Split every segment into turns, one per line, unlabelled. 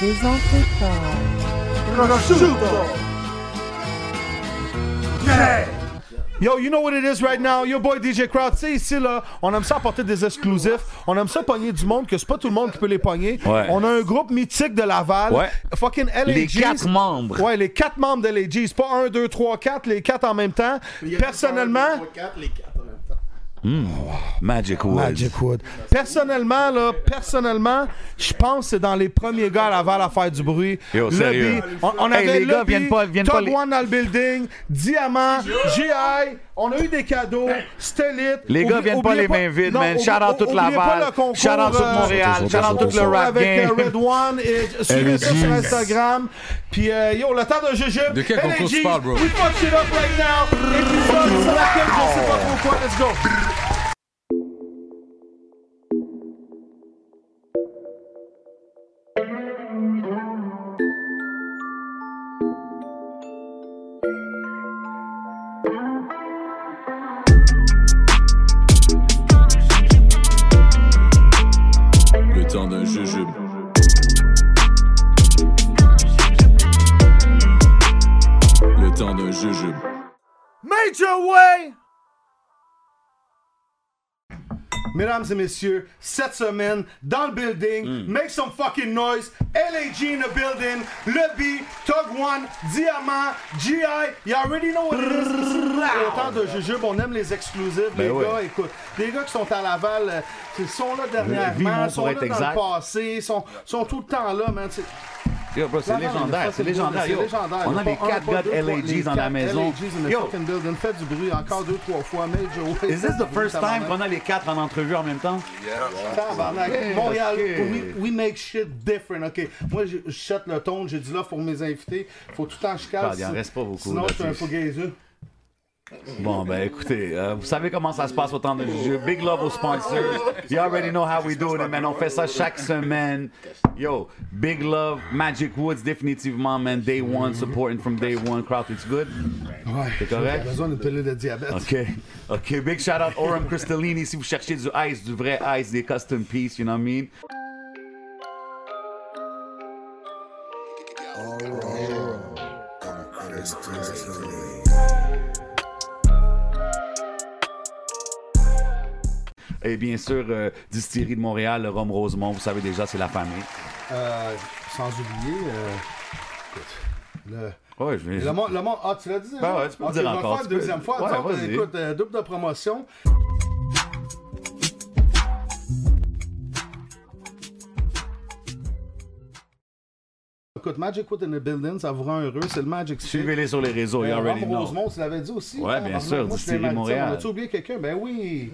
présenté par
Yo, you know what it is right now. Your boy DJ Crowd, c'est ici là. On aime ça apporter des exclusifs. On aime ça pogner du monde que c'est pas tout le monde qui peut les pogner.
Ouais.
On a un groupe mythique de Laval.
Ouais.
Fucking LAGs.
Les quatre membres.
Ouais, les quatre membres de LAGs. Pas un, deux, trois, quatre, les quatre en même temps. Personnellement.
Magic Woods.
Magic Wood. Personnellement, là, personnellement, je pense que c'est dans les premiers gars à Laval à faire du bruit.
Yo,
Lobby,
sérieux.
on, on
Hey,
avait
les gars
Lobby,
viennent pas- viennent
Top
pas les-
One dans le building, Diamant, GI, on a eu des cadeaux, c'était lit.
Les gars
Oublie-
viennent pas
oubliez
les mains vides, man.
oublie-
Shout out toute
oubliez pas
Laval.
le concours,
Shout out tout
euh,
Montréal. Shout out tout le
concours
rap
avec
game.
euh, Red One et suivez ça sur Instagram. Puis euh, yo, le temps de jujube.
De quel concours tu parles, bro?
We fuck shit up right now. Épisode sur laquelle je sais pas pourquoi. Let's go.
Le temps d'un jujube. Le temps d'un jujube.
Major Way! Mesdames et messieurs, cette semaine, dans le
Hmm.
building, make some fucking noise, LAG in the building, Le B, Tug One, Diamant, GI, you already know what it is. Le temps de jujube, on aime les exclusifs, les
Ben ouais.
gars, écoute, les gars qui sont à Laval, euh, ils sont là
Vivons,
dernièrement,
pour
sont là
être
dans
exact.
le passé, sont, sont tout le temps là, man, c'est-
Yo, bro, c'est
Laval, on est
légendaire, c'est
fucking
légendaire.
good,
Yo,
c'est légendaire.
on a
Pas
les
un,
quatre
pas
gars
deux,
de
pas- les
LAGs dans la
quatre
maison.
LAGs in the
Yo,
fucking building. Faites du bruit encore deux, trois fois. Major Way.
is this the first time qu'on a les quatre en entrevue en même temps?
Tabarnak.
Ok,
Montréal,
ok.
we, we make shit different, OK? Moi, je je set le ton, j'ai du love pour mes invités. Faut tout le temps que je
Ah,
casse.
il en reste pas beaucoup,
Sinon,
là,
je suis un
tu sais.
faux gaiseux.
Bon, ben écoutez, euh, vous savez comment ça se passe au temps de jeu. Big love aux sponsors. You already know how we do it, man. On fait ça chaque semaine. Yo, big love, Magic Woods, définitivement, man. Day one, supporting from day one. Crowd, it's good?
Ouais.
C'est correct?
J'ai besoin de pilule de diabète.
OK. OK, big shout out Orem Crystallini si vous cherchez du ice, du vrai ice, des custom pieces, you know what I mean? Et bien sûr, euh, Distillerie de Montréal, le Rhum Rosemont, vous savez déjà, c'est la famille.
Euh, sans oublier... euh, écoute, le...
Ouais, je vais-
Le monde, le monde- ah, tu l'as dit?
Ben ouais, tu peux
Ok,
le dire
je vais
encore,
faire
tu
une deuxième
peux-
fois.
Ouais,
Donc,
vas-y.
écoute, euh, double de promotion. Écoute, Magic Wood in the Building, ça vous rend heureux. C'est le Magic Stick.
Suivez-les sur les réseaux, you
Euh,
already
Rome
know.
Rosemont, tu l'avais dit aussi.
Ouais,
Ah,
bien
Rome
sûr,
Rosemont, je
distillerie
l'ai mal dit.
Montréal.
On a-tu oublié quelqu'un? Ben oui.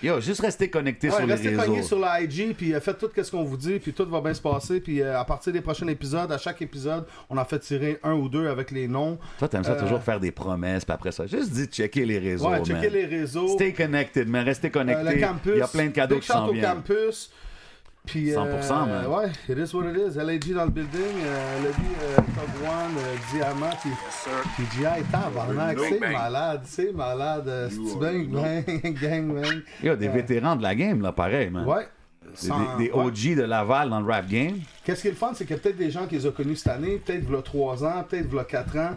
Yo, juste restez connectés
Ouais,
sur les
restez
réseaux.
pognés sur la IG, puis euh, faites tout ce qu'on vous dit, puis tout va bien se passer. Puis euh, à partir des prochains épisodes, à chaque épisode, on en fait tirer un ou deux avec les noms.
Toi, t'aimes ça
Euh,
toujours faire des promesses, puis après ça, juste dis checker les réseaux,
Ouais,
man.
checker les réseaux.
Stay connected, mais restez
Euh, le
connectés.
campus.
Il y a plein de cadeaux
Big
qui
shout
s'en
au
viennent.
campus. Puis, euh,
100%, man.
Ouais, it is what it is. LAG dans le building, euh, le euh, Top One, euh, Diamant, puis, puis GI, tabarnak, c'est malade, c'est malade. euh, C'est bang, bang, gang, bang.
Yo, des
Euh,
vétérans de la game, là, pareil, man.
Ouais.
Des,
Sans-
des- des
ouais.
OG de Laval dans le rap game.
Qu'est-ce qui est le fun, c'est qu'il y a peut-être des gens qui les ont connus cette année, peut-être v'là 3 ans, peut-être v'là 4 ans,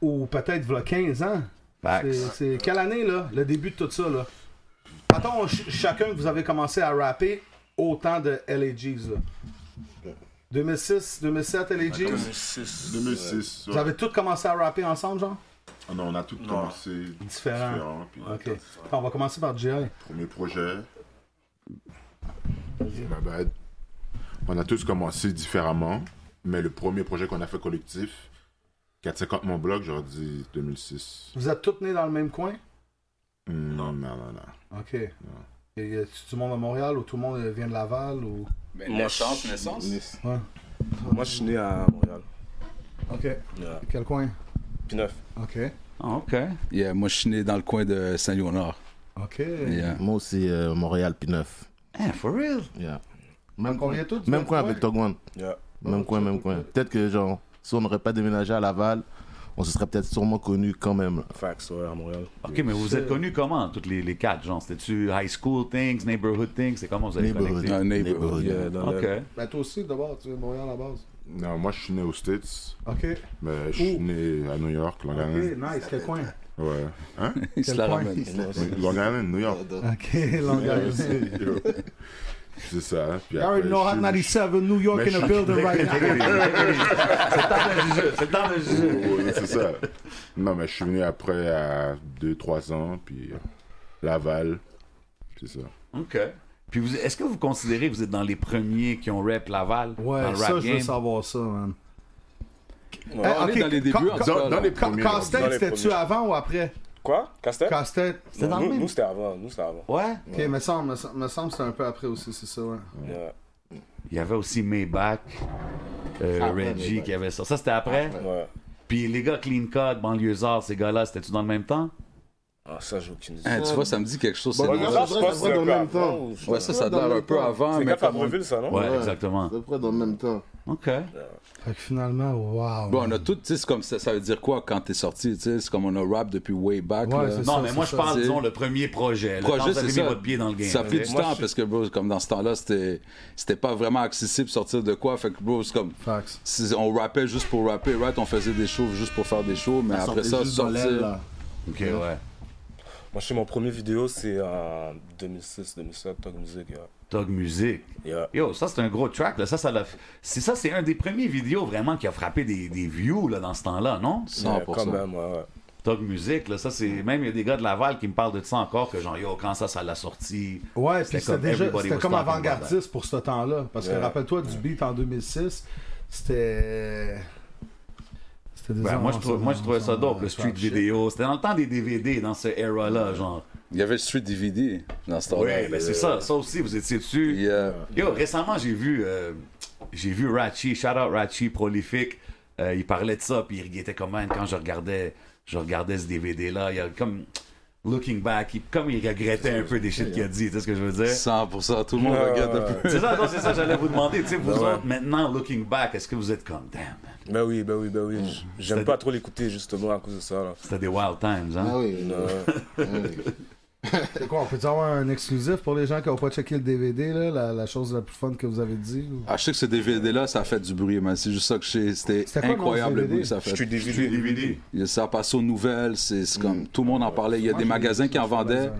ou peut-être v'là 15 ans.
Facts.
C'est- C'est quelle année, là, le début de tout ça, là? Attends, ch- chacun que vous avez commencé à rapper, autant de LAGs, là. 2006, 2007, LAGs?
2006.
2006.
Vous avez tous commencé à rapper ensemble, genre?
Ah non, on a tout commencé
Différent.
différent. Puis
Ah, Ok. Attends, on va commencer par GI.
Premier projet. My bad. On a tous commencé différemment, mais le premier projet qu'on a fait collectif, 450 mon blog, j'aurais dit 2006.
Vous êtes tous nés dans le même coin?
Hmm, Non, non, non, non.
Ok. Et y a tout le monde à Montréal ou tout le monde vient de Laval ou.
Mais
Moi,
naissance,
je-
naissance.
Ouais.
Moi, je suis né à Montréal.
Ok.
Yeah.
Quel coin?
P9.
Ok.
Ah, OK.
Yeah, moi je suis né dans le coin de Saint-Léonard.
Ok.
Yeah.
Moi aussi, euh, Montréal, P9.
Hey, for real?
Yeah. Même,
On vient tous du
même quoi
coin.
avec Togwan.
Yeah.
Même coin, même coin. Peut-être que, genre, si on n'aurait pas déménagé à Laval, on se serait peut-être sûrement connus quand même. là.
Facts, ouais, à Montréal.
Ok, mais vous vous êtes connus comment, toutes les, les quatre, genre? C'était-tu high school things, neighborhood things? C'est comment vous avez
Neighborhood.
connecté?
Un
Neighborhood.
neighborhood.
Yeah, dans
Ok.
le-
Ben, toi aussi, d'abord, tu es Montréal à la base.
Non, moi, je suis né aux States,
Ok.
mais je suis
Ouh.
né à New York, Long
Ok,
Island.
nice, quel coin.
Ouais. Hein?
Il se
Quel
la
point?
ramène.
Long Island, New York.
Ok, Long Island.
Yo. C'est ça. Puis
You
après,
already know
je
Hot
suis-
97, New York
Mais
in
je-
the building right now.
C'est dans le jeu.
Ouais, c'est ça. Non, mais je suis venu après à 2-3 ans, puis euh, Laval. C'est ça.
OK. Puis vous- est-ce que vous considérez que vous êtes dans les premiers qui ont rap Laval dans
Ouais,
le
ça,
rap
je veux
game?
savoir ça, man. Eh,
Ouais, on est
ok,
dans les débuts,
Ca-
en tout
Ca-
cas,
Dans, dans les
Ca-
premiers.
Casse-tête,
Dans les
c'était-tu
premiers.
avant ou après
Quoi Castel
Casse-tête.
C'était dans le
Nous,
même.
nous, c'était avant. Nous, c'était avant.
Ouais.
Ok, me semble, me semble- me semble que c'était un peu après aussi, c'est ça, ouais.
Yeah.
Il y avait aussi Maybach, euh, Reggie qui avait ça. Ça, c'était après.
Ah, Ouais.
Puis les gars Clean Cut, Banlieusard, ces gars-là, c'était-tu dans le même temps?
Ah, ça, j'ai aucune idée.
Hein, tu vois, ça me dit quelque chose. c'est
Bon,
dans-
regarde.
je pense que c'est
dans
un
le
peu
même temps.
avant, ou-
Ouais, ça, ça a l'air un peu avant,
C'est
mais.
Cap Abreville, ça, non
Ouais,
Ouais.
exactement.
À peu près dans le même temps.
OK.
Fait que finalement, wow.
Bon, on a tout, tu sais, c'est comme ça, ça veut dire quoi quand t'es sorti, tu sais, c'est comme on a rap depuis way back.
Ouais,
là.
c'est
Non,
ça,
mais
c'est
moi, je
ça.
parle,
C'est-
disons, le premier projet. là, quand
projet,
vous
c'est
avez mis
ça.
votre pied dans le game.
Ça a pris
là.
du
Moi,
temps
je-
parce que, bro, comme dans ce temps-là, c'était c'était pas vraiment accessible sortir de quoi. Fait que, bro, c'est comme.
Facts.
c'est- On rappait juste pour rapper, right? On faisait des shows juste pour faire des shows, mais après
sortait
ça,
juste dans l'aile,
sortir.
là.
OK, ouais.
Moi, je fais mon premier vidéo, c'est en 2006-2007, Talk Music. Yeah.
Dog Music.
Yeah.
Yo, ça c'est un gros track là. Ça, ça l'a. C'est ça, c'est un des premiers vidéos vraiment qui a frappé des, des views là dans ce temps-là, non?
Ouais, quand
100%.
même, ouais. ouais.
Dog Music là, ça c'est même il y a des gars de Laval qui me parlent de ça encore que genre yo quand ça ça l'a sorti.
Ouais, puis c'était déjà
everybody
c'était
was
comme
talking about that.
avant-gardiste pour ce temps-là. Parce que
Ouais.
rappelle-toi du beat en 2006, c'était. C'était des
Ouais, Ben, moi je
ensembles,
trouve, moi je trouvais ça
ensembles,
dope le street
rap shit.
vidéo. C'était dans le temps des DVD dans ce era là genre.
Il y avait le Street DVD dans ce temps-là.
Ouais, ben c'est ça. Ça aussi vous étiez dessus.
euh, Yeah.
Yo, récemment, j'ai vu, euh, j'ai vu Ratchi, shout out Ratchi, prolifique. Euh, il parlait de ça, puis il- il était comme man, quand je regardais, je regardais ce DVD-là, il y a comme, looking back, il- comme il regrettait un peu des shit qu'il a dit, tu sais ce que je veux dire?
100%, tout le monde regarde un peu.
C'est ça, non, c'est ça, j'allais vous demander, tu sais, vous autres, maintenant, looking back, est-ce que vous êtes comme, damn, man,
Ben oui, ben oui, ben oui. J- J'aime pas trop l'écouter, justement, à cause de ça. Là.
c'était des wild times, hein?
Ah oui.
Non.
C'est quoi, on peut avoir un exclusif pour les gens qui n'ont pas checké le DVD, là, la, la chose la plus fun que vous avez dit ou-
Ah, je sais que ce DVD-là, ça a fait du bruit, man. C'est juste ça que je sais.
C'était
C'était
quoi le nom du
incroyable le
DVD?
bruit que ça a fait.
Je suis DVD.
DVD.
Il- Ça a passé aux nouvelles, c'est c'est comme tout le monde en parlait. Il y a des magasins qui en vendaient.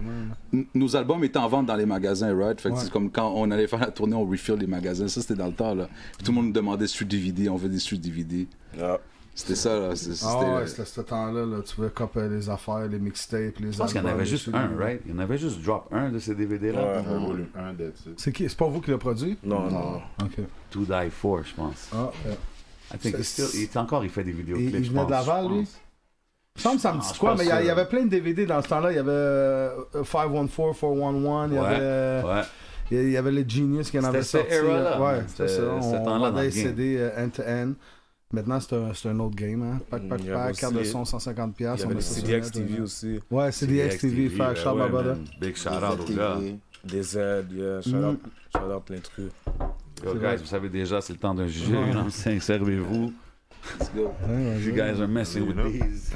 N- Nos albums étaient en vente dans les magasins, right? Fait que c'est comme quand on allait faire la tournée, on refill les magasins. Ça, c'était dans le temps, là. Puis tout le monde nous demandait Street DVD, on veut des Street DVD.
Yeah.
C'était ça, là. C'est- C'était. euh,
Ah ouais, c'était ce temps-là, là, tu pouvais copier les affaires, les mixtapes, les
Je pense qu'il y en
albums,
avait
les
juste
trucs.
un, right? Il y en avait juste drop un de ces DVD-là.
Ouais.
Le volume 1 d'être.
C'est qui C'est pas vous qui l'a produit
Non, non.
Ok.
To Die For, je pense.
Ah, euh,
I think he's still- il est encore, il fait des vidéos.
il, il venait de Laval, lui Il me semble que ça me
Ah,
dit
je
quoi,
pense
mais il y, a-
que-
il y avait plein de DVD dans ce temps-là. Il y avait euh, 514, 411, il y
Ouais,
avait. euh,
Ouais.
Il y a- il y avait les Genius qui en
C'était
avaient
cette
sorti.
era-là,
euh,
man.
ouais, c'est
C'était-
ça.
ce
On
temps-là dans
vendait
le
les
game.
CD euh, end-to-end. Maintenant, c'est un, c'est un autre game. Hein. Pack,
Mm,
pack,
il y avait
pack, carte de
aussi
son, 150$.
Il y
on
avait
met Ah,
le
ça sur
CDX
le net,
TV
ouais.
aussi.
Ouais, CDX TV,
ben
fuck, shout
ouais,
my brother.
man. Big shout out aux gars.
Des Z, yeah. Shout out, shout out l'intrus.
Yo, guys, vous savez déjà, c'est le temps d'un jeu. non? C'est- Servez-vous.
Ouais, ouais, ouais.
You guys are messing with these.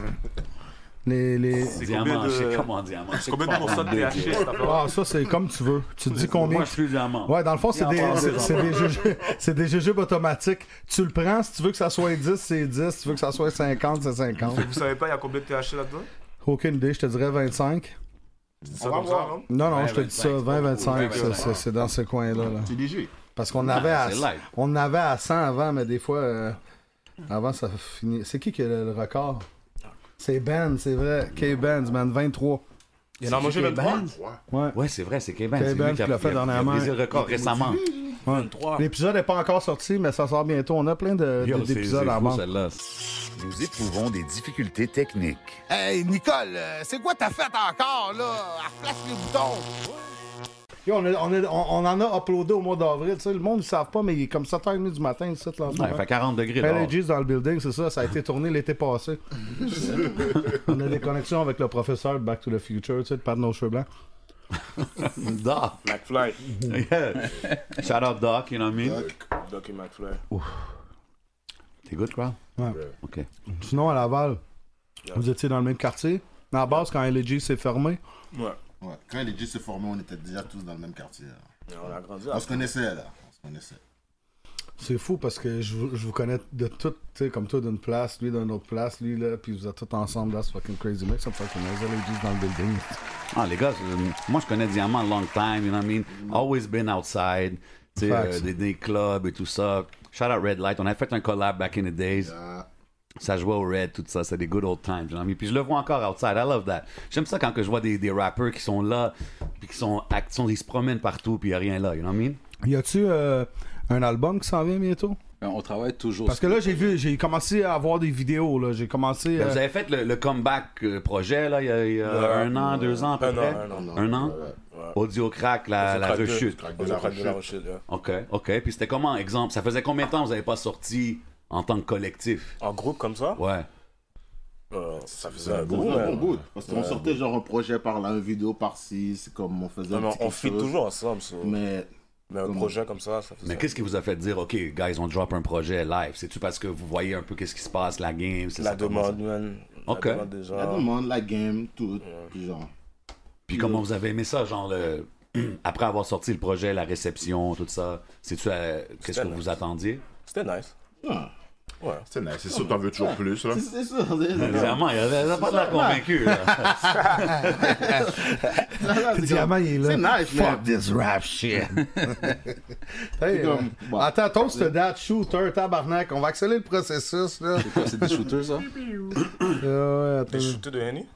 Les, les...
Diamant,
combien de-
shake, comment diamant? shake,
Combien de
comment
pourcents de
diamant?
THC ça fait?
Ah, ça, c'est comme tu veux. Tu te dis combien.
Moi, je suis diamant.
Ouais, dans le fond, c'est des, c'est- c'est des, jujubes- c'est des jujubes automatiques. Tu le prends, si tu veux que ça soit 10, c'est 10. Si tu veux que ça soit 50, c'est 50.
Vous savez pas, il y a combien de THC là-dedans
Aucune idée, je te dirais 25.
Je dis ça comme ça, non
Non, non,
20,
je te dis ça,
25,
20-25,
20,
c'est dans ce coin-là. là.
C'est léger.
Parce qu'on avait, à-
c'est light.
on avait à 100 avant, mais des fois, euh, avant, ça finit. C'est qui qui a le, le record? C'est Ben, c'est vrai. K-Benz, man, 23.
Il y en a mangé 23
Ouais.
Ouais, c'est vrai, c'est Kevin.
Kevin
C'est lui
qui
qui
l'a
a
fait
il a- il a
dernièrement.
brisé le record récemment.
L'épisode n'est pas encore sorti, mais ça sort bientôt. On a plein de-
Yo,
de-
c'est-
d'épisodes
c'est
à
fou,
vendre.
celle-là. Nous éprouvons des difficultés techniques.
Hey, Nicole, euh, c'est quoi t'as fait encore, là? Elle flash les boutons.
Yo, on, a- on a- on- on en a uploadé au mois d'avril. tu sais, Le monde ne savent pas, mais il est comme 7h30 du matin, ici, là. en ce
Ouais,
moment.
il fait 40 degrés dehors.
LAG's dans le building, c'est ça, ça a été tourné l'été passé. on a des connexions avec le professeur de Back to the Future, tu sais, de Pat nos cheveux blancs.
Doc.
McFly.
Yeah. Shout out Doc, you know what I mean?
Doc et McFly.
T'es good, crowd?
Ouais.
OK.
Sinon, à Laval, vous étiez dans le même quartier. À la base, quand LG s'est fermé,
Ouais. Quand les G s'est formé, on était déjà tous dans le même quartier. là.
On a grandi.
On se connaissait là. On se connaissait.
c'est fou parce que je vous, je vous connais de tout, tu sais, comme toi d'une place, lui d'une autre place, lui là, puis vous êtes tous ensemble, that's fucking crazy. Make some fucking noise, LG dans le building.
Ah, les gars, c'est- moi, je connais Diamant long time, you know what I mean? Always been outside, tu sais,
Facts.
euh, des, des clubs et tout ça. Shout out Red Light. On a fait un collab back in the days. Ça jouait au Red, tout ça. C'est des good old times, you know what I mean? Puis je le vois encore outside. I love that. J'aime ça quand que je vois des, des rappers qui sont là, puis qui sont, act- sont- ils se promènent partout, puis il n'y a rien là, you know what I mean?
Y a-tu euh, un album qui s'en vient bientôt?
Euh, On travaille toujours.
Parce que là, j'ai vu, j'ai commencé à avoir des vidéos, là. J'ai commencé.
Ben,
euh,
vous avez fait le, le comeback euh, projet, là, il y a, il y a un an, deux ans, à peu
Un an,
près? Un
un an.
an? Audio crack, la, la
Crack de-
rechute.
Crack
de la
de la
rechute.
rechute. ouais.
OK, OK. Puis c'était comment, exemple? Ça faisait combien de temps que vous n'avez pas sorti en tant que collectif?
En groupe comme ça
Ouais.
Euh, Ça faisait
Ça
un bout,
Ouais,
ouais.
bon bout. Parce qu'on sortait genre un projet par là, une vidéo par-ci, c'est comme on faisait.
Non, mais
un petit
on
quelque
fit
chose.
toujours ensemble. so-
Mais
Mais un
Comment?
projet comme ça, ça
Mais
faisait.
qu'est-ce qui vous a fait dire, OK, guys, on drop un projet live? C'est-tu parce que vous voyez un peu qu'est-ce qui se passe, la game? c'est
La
ça, comment ça-
demande, man.
Ok.
La demande des gens.
la demande, la game, tout. Puis genre.
Puis comment vous avez aimé ça, genre, le... après avoir sorti le projet, la réception, tout ça? C'est-tu à- qu'est-ce que
nice.
vous attendiez?
C'était nice.
ah,
C'est nice. C'est sûr, t'en veux toujours plus, là.
c'est- C'est ça. c'est-
Vraiment, il n'a pas de l'air convaincu. là.
là, là, Ah, c'est
Diamant,
comme-
il est là.
C'est nice, mais-
this rap shit.
Hey,
comme-
euh,
bon.
Attends, toast date, shooter, tabarnak. On va accélérer le processus, là.
C'est des shooters, ça?
Euh, ouais, attends.
Des shooters de Henny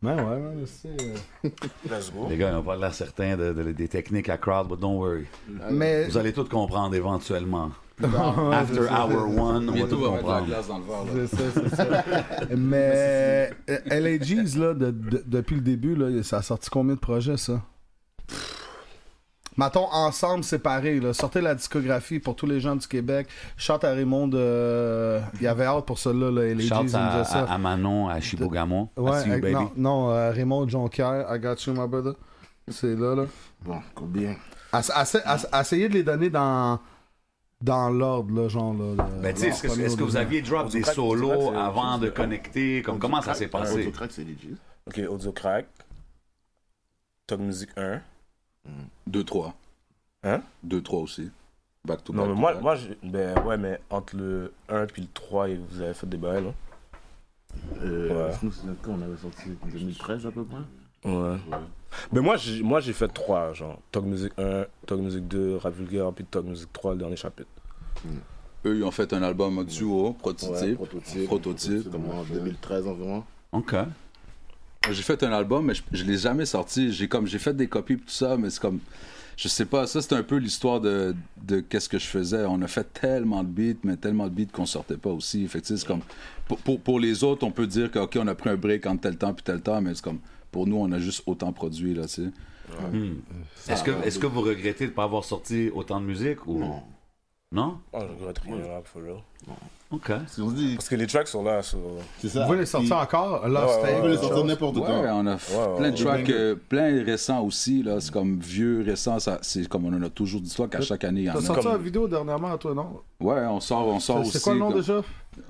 Ben ouais, ouais, je sais, euh.
Let's go.
Les gars, ils n'ont pas l'air certains de- de- des techniques à crowd, but don't worry.
Ah,
Mais.
Vous allez tout comprendre éventuellement. After hour one, on va
Bientôt,
tout
on va mettre la
comprendre.
glace dans le verre, là.
C'est ça, c'est ça. Mais euh, LAGs, là, de- de- depuis le début, là, ça a sorti combien de projets, ça? Mettons ensemble, séparés. Là. Sortez la discographie pour tous les gens du Québec. Chante à Raymond, euh, il y avait hâte pour cela, là, LAGs, il nous
Shout à,
disait ça.
à- à Manon, à Chibogamon, à See
ouais,
You
euh,
Baby.
non, non euh, Raymond Jonquière, I got you, my brother. C'est là, là.
Bon, combien
Asse- asse- asse- essayez de les donner dans, dans l'ordre, là, genre. Là,
Ben, tu sais, est-ce que, est-ce que vous aviez drop des
crack, on se crack,
solos
c'est-
avant de
c'est-
connecter? Comme, comment ça s'est passé?
Autocrack, Ah, c'est legit.
Ok, Audio Crack. Tog Music 1.
2-3.
Hein?
2-3 aussi. Back to
Non,
back
mais
to
moi,
back.
moi j'ai- ben ouais, mais entre le 1 puis le 3, et vous avez fait des bails. Hein.
Euh,
Ouais.
nous, c'est quand on avait sorti en 2013 à peu près.
Ouais. Mais moi, j'ai moi, j'ai fait 3, genre. Tog Music 1, Tog Music 2, Rap Vulgaire, puis Tog Music 3, le dernier chapitre.
Eux, ils ont fait un album duo, prototype.
prototype.
Prototype.
En 2013 environ.
OK.
J'ai fait un album, mais je, je l'ai jamais sorti. J'ai comme j'ai fait des copies pis tout ça, mais c'est comme je sais pas. Ça c'est un peu l'histoire de, de qu'est-ce que je faisais. On a fait tellement de beats, mais tellement de beats qu'on sortait pas aussi. Fait que, tu sais, c'est comme pour, pour- pour les autres, on peut dire que ok, on a pris un break entre tel temps puis tel temps, mais c'est comme pour nous, on a juste autant produit là, tu sais.
Hmm. Est-ce que, est-ce que vous regrettez de ne pas avoir sorti autant de musique? Ou... Non. Non?
Oh, je regrette rien, là, for real.
OK.
Si on se dit,
Parce que les tracks sont là, so...
c'est ça.
Vous voulez les sortir
Puis-
encore? Lost
Ouais, ouais,
On
Tape,
peut les
autre
sortir
chose.
n'importe
Ouais,
quand.
on a f- plein de tracks, euh, plein récents aussi là. C'est comme vieux récent, ça- c'est comme on en a toujours d'histoire qu'à chaque année il y en
T'as
a.
sorti
Comme-
une vidéo dernièrement à toi, non?
Ouais, on sort, on sort aussi.
C'est quoi le nom
comme-
déjà?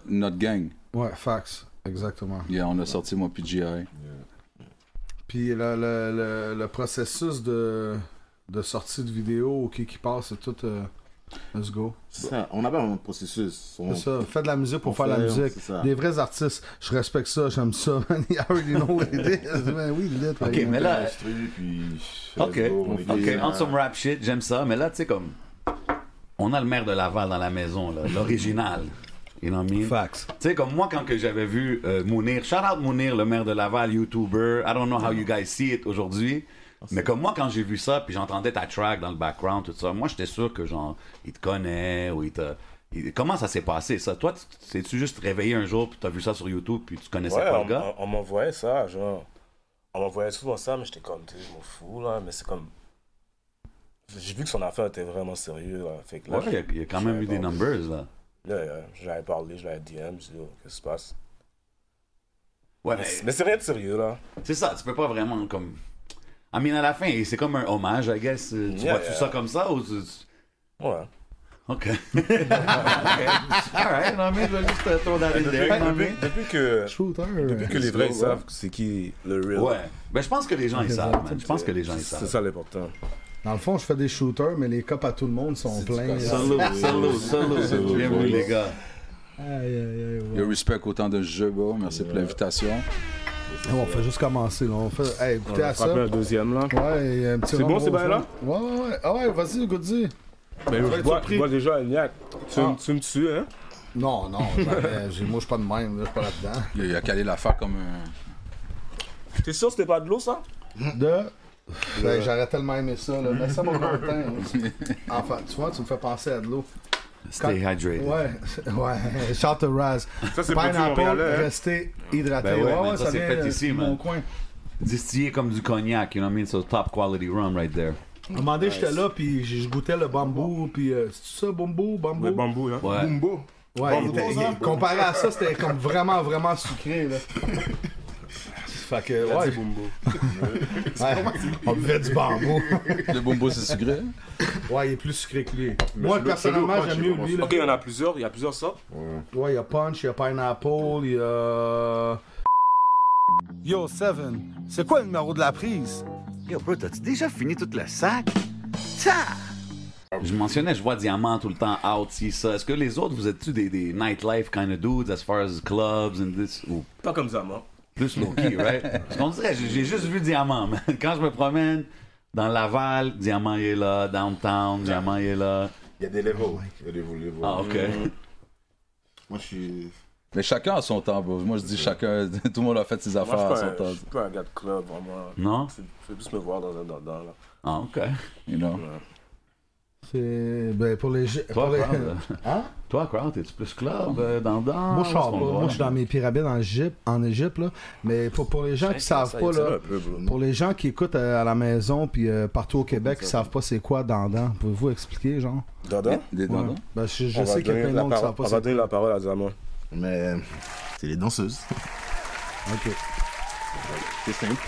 Notre gang.
Ouais, Fax, exactement.
Yeah, on a sorti moi puis G.I.
Puis le, le, le, le processus de, de sortie de vidéo ok, qui passe, c'est tout. euh, let's go.
C'est ça, on a pas un processus. On-
C'est ça. Faites de la musique pour
on
faire de la
fait,
musique.
c'est ça.
Des vrais artistes. Je respecte ça, j'aime ça, man. You already know what it is, man. Oui, lit,
OK,
man.
mais là...
Instruit, puis.
OK.
let's go, on est
OK,
gay.
on some rap shit, j'aime ça. Mais là, tu sais, comme... On a le maire de Laval dans la maison, là, l'original. You know what I mean?
Fax.
Tu sais, comme moi, quand que j'avais vu euh, Mounir, shout out Mounir, le maire de Laval, YouTuber. I don't know how you guys see it aujourd'hui. Mais comme moi, quand j'ai vu ça, puis j'entendais ta track dans le background, tout ça, moi, j'étais sûr que, genre, il te connaît ou il te. il- Comment ça s'est passé, ça? Toi, tu- tu- t'es-tu juste réveillé un jour, puis t'as vu ça sur YouTube, puis tu connaissais
Ouais,
pas
on,
le gars?
on- on m'envoyait ça, genre. On m'envoyait souvent ça, mais j'étais comme, tu sais, je m'en fous, là, mais c'est comme. J'ai vu que son affaire était vraiment sérieux, là. Fait que là,
Ouais, il y a- il y, a quand
je
même
savais
eu des
pas.
numbers, là.
Là, là, je l'avais parlé, je l'avais DM, je dis, oh, qu'est-ce qui se passe?
Ouais,
Mais,
mais
mais c'est rien de sérieux, là.
c'est ça, tu peux pas vraiment, comme. I mean, à la fin, c'est comme un hommage, I guess. Tu
Yeah,
vois-tu
yeah.
ça comme ça, ou tu- tu-
Ouais.
OK. All right, non, mais je vais juste euh, throw that in there, you know what I mean?
Depuis, depuis que, depuis que les vrais ils savent c'est qui le real.
Ouais. Ben, je pense que les gens, ils savent, man. Je pense que les gens, ils savent.
C'est ça l'important.
Dans le fond, je fais des shooters, mais les cops à tout le monde sont pleins.
Salut, salut, salut. Bienvenue, les gars.
Yo, respect autant de jeu, bro. Merci pour l'invitation.
Ah ouais, on fait juste commencer. là. On fait... Hey, écoutez
va
à ça.
frapper un deuxième, là.
Ouais, il y a un petit
C'est bon,
Rambo
ces bails-là?
au fond. Ouais, ouais, ouais. Ah ouais, vas-y, goûte-y.
Mais
va
je
être
bois,
surpris.
je bois déjà un gnac. Tu,
Ah.
tu me tues, hein?
Non, non, jamais. J'ai- moi, je suis pas de même. là, Je suis pas là-dedans.
Il a- il a calé l'affaire comme un.
T'es sûr que c'était pas de l'eau, ça?
De. Ben, J'aurais tellement aimé ça. Là. Mais ça m'a longtemps. hein. Enfin, tu vois, tu me fais penser à de l'eau.
Stay hydrated.
Ouais, ouais. Shout to Raz.
Ça, c'est pas du
Pineapple,
Montréalais, hein?
rester hydraté.
Ben ouais, man, ça, c'est
vient
fait
de-
ici,
de
man.
mon coin.
Distillé comme du cognac, you know what I mean? So top quality rum right there.
À un moment donné, j'étais là, puis je je goûtais le bambou, puis euh, c'est ça, bambou, bambou.
Le bambou, hein?
Ouais.
Bumbo. Ouais, il
Bumbo,
était- il-
hein?
comparé à ça, c'était comme vraiment, vraiment sucré, là. fait que,
Il a
ouais.
dit bumbo.
Ouais, on buvait du bambou.
Le bumbo, c'est sucré.
Ouais, il est plus sucré que lui.
Mais
Moi,
celui-là-
personnellement,
celui-là,
j'aime
punch,
mieux
il
lui.
est
là.
Ok, il y en a plusieurs, il y a plusieurs sortes.
Ouais, il y a Punch, il y a Pineapple, il y a.
Yo, Seven, c'est quoi le numéro de la prise?
Yo, bro, t'as-tu déjà fini tout le sac? Je mentionnais, je vois Diamant tout le temps out, si ça. Est-ce que les autres, vous êtes-tu des, des nightlife kind of dudes as far as clubs and this? Ou
Pas comme ça, moi.
plus low-key, right? Parce qu'on dirait, j'ai j'ai juste vu Diamant, man. Quand je me promène dans Laval, Diamant il est là, Downtown, Diamant il est là.
Il y a des levels. Il y a des levels.
Ah, ok.
Moi, je suis.
Mais chacun a son temps, bro. Moi, je dis chacun. Tout le monde a fait ses
Moi, je
affaires à son
suis pas un-
temps.
je suis pas un gars de club, vraiment.
Non?
C'est- Faut juste me voir dans un dindon, là.
Ah, ok.
You know?
C'est. Ben, pour les. jeux-
Toi,
pour les-
Crowd, euh,
Hein?
Toi, Crowd, t'es-tu plus club, euh, dans dans?
Moi, je sors
Est-ce
pas.
qu'on va?
Moi, je suis dans mes pyramides en Égypte, en Égypte là. Mais pour, pour les gens qui savent
ça,
pas,
il tire
là,
un peu, bro.
pour les gens qui écoutent euh, à la maison puis euh, partout au Québec, qui savent pas c'est quoi dandan, pouvez-vous expliquer, genre
Dindon?
Ouais. Ben, je je
On va
sais qu'il y a plein
donner
de
la
monde qui savent
parole-
pas
On
c'est
va donner la parole à Zaman.
Mais. C'est les danseuses.
Ok.
C'est simple.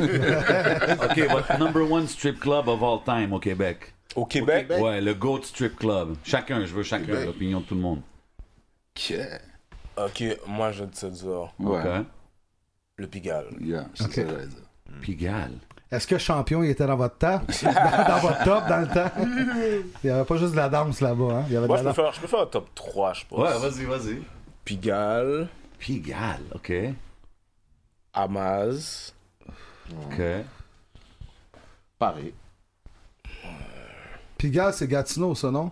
OK, votre number one strip club of all time au Québec?
Au Québec?
Ouais, le GOAT Strip Club. Chacun, je veux chacun, l'opinion de tout le monde.
Ok, moi je te dis dehors.
OK.
Le Pigalle.
Yeah,
Ok. ça que j'allais
Pigalle.
Est-ce que champion il était dans votre temps dans, dans votre top dans le temps Il y avait pas juste de la danse là-bas, hein Il y avait de
Moi
la
je peux,
danse.
faire, je peux faire un top 3, je pense.
Ouais, vas-y, vas-y.
Pigalle.
Pigalle, OK.
Amaz.
OK.
Paris.
Pigalle, c'est Gatineau, ça non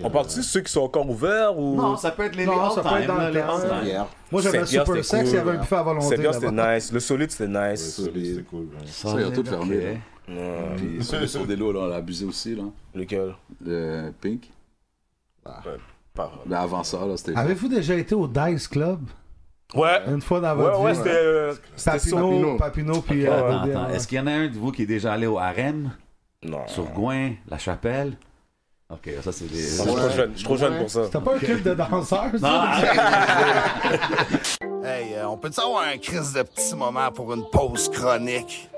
On parle-tu de ceux qui sont encore ouverts ou.
Non, ça peut être les
Non,
all
ça peut
time,
être dans
là,
le
les
temps.
all time.
Hier. Moi, j'avais
Saint-Pierre,
Super
c'était
Sex, il y
cool,
avait un
hein.
buffet à volonté
Saint-Pierre, c'était
là-bas.
nice. Le solide, c'était nice.
C'est cool. hein.
Ça, ils ont tout fermé, là.
Ouais.
Puis sur sur des lots, là, on l'a abusé aussi, là.
Lequel
Le Pink.
Ouais, par-
Mais avant ça, là, c'était.
Avez-vous déjà été au Dice Club
Ouais.
Une fois dans
Ouais,
votre
ouais,
vie
c'était. euh, c'était
Papineau, Papineau, puis.
Attends,
euh,
attends.
Odell, ouais.
Est-ce qu'il y en a un de vous qui est déjà allé au Harem,
Non.
Tourgoing, La Chapelle? OK, Euh. ça, c'est des...
Je suis trop jeune, je suis trop jeune pour ça.
T'as pas un club de danseurs, ça?
Hey, euh, on peut-tu avoir un crise de petit moment pour une pause chronique?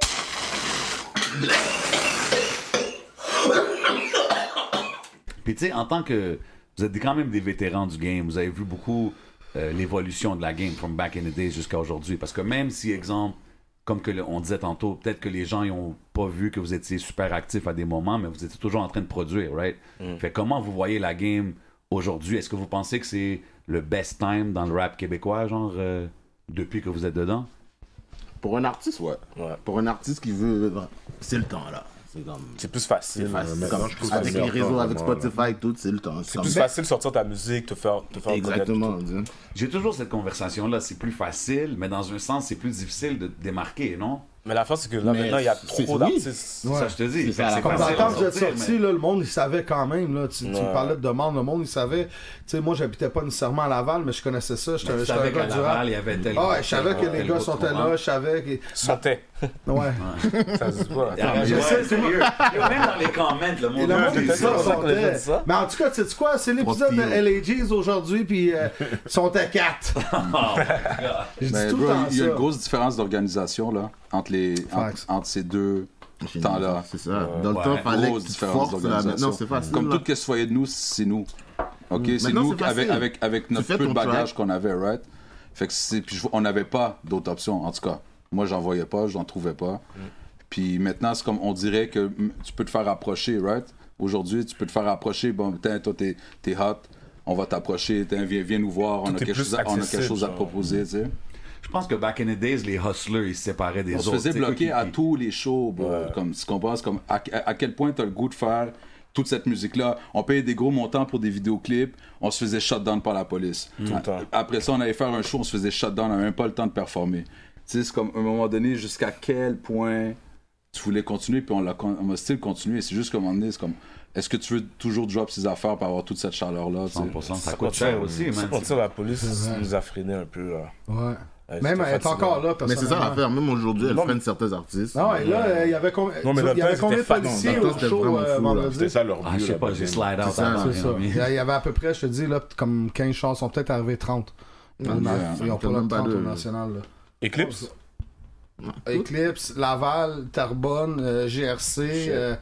Puis tu sais, en tant que... Vous êtes quand même des vétérans du game. Vous avez vu beaucoup euh, l'évolution de la game from back in the days jusqu'à aujourd'hui. Parce que même si, exemple, comme que le- on disait tantôt, peut-être que les gens n'ont pas vu que vous étiez super actif à des moments, mais vous étiez toujours en train de produire, right? Fait comment vous voyez la game aujourd'hui? Est-ce que vous pensez que c'est le best time dans le rap québécois, genre, euh, depuis que vous êtes dedans?
Pour un artiste, ouais.
Ouais.
Pour un artiste qui veut. C'est le temps, là. C'est comme.
C'est plus facile.
C'est facile.
Maintenant,
Comme-
je trouve
avec
ça
les réseaux,
meilleur,
avec
vraiment, là.
Spotify, tout, c'est le temps.
C'est plus facile de sortir ta musique, te faire, te faire
Exactement. tu sais.
J'ai toujours cette conversation-là, c'est plus facile, mais dans un sens, c'est plus difficile de te démarquer, non?
Mais la fin, c'est que là,
Mais
maintenant, il y a
c'est- c'est-
trop
oui.
d'artistes.
Ouais.
Ça, je te dis.
C'est
Fait que
ça,
c'est
Comme dans
facile
le
à
temps que vous êtes
sortir,
sorti,
mais-
là, le monde, il savait quand même. Là. Tu, tu me
Ouais.
parlais de demande, le monde, il savait. Tu sais, moi, j'habitais pas nécessairement à Laval, mais je connaissais ça. J'étais
Mais tu
j'étais
savais
un gars
qu'à
du
Laval,
rap.
il y avait tel-
Ah ouais, je savais que
tel-
les
tel
gars
gros
sortaient
tournoi.
là, je savais que...
Sautait.
Ouais.
Ça se voit.
Ah, mais
Je
ouais,
sais,
sérieux. Yo, Même dans les comments, le
Et
monde
le monde
dit
dit ça,
ça.
ça qu'on a
sortait.
fait ça.
Mais en tout cas, tu sais quoi? C'est l'épisode de
Trois petits,
LAGs aujourd'hui, puis euh, ils sont à 4.
Oh my God.
Je dis
Mais
tout le
bro,
temps
Ben, il y a
ça.
une grosse différence d'organisation là entre les entre,
Facts.
entre ces deux temps-là.
C'est ça. Dans le temps, fallait que tu te forces, là. Maintenant, c'est facile,
Comme
là.
tout ce qui se voyait de nous, c'est nous. OK?
Mm.
C'est
Maintenant,
nous
c'est
avec,
facile.
avec, avec
Tu
notre
fais
peu de
ton track.
bagages qu'on avait, right? Fait que c'est. Puis je- on n'avait pas d'autres options, en tout cas. Moi, j'en voyais pas, j'en trouvais pas.
Mmh.
Puis maintenant, c'est comme on dirait que mm, tu peux te faire approcher, right? Aujourd'hui, tu peux te faire approcher. Bon, putain, toi, t'es t'es hot. On va t'approcher. Tiens, Viens, viens nous voir. On a,
Tout est
quelque
plus
chose à, on a quelque
accessible,
chose à
genre.
proposer, tu sais.
Je pense que back in the days, les hustlers, ils se séparaient des
on
autres.
se faisait
tu sais, eux
bloquer
qui-
à tous les shows, bro. Comme, tu comprends? C'est comme à, à- à quel point t'as le goût de faire toute cette musique-là. On payait des gros montants pour des vidéoclips. On se faisait shut down par la police.
Tout le temps.
Après ça, on allait faire un show, on se faisait shut down, on n'avait même pas le temps de performer. Tu sais, c'est comme à un moment donné, jusqu'à quel point tu voulais continuer, puis on l'a con- on va still continuer. C'est juste qu'à un moment donné, c'est comme. Est-ce que tu veux toujours drop ces affaires pour avoir toute cette chaleur-là? tu sais?
100%, ça coûte cher aussi, man.
C'est pour ça la police
C'est vrai.
nous a freiné un peu. euh. là.
Ouais.
Ouais,
Même elle
c'était
est
fatigant.
encore là,
Mais c'est ça
personnellement.
l'affaire, même aujourd'hui, elle
Non,
freine certains artistes.
Non, et là, euh, il y avait com-
Non, mais
il y
Lopez,
avait combien de
c'était fat,
policiers
non, Lopez,
au
c'était
show
vraiment
euh,
fou, là.
vendredi?
C'était ça, leur but, Ah, je sais là, pas, j'ai back then. slide out
C'est ça,
avant,
c'est
you
ça.
know what I mean?
Il y a- il y avait à peu près, je te dis, là, comme 15 chansons, peut-être arrivé 30.
Ouais,
On a-
ouais,
Ils ont pas
ouais.
euh, même
Pas
30
de-
au national, là.
Eclipse
Eclipse, Laval, Terrebonne, euh, GRC. euh,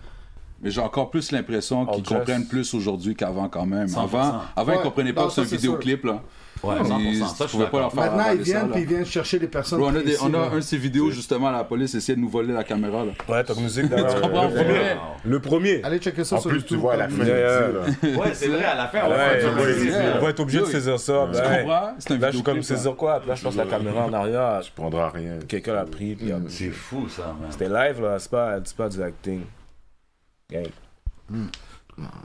Mais j'ai encore plus l'impression qu'ils
Jess.
comprennent plus aujourd'hui qu'avant quand même.
100%.
Avant, avant ils
Ouais.
comprenaient pas
Non,
que c'est un
ça, c'est sûr.
vidéoclip là.
Ouais,
Ils-
100%, ça,
Tu
je suis
pouvais pas leur faire
d'accord.
Maintenant,
avaler
ils
ça,
viennent
là.
puis ils viennent chercher des personnes.
Bro, on a, des-
précises,
on a
là.
un de ces vidéos justement, la police essayait de nous voler la caméra là.
Ouais, Top Music
Tu comprends?
d'ailleurs.
Pour vrai.
Le premier.
Allez checker ça
En
sur
plus,
YouTube,
tu vois, à la
Tom
fin,
Music.
il dit, là.
Ouais, c'est vrai, à la fin, on
Ouais,
va faire
ouais,
du
ouais,
business,
ouais.
là.
on va être obligé de
Yo,
saisir ça.
tu
ben,
comprends? C'est un
Là, je suis
vidéoclip,
comme
ça.
saisir quoi? Puis Là, je pense que la caméra en arrière. Je
prendrai rien.
Quelqu'un l'a pris. puis après-
C'est fou, ça, man.
C'était live, là. C'est pas, c'est pas du acting. Gang.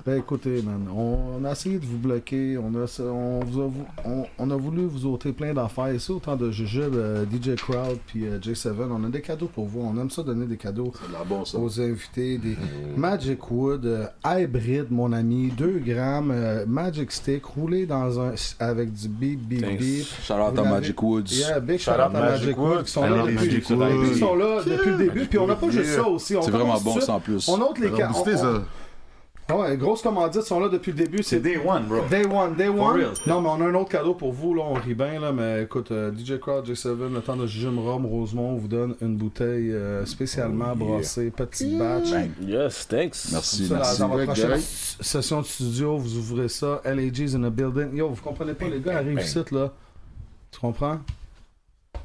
Ben écoutez, man, on, on a essayé de vous bloquer, on a, on, vous a, vou- on, on a voulu vous ôter plein d'affaires. Ici, autant de Jujube, euh, DJ Crowd, puis euh, J7, on a des cadeaux pour vous. On aime ça donner des cadeaux aux invités. Des Magic Wood, euh, Hybrid, mon ami, 2 grammes, euh, Magic Stick, roulé dans un, avec du BBB.
Thanks. Shout out à Magic Woods.
Yeah, big shout
Shout
out à
out
Magic
Magic
Woods.
Woods.
Qui sont
Allez,
là
les
depuis,
Magic Woods.
ils sont là depuis le début, puis on n'a pas
Magic
juste
Woods.
ça aussi. on
C'est vraiment
commence
bon,
tout de
ça, en
suite.
plus.
On ôte les
Ça va
ca- on-
booster,
on-
ça.
ah Ouais, grosses commandites sont là depuis le début. C'est
day one, bro.
Day one, day
For
one.
real.
Non, mais on a un autre cadeau pour vous, là. On rit bien, là. Mais écoute, euh, DJ Crowd, J7, le temps de Jim Rome, Rosemont, on vous donne une bouteille euh, spécialement
Oh, yeah.
brassée, petite batch.
Yes, thanks.
Merci,
Ça, Dans votre prochaine s- session de studio, vous ouvrez ça. LAG's in a building. Yo, vous comprenez pas, les gars arrivent
Ben.
bang.
ici, là. Tu comprends?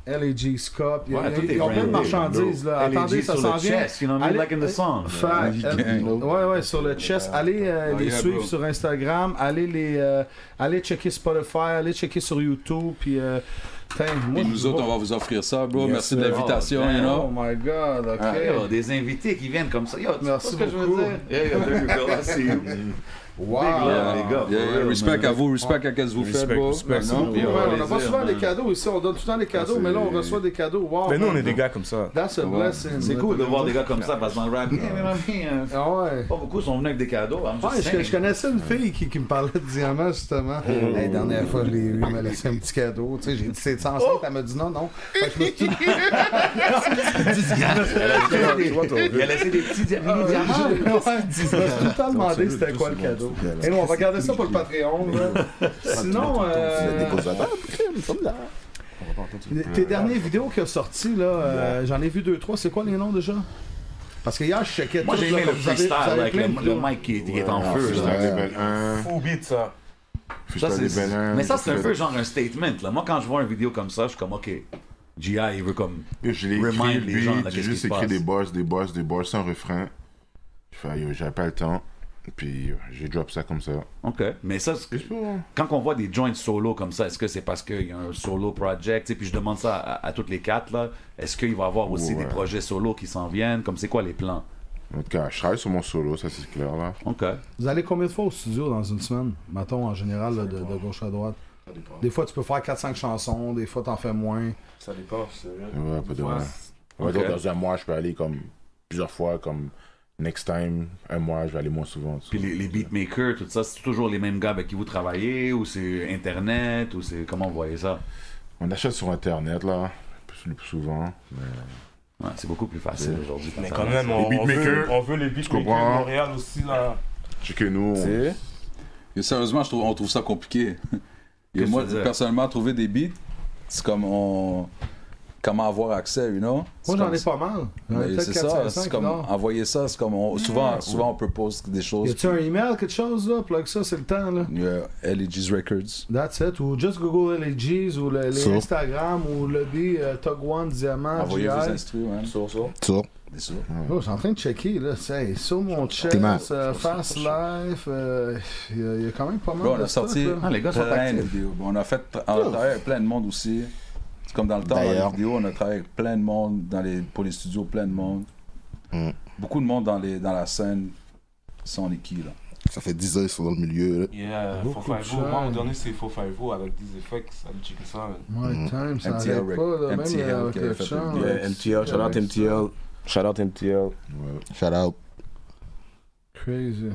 LAG's Cup. Il y a-
Ouais, tout
il y a-
est
Ils ont plein de
brandé,
marchandises,
bro.
là.
LAG
Attendez, ça
sur le
s'en vient.
chest, you know what I mean,
Allez-
like in the song.
Fact,
Yeah.
euh, Ouais, ouais, sur le chest. Allez euh,
Oh,
les
yeah,
suivre
bro.
sur Instagram. Allez les. euh, allez checker Spotify. Allez checker sur YouTube. Puis. euh, tain, moi,
Et
je-
nous autres, on va vous offrir ça, bro.
Yes,
Merci de
sir.
l'invitation,
Oh,
you
Oh
know.
my god, ok.
Ah,
Yo, oh, des invités qui viennent comme ça. Yo, tu
Merci
vois ce que je veux
beaucoup.
dire? Yeah, yeah, there you go, I see you.
Wow.
Big love, les gars.
Yeah, yeah,
for real,
respect
man.
à vous, respect à qu'est-ce que vous
Respect,
faites, bro.
respect.
Non, puis
Ouais, on n'a
plaisir,
pas souvent
man.
des cadeaux ici, on donne tout le temps
Ah,
des cadeaux, mais là on reçoit des cadeaux. Wow,
Mais Ben, nous, on est
man.
des gars comme ça.
That's a
Ouais.
blessing.
C'est cool de voir des gars comme ça parce que dans le rap, game,
Ah ouais.
hein, pas beaucoup sont venus avec des cadeaux. I'm
Ouais,
just
je, je
saying.
connaissais une fille qui, qui me parlait de diamants, justement. La dernière fois, je l'ai eu, elle m'a laissé un petit cadeau. Tu sais, j'ai dit, c'est censé, elle m'a dit non, non. Fait que je me suis dit,
Il a laissé des petits dia- mini diamants.
Ah, Je me suis tout le temps demandé c'était quoi le cadeau. Et nous, on va garder ça pour le Patreon. là. Sinon, euh, tes dernières vidéos qui ont sorti, là, euh, j'en ai vu deux, trois. C'est quoi les noms déjà? Parce que hier, je checkais
Moi,
tout,
j'ai
là,
aimé le
comme vous avez-
freestyle
vous avez
avec
plein
le
de vidéos.
le mic qui est- qui est en
Ouais,
feu.
freestyle
là.
level 1.
Fou beat, ça.
Ça,
Freestyle
c'est-
level 1.
Mais ça, c'est un
Freestyle-
peu genre un statement. Là. Moi, quand je vois une vidéo comme ça, je suis comme, OK, GI, il veut comme
Je l'ai écrit,
remind les
lui,
gens de
j'ai
qu'est-ce qui
juste
se
écrit
passe.
des bosses, des bosses, des bosses sans refrain. J'ai fait, yo, j'avais pas le temps. Puis euh, j'ai drop ça comme ça.
OK. Mais ça, c'est- quand on voit des joints solo comme ça, est-ce que c'est parce qu'il y a un solo project? tu sais, Puis je demande ça à, à toutes les quatre. là. Est-ce qu'il va y avoir aussi
Ouais.
des projets solo qui s'en viennent? Comme c'est quoi les plans?
En tout cas, je travaille sur mon solo, ça c'est clair là.
OK.
Vous allez combien de fois au studio dans une semaine, mettons, en général, là, de, de gauche à droite? Des fois, tu peux faire 4-5 chansons, des fois, t'en fais moins.
Ça dépend, c'est
Ouais, pas de
Ouais.
mal. On va
Ok.
dire, dans un mois, je peux aller comme plusieurs fois, comme next time, un mois, je vais aller moins souvent.
Puis les, les beatmakers, tout ça, c'est toujours les mêmes gars avec qui vous travaillez? Ou c'est Internet? Ou c'est comment vous voyez ça?
On achète sur internet là, plus, plus souvent. Mais...
Ouais, c'est beaucoup plus facile aujourd'hui.
Mais quand même, on, on veut, on veut les beatmakers de Montréal aussi, là.
que nous.
on-
Et sérieusement, je trouve, on trouve ça compliqué. Et
Qu'est-ce
moi,
que tu veux dire?
personnellement, trouver des beats, c'est comme on. comment avoir accès, you know? C'est
Moi, j'en
comme-
ai pas mal. J'en ai
Mais
peut-être
C'est
4,
ça,
5,
c'est comme
non.
envoyer ça, c'est comme on- souvent,
Ouais.
souvent on propose des choses. euh,
Y a-tu un email, quelque chose, là? Plug ça, c'est le temps, là.
Yeah, LEG's E Records.
That's it. Ou just Google LAGs ou le, les
So.
Instagram ou lobby euh, Tog One Diamant.
Envoyez
GI.
vos hein. instruits, man. Sur, sur.
Sur.
Oh, je suis en train de checker, là. C'est sur mon chest,
T'es mal.
euh, Fast Life. euh, Il y, a- il y a quand même pas mal
Bro,
de
on a sorti
stuff, là.
Ah,
Ah,
plein de vidéos. Bon, On a fait on a travaillé avec plein de monde aussi. C'est comme dans le temps, dans les
D'ailleurs.
vidéos, on a travaillé avec plein de monde, dans les, pour les studios, plein de monde. Beaucoup de monde dans, les, dans la scène. Ça, on est qui, là?
Ça fait 10 ans qu'ils sont dans le milieu. là.
Yeah, Faux
Beaucoup de
Five-O. oh. Moi, mon
choses.
dernier, c'est Faux Five-O oh avec des effets. Ça me checker ça, man.
Ouais,
Mm.
Mhm.
time, ça
MTL
arrête pas, là. Même
MTL
euh, avec
qui avait
le
fait
chant.
le-
là,
Yeah, MTL,
c'est-
shout out MTL. Shout out MTL.
Shout out.
Crazy.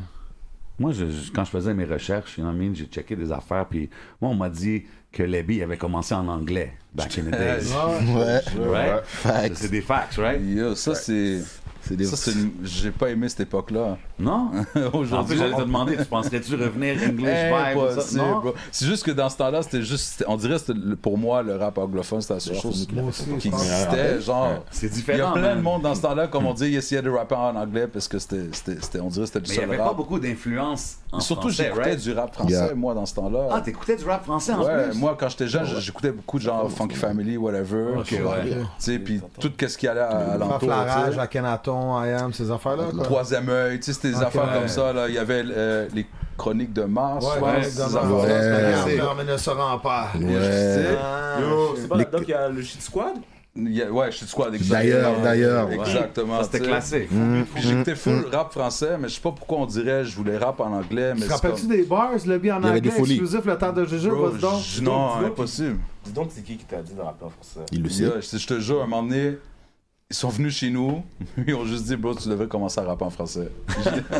Moi, je- je- quand je faisais mes recherches, you know what I mean, j'ai checké des affaires, puis moi, on m'a dit que Lebby avait commencé en anglais, back in the days.
Ouais. Ouais.
Right?
Facts.
C'est des facts, right?
Yo, ça, c'est. Ça, c'est une- J'ai pas aimé cette époque-là.
Non? En plus,
Aujourd'hui,
j'allais te demander, tu penserais-tu revenir English vibe ou ça?
Impossible,
Non?
bro. C'est juste que dans ce temps-là, c'était juste. c'était- On dirait que c'était le- pour moi, le rap anglophone, c'était la seule chose
Moi aussi,
qui
je pense.
existait.
Ouais.
Genre,
C'est différent, hein.
Il y a plein
man.
de monde dans ce temps-là, comme on dit, ils essayaient de rapper en anglais parce que c'était. c'était- c'était- On dirait que c'était
Mais
le
il n'y
seul
avait
rap.
pas beaucoup d'influence en
Surtout,
français,
j'écoutais
right?
du rap français,
Yeah.
moi, dans ce temps-là.
Ah, t'écoutais du rap français en
Ouais,
plus?
moi quand j'étais jeune, j'écoutais beaucoup de genre Funky Family, whatever.
Ok,
Tu
ouais.
sais, puis tout ce qui allait à, à l'entour. tu
Faflarage,
sais.
à Kenaton, I Am, ces affaires-là. quoi.
Troisième œil, tu sais, c'était des
Ok,
affaires
ouais.
comme ça. Là. Il y avait euh, les chroniques de Mars,
Ouais,
ouais,
ouais,
ces
Mars.
affaires-là,
Ouais.
c'était
La
assez-
ferme ne se rend pas.
Ouais.
Ah,
Yo, c'est pas là-dedans qu'il y a le shit squad
Il y a- Ouais, je suis de squad,
D'ailleurs, d'ailleurs.
hein. Exactement.
Ça, c'était
tu sais.
classique.
Puis
Mm,
J'écoutais
mm,
full
mm.
rap français, mais je sais pas pourquoi on dirait je voulais rap en anglais. Mais
Tu te
c'est
rappelles-tu
comme-
des bars, le bien en
Il y avait
anglais
des folies.
exclusif, le temps de Juju,
Bro,
vas-y donc.
je- Non, impossible.
Dis donc, c'est qui qui t'a dit de rappeler en français
Il le sait. je, je te jure, à un moment donné, ils sont venus chez nous, ils ont juste dit, bro, tu devrais commencer à rapper en français.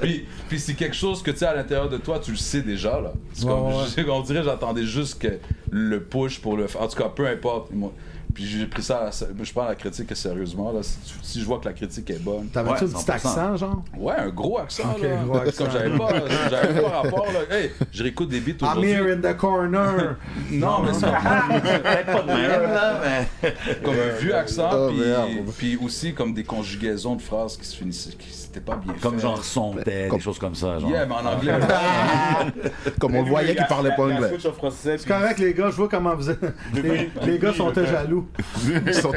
puis puis c'est quelque chose que tu sais à l'intérieur de toi, tu le sais déjà, là. C'est
Ouais,
comme-
ouais.
je- on dirait, j'attendais juste que le push pour le. f- En tout cas, peu importe. Ils m'ont- Puis j'ai pris ça, à la- je prends la critique sérieusement, là. Si, tu- si je vois que la critique est bonne.
T'avais-tu
Ouais,
un petit
100%.
accent, genre?
Ouais, un gros accent,
Ok,
là.
gros accent.
Comme j'avais pas, j'avais pas rapport, là. Hey, je réécoute des beats aujourd'hui.
Amir in the corner.
Non, mais c'est
Peut-être pas de même, là, mais.
comme
Euh,
un vieux accent,
ah,
Oh,
puis-
merde.
puis aussi comme des conjugaisons de phrases qui se finissaient, qui c'était pas bien
Comme
fait.
genre son tête, des choses comme ça. Genre.
Yeah, mais en
Ah.
anglais.
Comme on le voyait qu'il parlait pas anglais.
C'est correct, les gars, je vois comment vous êtes. Les, les gars sont jaloux.
Ils sont-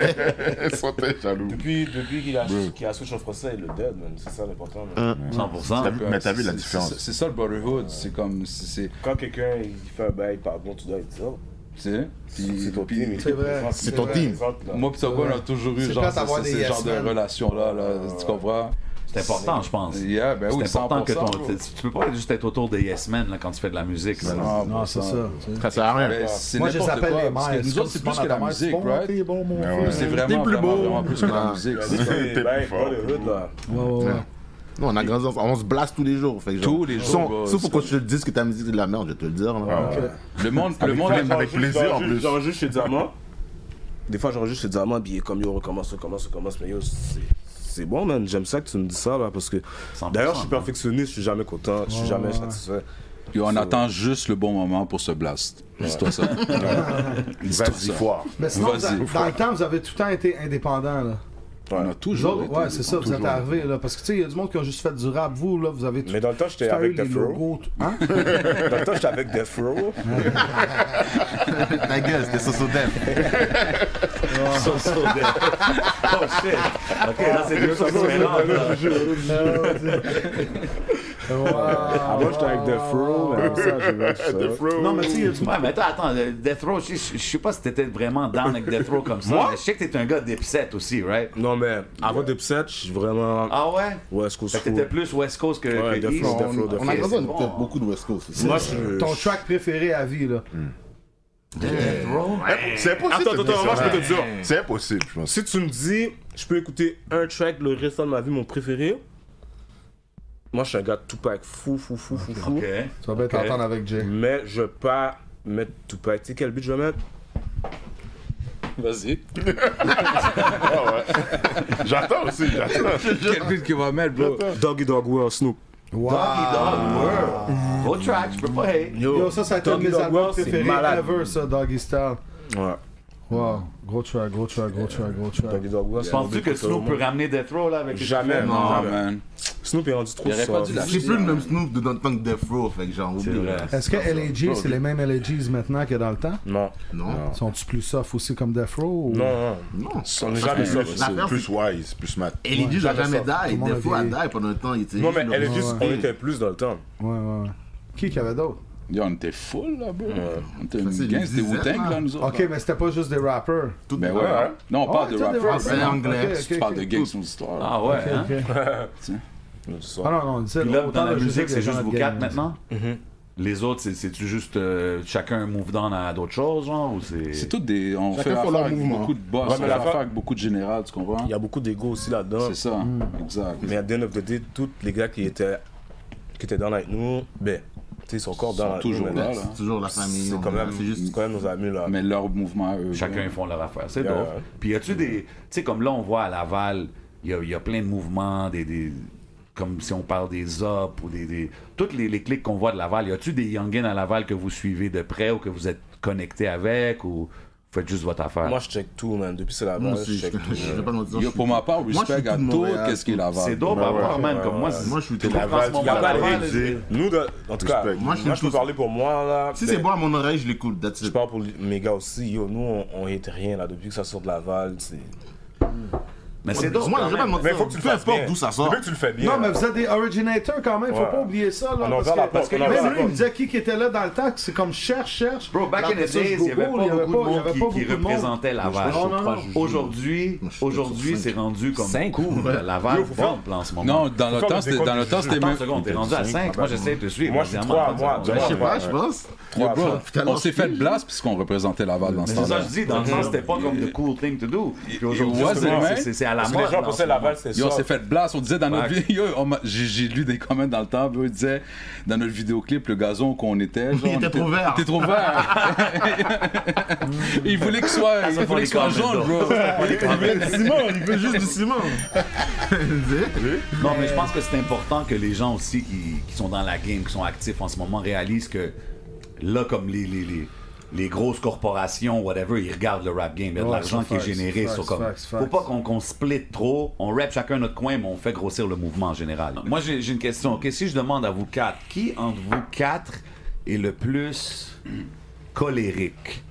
Ils
sont jaloux.
Depuis, depuis qu'il a,
Ouais.
qu'il a switch en français, il le dead, man. C'est ça l'important.
Hein.
Euh.
man.
100%.
C'est un peu-
Mais t'as vu la
c'est-
différence.
c'est- C'est ça le brotherhood, c'est comme. c'est- C'est.
Quand quelqu'un il fait un bail par bon, tu dois être oh.
tu sais, puis-
C'est ton
puis-
team.
C'est vrai. C'est ton
team.
Moi, pis Togo, on a toujours eu
C'est
genre,
plate
ce-
d'avoir
ce-
des
ces
yes Ah,
genres
men.
de relations-là, là, tu comprends?
C'est important, je pense.
Yeah, ben oui,
c'est important que ton,
100%,
tu, tu peux pas juste être autour des yes men là, quand tu fais de la musique. là.
Non, c'est ça. tu sais.
Ça sert à rien.
Ah, Ben, c'est
Moi, je les
n'importe
appelle
quoi,
les
parce que
mères.
nous autres, c'est plus que la musique, right?
T'es bon, mon
Ben
fils.
ouais. C'est vraiment,
plus
vraiment,
beau.
vraiment plus que la
Ah.
Ouais.
musique.
C'est
c'est-
un bail par le hood, là.
Ouais, ouais, ouais.
Non, on a grandi ensemble, on se blase tous les jours. Fait que genre,
Tous les jours,
sans-
gars,
Sauf
c'est
pour que je te dise que ta musique c'est de la merde, je vais te le dire. là.
Le monde, le
Avec
monde
plaisir, avec plaisir en plus.
J'enregistre chez Diamant. Des fois, j'enregistre chez Diamant, puis il est comme yo, recommence, recommence, recommence. Mais yo, c'est- c'est bon, man. J'aime ça que tu me dis ça, là, parce que. D'ailleurs, je suis perfectionniste, je suis jamais content, je suis jamais satisfait.
Puis on attend juste le bon moment pour se blast. Dis-toi ça. Dis-toi
Vas-y,
ça.
foire.
Mais sinon, vous
Vas-y.
avez- dans le temps, vous avez tout le temps été indépendant, là.
On a
Vous
toujours.
autres,
été-
ouais, c'est ça, vous êtes
toujours.
arrivés, là. Parce que, tu sais, il y a du monde qui a juste fait du rap. Vous, là, vous avez tout.
Mais dans le temps, j'étais
t'as
avec
eu les
Death Row.
logos, tout- Hein?
Dans le temps, j'étais avec Death Row.
Ta gueule, c'était Soso Def.
So, so dead. Oh shit. Ok, là c'est deux choses différentes. là.
Avant, Ah, j'étais avec Death Row,
Ah.
mais après ça, j'ai lâché ça.
Non, mais tu sais, il y a du
Ouais, mais attends, attends, euh, Death Row, je, je- je sais pas si t'étais vraiment down avec Death Row comme ça.
Moi?
mais Je sais que t'es un gars d'Epset aussi, right?
Non, mais avant Deep Set, je suis vraiment.
Ah ouais?
West Coast
Fait que
Crew.
t'étais plus West Coast que,
Ouais,
que
Death
East.
Row, Death Row,
Ok,
Death
On a grandi
c'est
on
bon.
écoutait beaucoup de West Coast. aussi.
Moi, Euh, je.
Ton track préféré à vie, là.
Death Row?
C'est impossible.
Attends,
de
attends,
dire
moi,
ça.
je peux te dire.
C'est impossible, je pense.
Si tu me dis, je peux écouter un track le restant de ma vie, mon préféré, moi je suis un gars de Tupac fou, fou, fou, fou, fou.
Ok.
Tu vas bien t'entendre avec Jay.
Mais je vais pas mettre Tupac. Tu sais quel beat je vais mettre
Vas-y.
J'attends aussi, j'attends.
Quel but qu'il va mettre, bro?
Doggy Dog World Snoop.
Doggy Dog World. Beau track, je peux pas hate.
Yo, ça, ça a été un de mes
Doggy Dog
albums
World, c'est
préférés
malade.
ever, ça, Doggy Style.
Ouais.
Wow, gros track, gros track, gros track, gros track.
Doggy Dog West,
Penses-tu
on
que
oublie tout le
Snoop peut
monde.
ramener Death Row là avec
Jamais, non,
Ah,
jamais. Snoop est rendu trop
Il aurait pas
soft.
dû
C'est plus le même Snoop de dans le temps que Death Row, fait que genre, oublie.
Est-ce que LAG, c'est les
mêmes
mêmes LAGs maintenant que dans le temps
Non.
Non. Sont-ils plus soft aussi comme Death Row ou-
Non, non.
Non.
On est jamais
plus,
soft.
plus, plus wise, plus smart.
LAG, il a jamais
Tout le
die.
monde a
Des fois, elle
vieilli.
die pendant un temps, il était
Non, mais
juste
elle est
normal.
juste, on était plus dans le temps.
Ouais, ouais, ouais. Qui qu'il y avait d'autres
Yo, on était full là, bro. On était une
C'est
gang, c'était
une dizaine,
Wu-Tang là, nous autres.
Ok, mais c'était pas juste des rappers.
Ben ouais.
Ouais.
Non, on parle
Ouais,
de
tout
rap
des rappers.
français.
Anglais.
Si
Ok,
Tu parles
ok,
de
ok.
gangs, son histoire.
Ah ouais,
Ok,
hein?
Ah non, non, c'est
Puis là, dans
autant
la
de
musique,
musique,
c'est
les
juste
gens
vous
de
quatre
gang.
maintenant?
Mm-hmm.
Les autres, c'est- c'est-tu juste euh, chacun move down à d'autres choses, genre, ou c'est...
C'est tout des. On
Chacun
fait
fait
affaire
leur
avec
mouvement.
beaucoup de boss,
Ouais,
on
mais
fait
la
affaire
fa-
avec beaucoup de général, tu comprends?
Il y a beaucoup d'ego aussi là-dedans.
C'est ça, exact.
Mais à the end of the day, tous les gars qui étaient, qui étaient dans avec nous, ben, tu sais, ils sont encore
sont
dans avec
toujours
nous,
là,
mais
là.
c'est-
toujours la famille,
C'est
on
quand
est
même,
là,
c'est
c'est
juste quand même nos amis là.
Mais leur mouvement, eux.
Chacun ils font leur affaire. C'est
Yeah.
dope. Puis y a-tu des. Tu sais, comme là, on voit à Laval, il y a, y a plein de mouvements, des, des- Comme si on parle des ops ou des. des- toutes les, les clics qu'on voit de Laval, y a-tu des youngins à Laval que vous suivez de près ou que vous êtes connectés avec ou faites juste votre affaire?
Moi, je check tout, man. Depuis c'est la
Moi
base,
aussi,
je check
je-
tout.
je vais pas mentir,
Yo,
je suis-
pour ma part,
Moi, je suis
respect à
tout de
tout,
Montréal.
qu'est-ce qu'il est Laval.
C'est dope à
Ouais,
voir,
ouais,
man.
ouais,
Comme moi,
ouais.
c'est-
Moi, je suis
je
tout
trouve qu'en ce
Laval,
moment,
Laval,
Laval,
Higgs,
c'est-
Nous, de- en tout cas,
Respect.
moi,
Moi, je suis
je peux
tous-
parler pour moi, là.
Si
ben,
c'est bon à mon oreille, je l'écoute, that's
Je
it.
parle pour mes gars aussi. Yo, nous, on, on hate rien, là. Depuis que ça sort de Laval, c'est...
Mais c'est dope.
Moi,
quand
je vais pas
même.
mentir.
Mais faut que tu le
Peu
fasses
importe
bien.
d'où ça sort.
Mais que tu le fais bien.
Non, mais vous êtes des originators quand même, faut
Ouais.
pas oublier ça. Là,
On a
parce
ouvert
que,
la porte,
parce que
on a ouvert
même
la
lui, il
porte.
me disait qui, qui était là dans le temps, que c'est comme cherche, cherche.
Bro, back in
Après
the
ça, je
days, il n'y avait
Google,
pas
il y avait
beaucoup de
il y avait
monde qui,
pas
qui
beaucoup de monde.
représentait Laval.
Non, non, non.
Aujourd'hui, aujourd'hui, c'est rendu comme cool. Laval
Yo, faut faire-
bombe en ce moment.
Non, dans le
faire
temps,
des
c'était dans le
comptes
temps,
du
c'était
Attends
même.
une seconde, t'es rendu à 5. Moi, j'essaie de te suivre.
Moi, je suis
évidemment,
trois à
attends
moi,
une
deux
seconde.
à
Je sais
Ouais,
pas,
ouais.
je pense.
Trois,
Yo, bro,
ça.
putain,
On s'est fait blast puisqu'on représentait Laval dans ce
C'est ça
temps-là.
que je dis, dans le sens, c'était pas comme the cool thing to do. Puis aujourd'hui,
Ouais,
justement,
c'est
c'est- Ah, c'est c'est à la
Parce que
mode.
les
là,
gens
en
pensaient
ce
Laval,
moment.
c'est
Yo, on
ça.
s'est fait blast, on disait dans notre
Fact.
vidéo, on m'a- j'ai j'ai lu des comments dans le temps, bro, ils disaient dans notre vidéoclip, le gazon qu'on était, genre,
Il
on
était trop vert.
Il était trop vert. il voulait qu'il soit, il
pour
voulait
les
qu'il soit
comments,
jaune,
donc.
bro.
Il veut du ciment, il veut juste du ciment.
Non, mais je pense que c'est important que les gens aussi qui, qui sont dans la game, qui sont actifs en ce moment, réalisent que là, comme les, les, les, les grosses corporations, whatever, ils regardent le rap game. Il y a de
Ouais,
l'argent
c'est
qui est
facts,
généré.
facts,
sur comme...
facts,
Faut
facts.
pas qu'on qu'on split trop. On rap chacun notre coin, mais on fait grossir le mouvement en général. Moi, j'ai j'ai une question. Ok, si je demande à vous quatre, qui entre vous quatre est le plus colérique?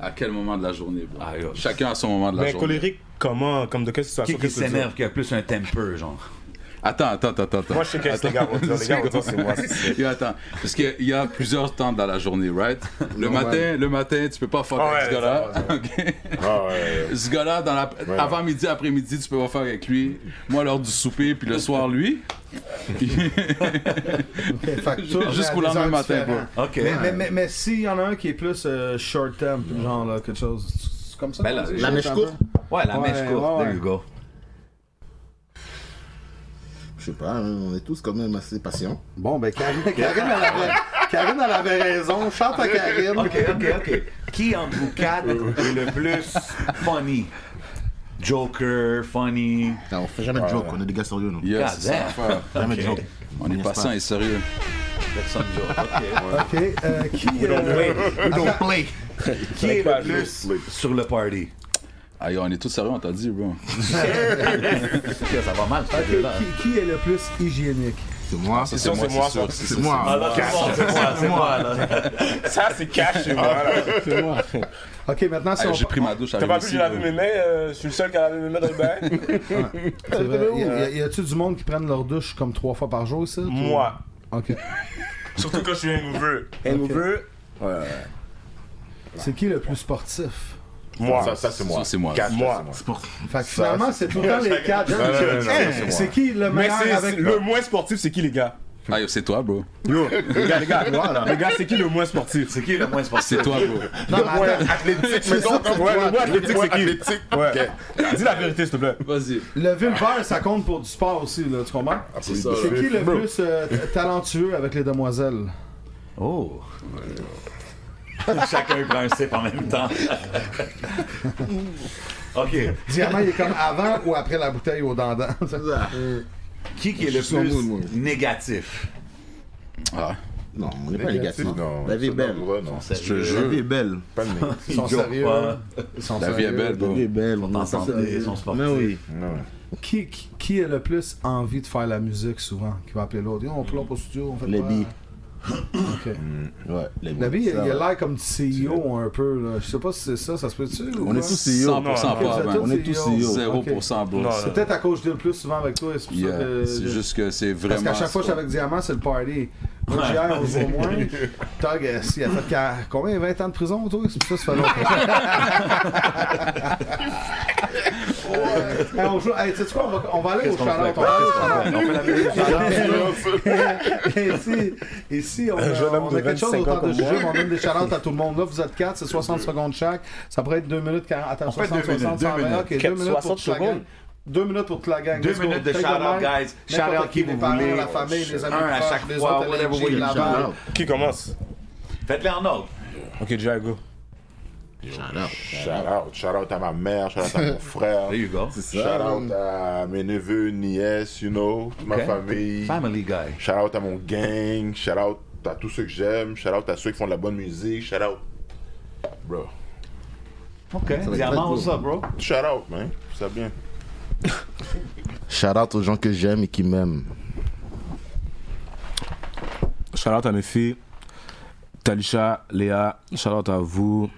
À quel moment de la journée, bro?
Ah, yo.
Chacun à son moment de la
Mais
journée.
colérique, comment Comme de quelle situation
Qui, qui
qu'est-ce que tu veux
s'énerve, qui a plus un temper, genre?
Attends, attends, attends, attends.
Moi, je sais qu'est-ce que les gars vont dire. Les gars vont dire, c'est moi, c'est ça.
Yo, attends, parce qu'il y a plusieurs temps dans la journée, right? Le matin, le matin, tu peux pas fuck
Ah
avec ce
ouais,
gars-là.
ça
OK?
Ah ouais.
Ce gars-là, dans la-
Ouais.
avant midi, après midi, tu peux pas faire avec lui. Moi, lors du souper, puis le soir, lui. Jusqu'au lendemain matin, bro.
Ok.
Mais, mais, mais, mais s'il y en a un qui est plus euh, short term, genre là, quelque chose c'est comme ça.
Ben là,
qu'on dit,
la
short
mèche
term,
courte.
hein?
Ouais, la
Ouais,
mèche courte.
ouais,
There you
ouais.
go.
Je sais pas, hein, on est tous quand même assez patients.
Bon, ben Karine, Karine, elle avait, Karine, elle avait raison. Chante à Karine.
Ok, ok, ok. Qui entre vous quatre est le plus funny? Joker, funny.
Non, on fait jamais de joke, on est des gars sérieux, nous.
Yes,
God
c'est ça
damn.
l'affaire.
Jamais de joke.
On est patient et sérieux.
Personne joke. Ok.
Ok, euh, qui, euh,
don't play.
Qui est le plus sur le party?
Aïe, on est tous sérieux, on t'a dit, bro.
Ok, ça va mal, ce
ok,
jeu-là.
qui, qui est le plus hygiénique
C'est moi.
Ça,
sûr, c'est moi, ça.
C'est moi.
Ah,
là, c'est moi, c'est moi, c'est moi, là.
Ça, c'est cash, chez moi, là.
Ok, maintenant, si
Aïe,
on.
J'ai pris ma douche
T'as pas
arrivé
vu,
ici,
j'ai lavé mes mains. euh, Je suis le seul qui a lavé mes mains ben? dans le bain.
c'est vrai, y a- y a-tu du monde qui prennent leur douche comme trois fois par jour, ça
Moi.
Ok.
Surtout quand je suis hangover. Hangover,
C'est qui le plus sportif
Moi.
moi.
Ça, ça c'est
bro. Ça,
moi.
c'est moi.
Quatre,
Moi.
ça, c'est
Fait que finalement, c'est tout le temps les quatre.
Non, non, non, non,
Hey,
non, c'est moi.
c'est qui le
Mais
meilleur
c'est
avec
c'est- le moins sportif, c'est qui, les gars
Aïe, c'est toi, bro.
Yo, les gars, les gars, les gars, c'est qui le moins sportif
C'est qui le moins sportif?
C'est toi, bro.
Non, mais attends,
Athlétique, mais donc,
Ouais, le moins athlétique, c'est qui
athlétique.
Ouais. Dis la vérité, s'il te plaît.
Vas-y.
le vulvaire, ça compte pour du sport aussi, là, tu comprends
Ah,
C'est ça.
C'est qui le
Bro.
plus euh, t- talentueux avec les demoiselles
Oh. Chacun prend un sip en même temps. ok.
Diamant, il est comme avant ou après la bouteille au dandan. tu sais.
Qui, qui est le
suis sur
plus
mood, moi.
négatif?
Ah.
Non, on n'est pas
Négatif,
négatif.
non.
La vie est
Ça,
belle.
non, ouais, non.
Je te
Sérieux.
jure.
La vie est
belle.
Pas de négatif.
Ils sont
Ils jouent
sérieux.
pas.
Ils sont
La vie est
sérieux.
belle,
La
bro.
vie est belle.
On est
s'en
sérieux.
sort.
Mais oui.
Qui, qui, qui a le plus envie de faire la musique souvent Qui va appeler l'autre Yo, On plante au studio, on fait
Les
quoi?
billes.
Ok.
Ouais, les
La bille, il
Ça,
a l'air comme CEO un peu. Là. Je sais pas si c'est ça, ça se peut-tu ou
On est
quoi?
tous
E
CEO. 100%
Ok, vous
pas,
êtes
man.
tous
On est tous CEO.
0%
Ok.
bro. Non,
C'est
non.
peut-être à cause de le plus souvent avec toi. C'est pour
Yeah,
ça que.
c'est juste que c'est
Parce qu'à
vraiment
chaque fois que je suis
ça.
avec Diamant, c'est le party. Moi, Hier, on se voit moins. Tog, euh, s'il a fait qu'à- combien 20 ans de prison, toi C'est pour ça que ça fait longtemps. Hey, on joue. Hey, tu sais quoi, on va, on va aller au
Qu'est-ce qu'on Ah,
Charlotte.
fait? Qu'est-ce qu'on fait? On fait la musique
Ah,
du
ici, ici, on,
Un jeune
a,
homme
on
de
a quelque chose
25 ans
autant de
comme
jeu,
moi.
mais on donne des charlottes à tout le monde. Là, vous êtes 4, c'est 60 secondes chaque. Ça pourrait être 2 minutes 40. Attends,
On fait
60,
deux minutes,
60,
deux
120.
minutes.
Ok, 2
Quatre-
minutes pour
60
toute la gang.
seconde.
2 minutes pour toute la gang.
Deux
Let's go.
minutes de
Take the
shout-out,
mic.
guys.
N'importe
Shout-out qui
les
vous
parents,
voulez.
La famille, les amis,
Un
proches,
à chaque
les
fois,
autres,
whatever
LNG,
we need.
Laval.
Shout-out.
Qui commence
Faites-les en ordre.
Ok, Jago. go.
Shout out. Shout out. Shout out à ma mère, shout out à mon frère.
There you go.
Shout out à mes neveux, nièces, you know, toute ma
Okay.
famille.
Family guy.
Shout out à mon gang. Shout out à tous ceux que j'aime. Shout out à ceux qui font de la bonne musique. Shout out. Bro.
Ok,
Ça va être
Diamant,
très
what's up, bro?
Shout out, man. Ça bien.
Shout out aux gens que j'aime et qui m'aiment.
Shout out à mes filles. Talisha, Léa, shout out à vous.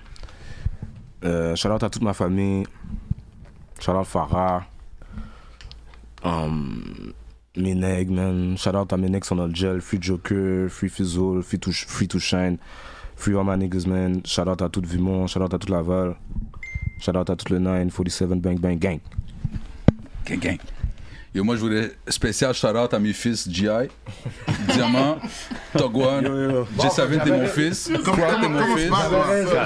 Euh, shout out à toute ma famille. Shout out Farah. Um, mes nègres, man. Shout out à mes nègres sont dans le gel. Free Joker, Free Fizzle, Free to, free to Shine. Free all my niggas, man. Shout out à toute Vimont, shout out à toute Laval. Shout out à toute le 947 Bang Bang Gang.
Gang, gang. Yo, moi, je voulais spécial shout-out à mes fils G.I., Diamant, Togwan, J. Savin, t'es mon fils, Croix, t'es mon fils.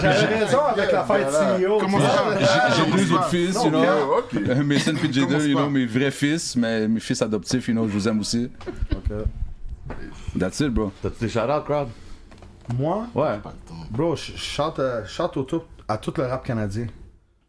J'avais raison avec la fête E CEO. tu vois.
J'ai deux autres fils, you know.
Non,
Euh, Mason puis Jaden, you know, mes vrais fils, mais mes fils adoptifs, you know, je vous aime aussi. That's it, bro.
T'as-tu des shout-out, crowd?
Moi,
Ouais.
bro, je je chante, euh, je chante au tout- à tout le rap canadien.
Hmm.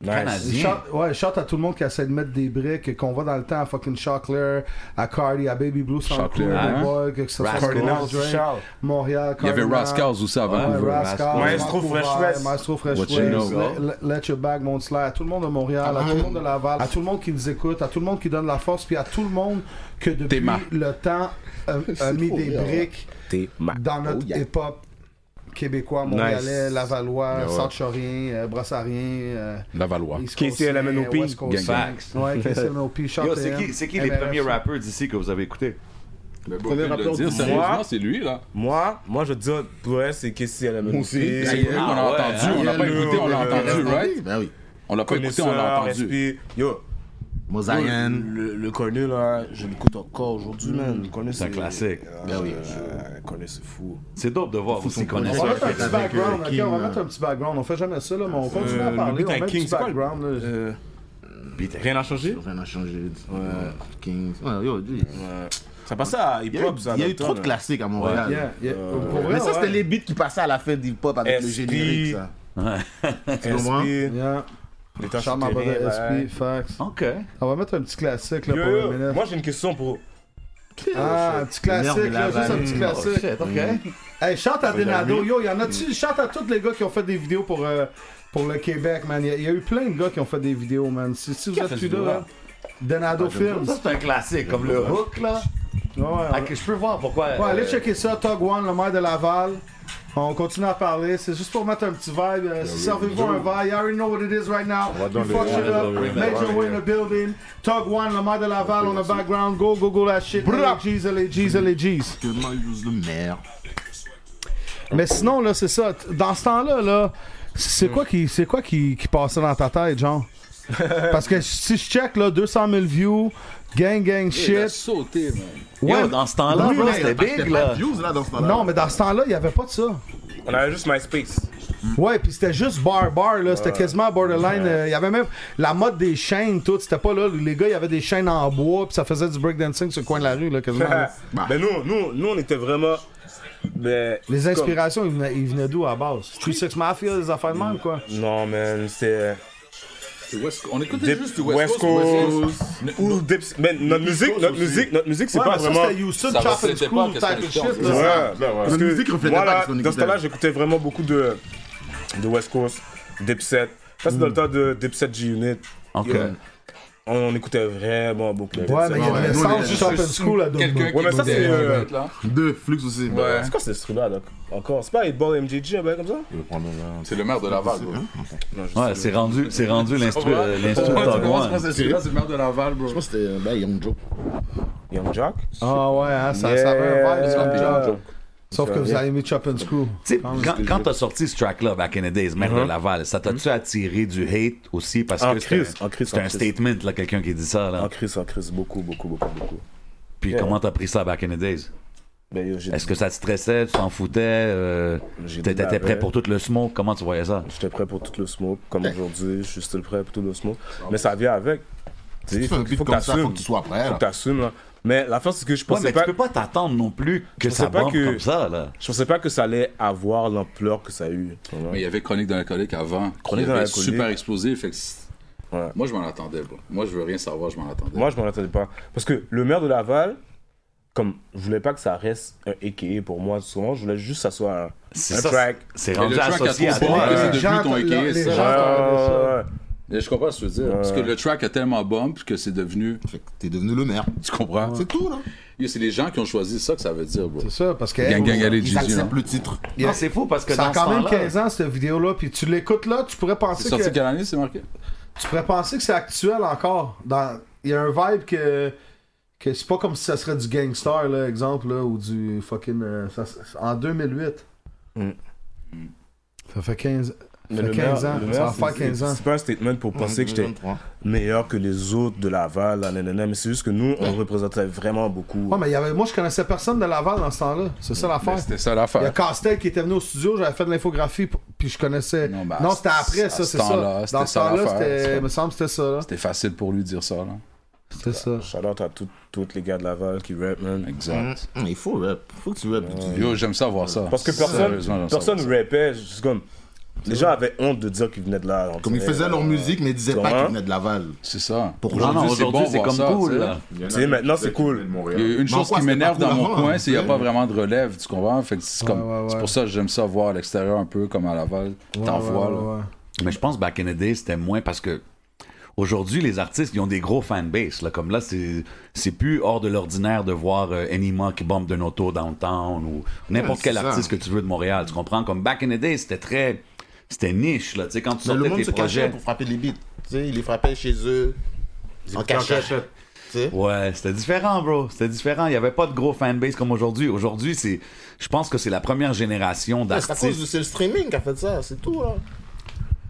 Je
Canadien.
chante- ouais, je chante à tout le monde qui essaie de mettre des briques, et qu'on va dans le temps à fucking Chocler, à Cardi, à Baby Blue, sans le coup,
Chocler, hein?
à Boy, que ce soit
Rascals.
Cardinal Drake,
Charles.
Montréal,
Il y avait
Cardinal.
Rascals aussi à
Ouais,
Vancouver.
Rascals,
Maestro
Vancouver,
Fresh West.
Maestro Fresh
What you
West,
know.
Let- Let- Let Your Bag, Mont Slayer, à tout le monde de
Ah,
Montréal, à tout le monde de Laval, à tout le monde qui nous écoute, à tout le monde qui donne la force, puis à tout le monde que depuis
ma-
le temps euh, a mis
trop
des
bien, ouais.
briques
T'es ma.
dans notre
Oh,
yeah.
hip-hop québécois, montréalais,
Nice.
lavallois,
Ouais, ouais.
centrorien, euh, brassarien, euh,
Lavallois.
East
KCLMNOP.
Coastien, West Coastien.
Facts.
Ouais, KCLMNOP,
Yo, c'est qui, c'est qui les
MRF.
premiers rappeurs d'ici que vous avez écoutés?
Le
Premier
premier
rappeur
le dire,
du
sérieusement,
mois.
c'est lui, là.
Moi, moi je veux dire, pour elle, c'est KCLMNOP.
aussi.
C'est lui qu'on a
Ah ouais,
entendu, on l'a pas
Hello,
écouté, on l'a
hello.
entendu, right?
Ben oui.
On l'a pas écouté, on l'a
Connaisseur,
entendu.
respect. Yo,
Mosaïen.
Le, le cornet, là, je l'écoute encore aujourd'hui, man. Le cornet,
C'est un classique.
Ben oui.
Euh,
Le cornet, c'est fou.
C'est dope de voir aussi qu'on
On va mettre un
Avec,
petit background,
euh,
ok?
Kim,
On va
euh,
mettre un petit background. On fait jamais ça, là, mais on continue à
Euh,
le
parler.
beat
On
à
met un
Euh, King,
petit
c'est quoi le-
background. là.
Euh, rien n'a changé
Rien n'a changé. Kings. Ouais, yo, dude.
Ouais. Ça passait à
Il y a eu,
hip-hop, ça. euh,
il y a
dans
eu
le temps,
trop de
hein.
là.
classiques à Montréal.
Yeah, yeah. Pour vrai,
euh, Mais ça, c'était
ouais.
les beats qui passaient à la fin du hip-hop avec le
Esprit.
générique, ça.
SP,
comprends?
Yeah.
les temps
Charles Mabada,
souterrains,
SP,
ouais.
fax.
OK.
On va mettre un petit classique, là,
Yo,
pour
yo,
le minute.
Moi, j'ai une question pour.
Ah, un petit classique,
Merde,
là,
la
juste un
vanne.
petit
Oh,
classique.
shit, OK.
Hey, chante à Denado, yo, y en a-tu? Chante à tous les gars qui ont fait des vidéos pour, euh, pour le Québec, man. Il y, a eu plein de gars qui ont fait des vidéos, man. Si, si vous
Qui a
êtes
fait
plus
ce
là,
vidéo-là?
là, Denado Films.
Ça, c'est un classique, comme le hook, là.
Ouais, ouais.
Ah, que je peux voir pourquoi.
Ouais, allez
euh,
checker ça, Tog One, le maire de Laval. On continue à parler, c'est juste pour mettre un petit vibe. euh, Servez-vous un vibe. You already know what it is right now.
va
You
dans
fuck
le-
shit
dans
up.
le-
Major way in the building. Tog One, le maire de Laval on the background. Go, go, go that shit. LGs, LGs, LGs.
Que le man use le maire.
Mais sinon, là, c'est ça. T- Dans ce temps-là, là, c'est quoi, qui, c'est quoi qui, qui passait dans ta tête, genre? Parce que si je check, là, 200 000 views, gang, gang,
Il a
shit.
sauté, man.
Yo,
Ouais,
dans euh, ce temps-là,
Oui,
Ah bro,
mais-
c'était big, là.
Views, là, dans ce temps-là.
non, mais dans ce temps-là, il n'y avait pas de ça.
On avait juste MySpace.
Ouais, puis c'était juste bar bar là, c'était quasiment borderline. euh, Il y avait même la mode des chaînes, tout. C'était pas là, les gars, il y avait des chaînes en bois, puis ça faisait du breakdancing sur le coin de la rue, là, quasiment. là.
Mais Ben, nous, nous, nous, on était vraiment. Ben,
Les
comme-
inspirations,
euh,
ils venaient, ils venaient d'où à la base? Street Six Mafia, des affaires de même, quoi.
Non, man, c'est.
West- On écoute
Dip-
juste du West Coast. West Coast.
Ou Dips- mais
ben,
notre musique, notre musique, notre musique, c'est
Ouais,
pas
mais ça,
vraiment.
c'était Houston, Ça Chapel reflétait Screw pas qu'est-ce type qu'on of shit, écoutait. là.
Ouais,
Notre
ben ouais. Parce
musique
que
reflétait pas
moi, là,
qu'est-ce qu'on
Dans ce temps-là,
écoutait.
j'écoutais vraiment beaucoup de, de West Coast, Dipset. Ça, c'est dans le temps de Dipset G-Unit.
Ok.
Yeah. On écoutait vraiment beaucoup. de
Ouais,
Dipset.
mais il y avait
Nous, on
Sound
était
Shop and
juste-
School à Dortmund.
Ouais, mais ça, c'est. euh,
Deux, Flux aussi.
Ouais. C'est quoi ce truc-là, donc Encore C'est pas Hitball MJG, un bail comme ça
C'est le maire de Laval, bro.
Ouais, c'est rendu, c'est rendu l'instru,
Ouais.
euh, l'instru
Ouais,
Thug
tu commences
One.
par ça, c'est vrai, c'est le maire de Laval, bro.
Je pense que c'était ben, Young Joe.
Young Jack Euh,
Ah ouais, hein, ça, ça avait un vibe. ça. Sauf que vous avez mis Chop and Screw.
Tu sais, Quand, quand t'as sorti ce track-là, Back in the Days, Mère de Laval, ça t'a-tu attiré du hate aussi? Parce
En
que
crise,
c'est un,
en crise,
c'est
en
un
crise.
statement, là, quelqu'un qui dit ça. Là.
En crise, en crise, beaucoup, beaucoup, beaucoup, beaucoup.
Puis
Yeah.
comment t'as pris ça, Back in the Days?
Ben, yo, j'ai-
Est-ce que ça te stressait? Tu t'en foutais? euh,
J'ai
t'étais-
dit la
T'étais prêt
vraie.
pour tout le smoke? Comment tu voyais ça?
J'étais prêt pour tout le smoke,
Eh.
comme aujourd'hui, je suis still prêt pour tout le smoke. Mais ça vient avec. Tu sais,
tu fais un beat comme ça,
t'assumes.
faut que tu sois prêt,
Faut
là.
que t'assumes, là. Mais la force, c'est que je
Ouais,
pensais
mais
pas.
tu peux pas t'attendre non plus que
je
ça
pensais pas
bombe
que-
comme ça, là.
Je pensais pas que ça allait avoir l'ampleur que ça a eu. tu vois.
Mais il y avait Chronique d'un alcoolique avant.
Chronique
Chronique
d'un
d'un
alcoolique.
super explosé. Fait que c'est- Moi, je m'en attendais, bro. Moi, je veux rien savoir, je m'en attendais.
Moi, je m'en attendais pas. Parce que le maire de Laval, comme je voulais pas que ça reste un AKA pour moi, souvent, je voulais juste que ça soit un,
C'est
un
ça,
track.
c'est
Mais
rendu
le track a
associé à
trop bombé
toi. euh,
que c'est
Ouais.
devenu
Les gens-
ton
la-
équipe,
les
ça.
gens parlaient de ça. Ouais, ouais, ouais.
Mais je comprends ce que tu veux dire. Parce que le track a tellement bump que c'est devenu.
T'es devenu le maire.
Tu comprends?
C'est tout, là.
Yo, C'est les gens qui ont choisi ça que ça veut dire, bro.
C'est ça, parce que.
Gang, gang, allez,
Ils
Gigi,
acceptent
hein.
le titre.
Non, c'est fou parce que
ça
dans
a
ce
quand même
temps-là-
15 ans, cette vidéo-là, puis tu l'écoutes là, tu pourrais penser
C'est sorti
que.
quelle année, c'est marqué?
Tu pourrais penser que c'est actuel encore. Dans... Il y a un vibe que. que c'est pas comme si ça serait du gangster, là, exemple, là, ou du fucking. euh, ça- En 2008.
Mm.
Ça fait 15,
Mais
ça fait
le
15
maire-
ans.
le
Ça
maire,
va
c'est-
faire 15
c'est-
ans.
C'est pas un statement pour penser
Ouais,
que j'étais
2023.
meilleur que les autres de Laval, là, nanana, mais c'est juste que nous, on représentait vraiment beaucoup.
Ouais, mais il y avait... moi, je connaissais personne de Laval dans ce temps-là. C'est ça l'affaire.
C'était ça
Il y a
l'affaire.
Castel qui était venu au studio, j'avais fait de l'infographie, p- puis je connaissais. Non,
ben,
c'était
à
après ça,
ce
c'est
temps-là,
ça.
c'était
Dans ce
ça
temps-là,
l'affaire,
c'était.
c'est-
Il me semble que c'était ça, là.
C'était facile pour lui de dire ça, là.
C'était ça.
Shout-out à tous tous les gars de Laval qui rap, man.
Exact.
Hum, Il faut rap. Faut que tu rap.
Yo, j'aime ça voir ça.
Parce que
Sérieusement,
personne,
j'aime ça
personne
voir ça.
rappait, juste comme... Les gens avaient honte de dire qu'ils venaient de là. on
Comme ils
dirait,
faisaient
euh,
leur musique, mais ils disaient pas
Comment
qu'ils venaient de Laval.
C'est ça.
Pour
Non, non,
aujourd'hui, c'est
aujourd'hui,
bon
c'est
voir
comme
ça, tu
cool,
sais.
là.
Tu sais, maintenant, c'est cool.
Il y a une
Mais en
chose
quoi c'était
qui m'énerve
pas
dans
cool
mon
avant,
coin,
hein,
c'est qu'il n'y
tu
a
sais.
pas vraiment de relève, tu comprends? Fait que c'est comme-
ouais, ouais.
c'est pour ça que j'aime ça voir l'extérieur un peu comme à Laval. T'en
ouais,
vois, là.
ouais, ouais.
Mais je pense back in the day, c'était moins parce que aujourd'hui, les artistes, ils ont des gros fanbase. Là. Comme là, c'est c'est plus hors de l'ordinaire de voir euh, Enima qui bombe d'un auto downtown ou n'importe
Ouais,
quel
c'est ça.
artiste que tu veux de Montréal. Tu comprends? Comme back in the day, c'était très. C'était niche, là. Tu sais, quand tu
Mais le
sortais
monde
tes
se cachait
projets.
pour frapper les beats. Tu sais, ils les frappaient chez eux. En cachette. Tu sais.
Ouais, c'était différent, bro. C'était différent. Il n'y avait pas de gros fanbase comme aujourd'hui. Aujourd'hui, c'est. Je pense que c'est la première génération
Ouais, C'est à cause
d'artistes.
du c'est le streaming qui a fait ça, c'est tout. Là.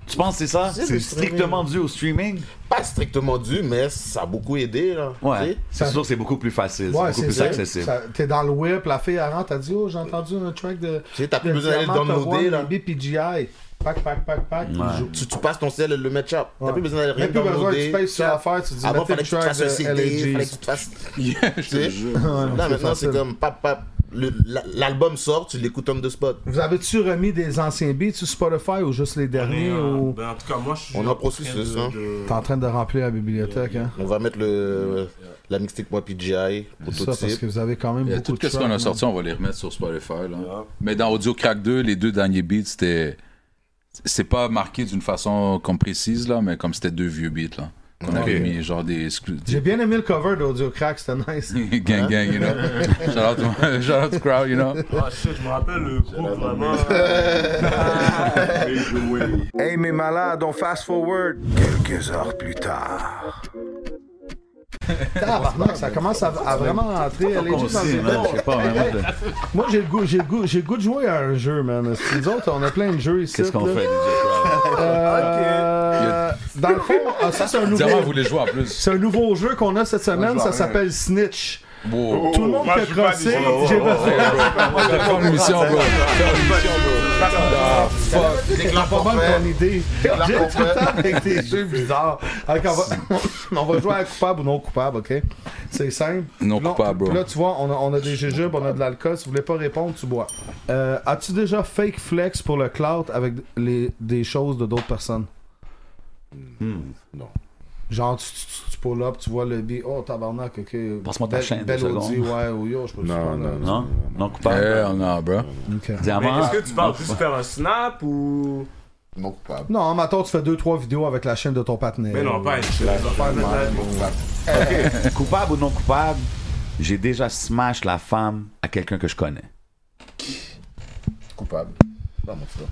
Tu penses que c'est ça?
C'est le
C'est
streaming.
strictement dû au streaming?
Pas strictement dû, mais ça a beaucoup aidé. Là, tu
Ouais.
sais.
C'est sûr que c'est beaucoup plus facile. c'est
Ouais,
beaucoup
c'est
plus
ça.
accessible.
Ça- T'es dans le whip, la fille elle rentre, t'as dit Oh, j'ai entendu un track de.
Tu sais, t'as plus
de
besoin d'aller le
Diamant,
downloader, là.
BPGI. Pac, pac, pac, pac. il joue.
Tu, tu passes ton ciel et le match up. T'as plus besoin d'aller rien
Même plus besoin que
downloader.
tu payes sur l'affaire, tu dis
Avant,
mettez
fallait
le
que tu te
track
fasses un
de
CD, fallait
LAG.
que tu te fasses.
Yeah,
Tu
je
sais.
te jure.
non,
Là,
c'est
maintenant, c'est
facile.
comme pap, pap. le- la- L'album sort, tu l'écoutes on the spot.
Vous avez-tu remis des anciens beats sur Spotify ou juste les derniers
Ah,
ou
Ben, en tout cas, moi, je suis
On a un processus, hein.
t'es en train de remplir la bibliothèque, hein?
On va mettre le, la mixtape moi PGI pour
Ça,
tout de
parce
suite.
que vous avez quand même
Il y a
beaucoup
tout
de hein.
ce qu'on
tracks,
a
man.
sorti, on va les remettre sur Spotify. Là. Mais dans Audio Crack 2, les deux derniers beats, c'était. C'est pas marqué d'une façon comme précise, là, mais comme c'était deux vieux beats. là. On avait mis genre des. exclu-
J'ai bien aimé le cover d'Audio Crack, c'était nice.
gang gang, you know. shout, out to, shout out to crowd, you know.
Ah, shit, je me rappelle le groupe, vraiment.
Hey mes malades, on fast forward. Quelques heures plus tard.
Tabarnak, ça commence à, à vraiment entrer. Elle est
Qu'on
juste dans
sait,
une
man,
bonne-
je sais pas, vraiment, de-
Moi, j'ai le goût, j'ai le goût, j'ai le goût de jouer à un jeu, man. C'est- Nous autres, on a plein de jeux ici.
Qu'est-ce qu'on
là.
fait, DJ Crowd?
Euh, Dans le fond, ah, ça c'est un nouveau.
Diamant voulait jouer en plus.
C'est un nouveau jeu qu'on a cette
Moi,
semaine,
je
ça
vois
s'appelle Snitch.
Wow.
Tout le monde
moi,
peut
je joue pas à des
crosser,
jeux. Oh,
j'ai
oh,
besoin.
Faire une mission, bro. Faire une mission, bro. Ah, fuck.
C'est pas bonne ton idée. J'ai tout le temps avec des jeux bizarres. Ok, on, va, on va jouer à coupable ou non coupable, ok? C'est simple.
Non
Puis là,
coupable, bro.
puis Là, tu vois, on a, on a des jujubes, on a de l'alcool. Si vous voulez pas répondre, tu bois. Euh, As-tu déjà fake flex pour le clout avec les, des choses de d'autres personnes?
Hmm.
Non.
Genre, tu, tu, tu pull up, tu vois le bi. Oh, tabarnak, ok.
Passe-moi ta
Belle-
chaîne,
Belle
deux
Audi,
secondes.
ouais, ou yo, je peux te prendre, euh,
Non? Non, coupable?
Hell no, Eh, bro.
Diamant.
Euh, Mais est-ce que tu parles plus
Non.
de faire un snap ou.
Non, coupable.
Non, mais attends, tu fais 2-3 vidéos avec la chaîne de ton partenaire.
Mais non, pas une
Tu
chaîne,
vas faire de la-
Ok. coupable ou non coupable, j'ai déjà smash la femme à quelqu'un que je connais.
Coupable. Dans mon cas.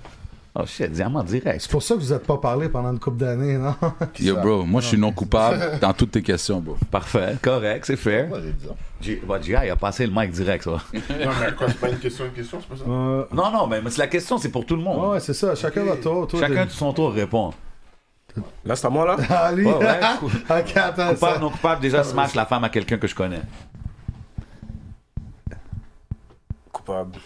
Oh shit, diamant direct.
C'est pour ça que vous n'êtes pas parlé pendant une couple d'années, non?
Yo, bro, moi, je suis non coupable dans toutes tes questions, bro.
Parfait, correct, c'est fair.
Moi, j'ai dit ça.
J- bah, J.I. a passé le mic direct, ça.
Non, mais quoi, c'est pas une question, une question, c'est pas ça?
Non, non, mais mais c'est la question, c'est pour tout le monde.
Ouais, ouais, c'est ça, chacun votre tour. Toi,
Chacun de
t'es-
son tour répond.
Là, c'est à moi, là
Allez!
Ouais, ouais. Cou-
Ok, attends, ça-
Coupable, non coupable, déjà smash la femme à quelqu'un que je connais.
Coupable.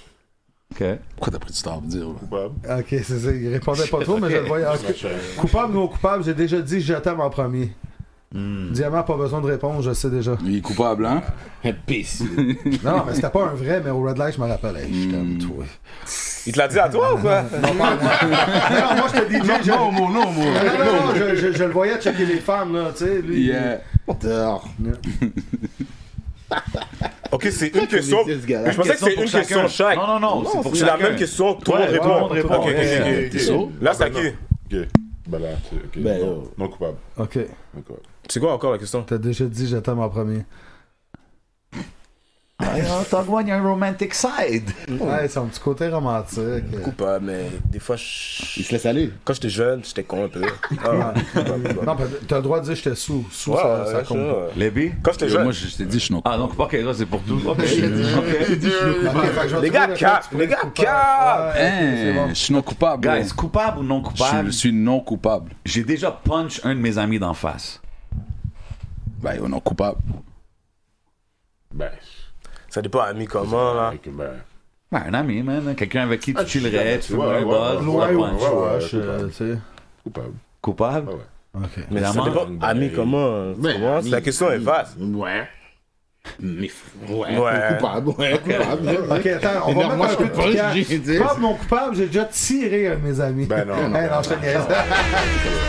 Ok.
Pourquoi t'as pris du temps à me dire, bro?
Coupable.
Ok, c'est ça, il répondait pas trop, mais je le voyais.
Ouais,
Ok.
je-
Coupable ou non coupable, j'ai déjà dit je t'aime en premier. Diamant, pas besoin de répondre, je sais déjà.
Il est coupable, hein?
Peace.
Non, mais c'était pas un vrai, mais au Red Light, je me rappelle. Hey, je suis comme toi.
Il te l'a dit à toi ou quoi
Ah, Non, moi, je te dis, je...
Non, non, non, non.
Non, non, non, je, je- je le voyais checker les femmes, là, tu sais, lui.
Yeah.
Dehors.
Ok, c'est une question.
connaissez ce gars-là.
Mais je pensais que c'est
pour
une
chacun.
question chaque.
Non, non, non, c'est pour
C'est la
chacun.
même question, tout le
Ouais,
monde
tout le monde
répond.
répond.
Ok, ok, ok, ok.
T'es sourd?
Là, c'est à qui
Ok. Ben là, c'est- ok.
Ben,
non.
yo.
Non coupable.
Ok,
Non coupable.
C'est quoi encore la question
t'as déjà dit je t'aime en premier.
Togwan, il y a un romantic side.
Ouais, c'est un petit côté romantique.
Coupable, mais des fois, je-
Il se laisse aller.
quand j'étais jeune, j'étais con un peu. Ah, coupable, coupable.
Non, mais t'as le droit de dire j'étais sous. Sous,
Ouais,
ça,
ouais,
ça
ouais,
compte.
ça, ouais.
Lébi?
Quand j'étais
Yo,
jeune.
moi, je je t'ai dit, je suis non
Ah,
coupable.
donc, ok, là, c'est pour tout. Ok. Ok.
Ok, fait que je vais
Les
te
gars,
dire,
cap,
tu peux
les
être
gars,
coupable. Ouais,
cap.
c'est
Hein,
bon.
Je suis non coupable, bro.
Guys, coupable ou non coupable,
Je suis non coupable.
j'ai déjà punch un de mes amis d'en face.
Ben, yo, non coupable.
Ben,
Ça dépend ami comment, là.
ok, ben.
Ben, un ami, man. Quelqu'un avec qui tu
Ah, je suis
chillerais,
d'accord.
tu fais
Ouais, ouais,
un buzz, tu
Ouais,
la
ou
ouais,
punch.
ouais,
trash,
ouais,
euh, tu sais.
Coupable.
Coupable?
Ah ouais.
Ok.
Mais ça
Évidemment.
dépend ami comment. tu comprends?
ami,
La question est
ami.
vaste.
Ouais. Mais f- ouais,
Ouais.
coupable, ouais, coupable.
Ok, attends, on va
Non,
mettre
moi,
un
je
peu
peux pas,
de
j'ai dit.
piquant. Coupable, non coupable, j'ai déjà tiré un de mes amis.
Ben non,
Eh,
ben
non, je te niaise. On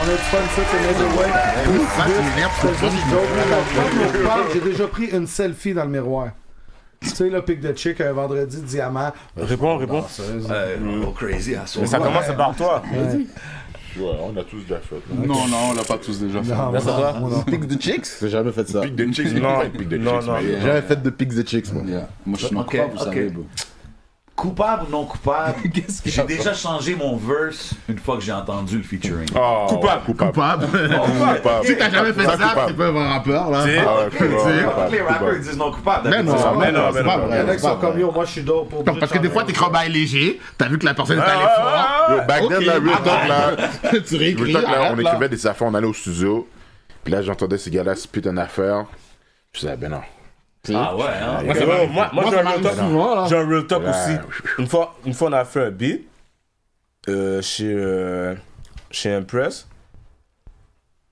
a du fun, ça, c'est Major Way.
Ça, tu m'énerves,
C'est
c'est
juste une joke. Attends, coupable, non coupable, j'ai déjà pris une selfie dans le miroir. Tu sais, le pic de chick un vendredi diamant.
Réponds, réponds.
Danseuse.
Euh, oh, crazy, à soi.
Mais ça commence par toi.
Ouais, on a tous déjà fait. là.
Non, non, on l'a pas tous déjà fait.
Non, non, non, non.
Pics de chicks J'ai jamais fait ça.
Pique de chicks,
Non,
pique de chicks,
non, non.
mais-
J'ai jamais fait de pics de chicks, moi.
Yeah. Moi, je suis non
Ok,
coupable, vous
ok.
savez, bro.
Coupable ou non coupable, j'ai déjà changé mon verse une fois que j'ai entendu le featuring.
Ah, ouais,
Coupable.
Coupable.
Coupable.
Coupable.
Si t'as jamais fait
Ça,
ça,
coupable.
tu peux avoir un rappeur, là.
C'est-
Ah ouais, coupable,
Toutes les
coupable,
rappers ils
coupable.
disent non coupable.
Mais non,
d'habitude.
mais non,
non,
c'est
mais
pas
non.
vrai.
Il y en a qui
c'est pas
sont comme
vrai.
yo, moi je suis d'or pour.
Parce que des fois, t'es crabbaille léger, t'as vu que la personne est allée
Ah,
fort.
ah,
Yo, back then,
Ok,
là, real talk, là.
arrête. tu
Je veux
réécris,
dire que là, on
arrête, là.
écrivait des affaires, on allait au studio. Puis là, j'entendais ces gars-là se putain d'affaires. Je disais, ben non.
Ah ouais, hein?
Ouais, ouais, Moi, moi,
Moi,
j'ai
ça
un
m'arrive
real talk.
souvent, là.
J'ai un real talk
Ouais.
aussi. Une fois, une fois, on a fait un beat euh, chez, euh, chez Impress.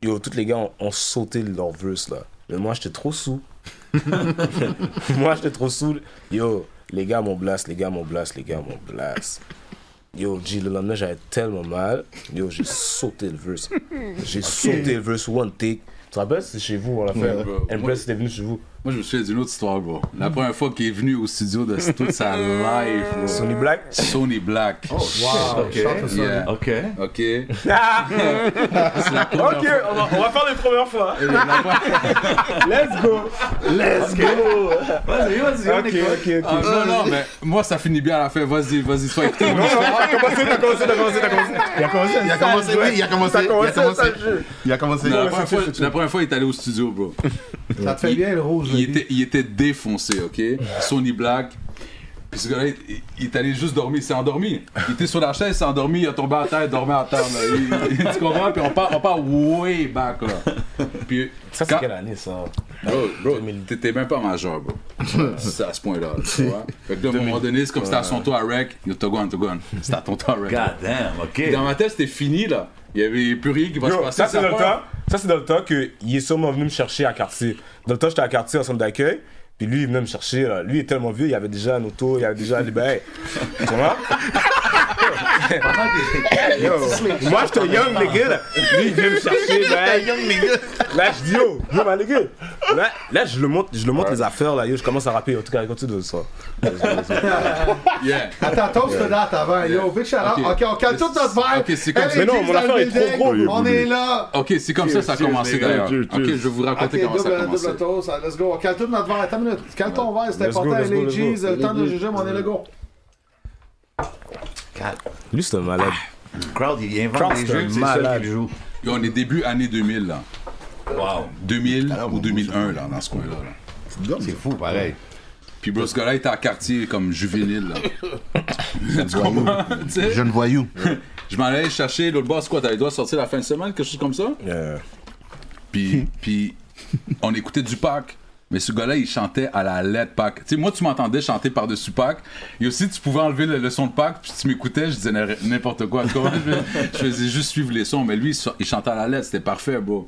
Yo, tous les gars ont, ont sauté leur verse là. Mais moi, j'étais trop sous. moi, j'étais trop sous. Yo, les gars m'ont blast, les gars m'ont blast, les gars m'ont blast. Yo, G, le lendemain, j'avais tellement mal. Yo, j'ai sauté le verse. J'ai sauté le verse, one take. Tu te rappelles, c'est chez vous, on l'a fait.
Ouais, bro.
Impress était venu chez vous.
Moi, je me souviens d'une autre histoire, bro. La première fois qu'il est venu au studio de toute sa life, bro.
Tony Black.
Sony Black. Oh,
Wow,
Ok.
chante ça.
yeah.
Ok.
OK. C'est
Ah!
la première
Ok, on va, on va faire les premières fois. Let's go.
Let's
Vas-y, vas-y, on
Ok,
écoute.
ok, ok.
Ah, non, non, mais moi, ça finit bien à la fin. Vas-y, vas-y, sois écouté.
Non, non, t'as commencé, t'as commencé, t'as commencé, t'as commencé. Il a commencé,
Il a commencé, oui, il a commencé,
T'as
il a
commencé,
commencé.
ça jeu.
Il a commencé.
la, première fois, la première fois, il est allé au studio, bro.
Ça te fait bien le rouge.
Il
Lily.
était, il était défoncé, OK? Sony Black. Puis ce gars-là, il, il est allé juste dormir. Il s'est endormi. Il était sur la chaise, il s'est endormi, il a tombé à terre, il dormait à terre. là. Il- il- tu comprends? Puis on part, on part way back, là. Puis
Ça, c'est
quand-
quelle année, ça
Bro, bro, t'étais même pas majeur, bro. C'est à ce point-là, tu vois. Fait que là, à un moment donné, c'est comme si c'était à son tour à rec. Yo, Togon, Togon. C'était à ton tour à rec.
God damn, ok.
Dans ma tête, c'était fini, là. Il y avait plus rien qui va se
Yo,
passer.
ça, c'est
ça
dans le
part.
temps. Ça, c'est dans le temps qu'il est sûrement venu me chercher à quartier. Dans le temps, j'étais à quartier en centre d'accueil. Puis lui, il venait me chercher. Là. Lui, il est tellement vieux, il avait déjà un auto, il avait déjà un libéré. Tu vois Yo, moi, j'étais young, les gars. là. Lui, il vient me chercher,
T'es
man. Là, je dis yo, yo, man, les gars. Là, là, je le montre, je le montre les affaires, là. Yo, je commence à rapper. En tout cas, continue de ça.
Yeah. Attends, toast
Yeah.
te date avant. Yo, big shout out.
Ok.
Ok, on calme tout notre verre.
Ok, c'est comme
Elle
ça. Mais non,
Jeeves
mon
dans
affaire
le
est trop
building.
grosse.
On est là.
Ok, c'est comme ça ça a commencé d'ailleurs. Ok, je vais vous raconter
Ok, euh,
comment ça a
double-
commencé.
Double toast, let's go. On calme tout notre verre. Attends une minute. Calme ton verre, c'est
Let's go,
important.
let's go,
Les
let's go.
G's, le temps de juger, mais on est là, go.
Lui, c'est un malade.
Crowd, il invente
Crowd,
des
c'est
jeux,
un
puis c'est le seul
malade.
qui le joue.
Yo, on est début année 2000 là. Wow. 2000 ou 2001 là, dans ce coin-là.
C'est fou, pareil.
Puis bro, ce gars-là était en quartier comme juvénile là. tu comprends? Tu sais?
Jeune voyou.
Je m'en allais chercher l'autre boss, quoi, t'avais dois sortir la fin de semaine, quelque chose comme ça? Puis, puis on écoutait du Pac. Mais ce gars-là, il chantait à la lettre Pac. Tu sais, moi, tu m'entendais chanter par-dessus Pac. Et aussi, tu pouvais enlever le, le son de Pac, puis tu m'écoutais, je disais n'ar- n'importe quoi. Tu comprends? je, fais- je faisais juste suivre les sons. Mais lui, il so- il chantait à la lettre, c'était parfait, bro.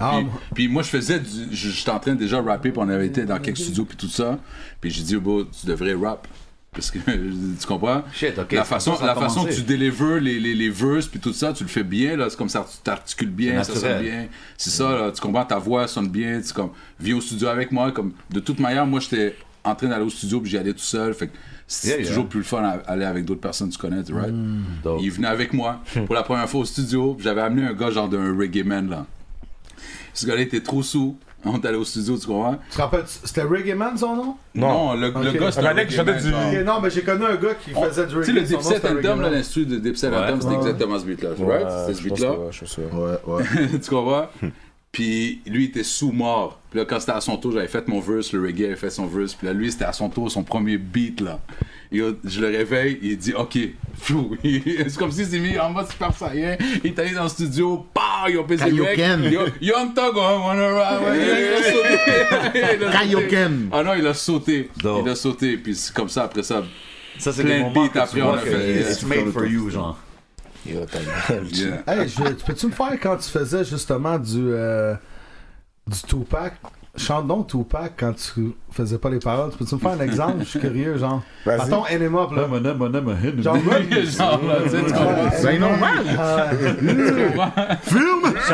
puis, puis moi, je faisais du- je- J'étais en train de déjà rapper, puis on avait été dans quelques studios, puis tout ça. Puis j'ai dit, oh, bro, tu devrais rap. Parce que, tu comprends?
Shit, ok,
la
c'est
façon,
comme ça, ça a
la façon que
commencé.
tu délivres les, les, les verses, puis tout ça, tu le fais bien, là. C'est comme ça, tu t'articules bien,
C'est
ça sonne
naturel.
bien. Hein? C'est ça, là, tu comprends, ta voix sonne bien, tu comme, viens au studio avec moi. Comme, de toute manière, moi, j'étais en train d'aller au studio, puis j'y allais tout seul. Fait que c'est
Yeah, yeah.
toujours plus le fun à- aller avec d'autres personnes que tu connais, tu right? Il venait avec moi pour la première fois au studio, puis j'avais amené un gars, genre d'un reggae man, là. Ce gars-là était trop sous. On est allé au studio, tu comprends?
Tu te rappelles, c'était Reggae Man son nom?
Non, le, le
Ok.
gars, c'était un reggae man, genre.
Ok, Non, mais j'ai connu un gars qui
On-
faisait du
Tu sais,
reggae.
le
son nom,
Dipset
c'était Reggae
Anthem, là,
Man.
l'instru de Dipset
Ouais.
Anthem, c'était
Ouais.
exactement ce beat-là. Right? C'était ce beat-là.
Ouais, ouais.
tu comprends? Puis lui, il était sous-mort. Puis là, quand c'était à son tour, j'avais fait mon verse, le reggae avait fait son verse. Puis là, lui, c'était à son tour, son premier beat, là. Et euh, je le réveille, il dit OK. Pfiou. C'est comme s'il s'est mis en mode super saiyan. Il est allé dans le studio, PAH! Ils ont pissé le mec.
Kaioken.
Yo- Young Thug, hein, on wanna ride. Il a sauté.
Kaioken.
Ah non, il a sauté. Il a sauté. Puis c'est comme ça, après ça.
Ça, c'est des
plein de
moments
beats
que tu
après, on
vois
a
que
fait.
it's made for you, genre.
Yeah.
Hey, je- tu peux-tu me faire quand tu faisais justement du, euh, du Tupac? Chante donc Tupac quand tu faisais pas les paroles. Tu peux-tu me faire un exemple? Je suis curieux, genre.
Vas-y.
Attends, Enema, up, là. Genre,
Genre, là, tu sais, tu comprends?
C'est normal. Euh,
Fume! Je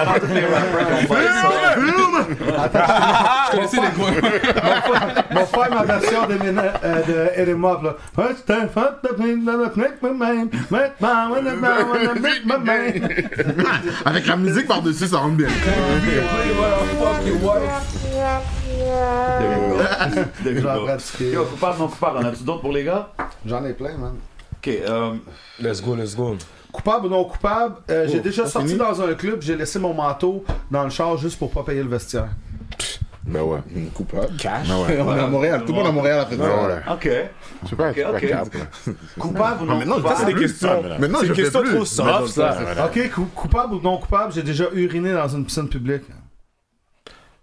connaissais les gros.
Mon frère, ma version de, Mena- euh, de Enema, up, là. First time, fuck the pain, then I break my mind. Break my mind, then I wanna break my mind.
Avec la musique par-dessus, ça rentre bien.
J'en pratique.
Yo, coupable, non coupable. On a-tu d'autres pour les gars?
J'en ai plein, man.
Ok, euh,
Let's go, let's go.
Coupable ou non coupable, euh, j'ai
Oh,
déjà
pas
sorti
fini?
dans un club, j'ai laissé mon manteau dans le char juste pour pas payer le vestiaire.
Ben ouais.
Coupable.
Cash.
Ben ouais.
On est à Montréal. Tout le monde à Montréal a fait ça.
Ben ouais.
ok. Eh,
Je sais pas,
Ok,
je sais pas,
ok.
cap, là.
Coupable ou non
maintenant,
coupable?
Ça, c'est des questions.
ça, maintenant,
C'est
je
une
fais
question
plus.
trop soft,
Maintenant, je le
ça.
fais.
Ok, cou- coupable ou non coupable, j'ai déjà uriné dans une piscine publique.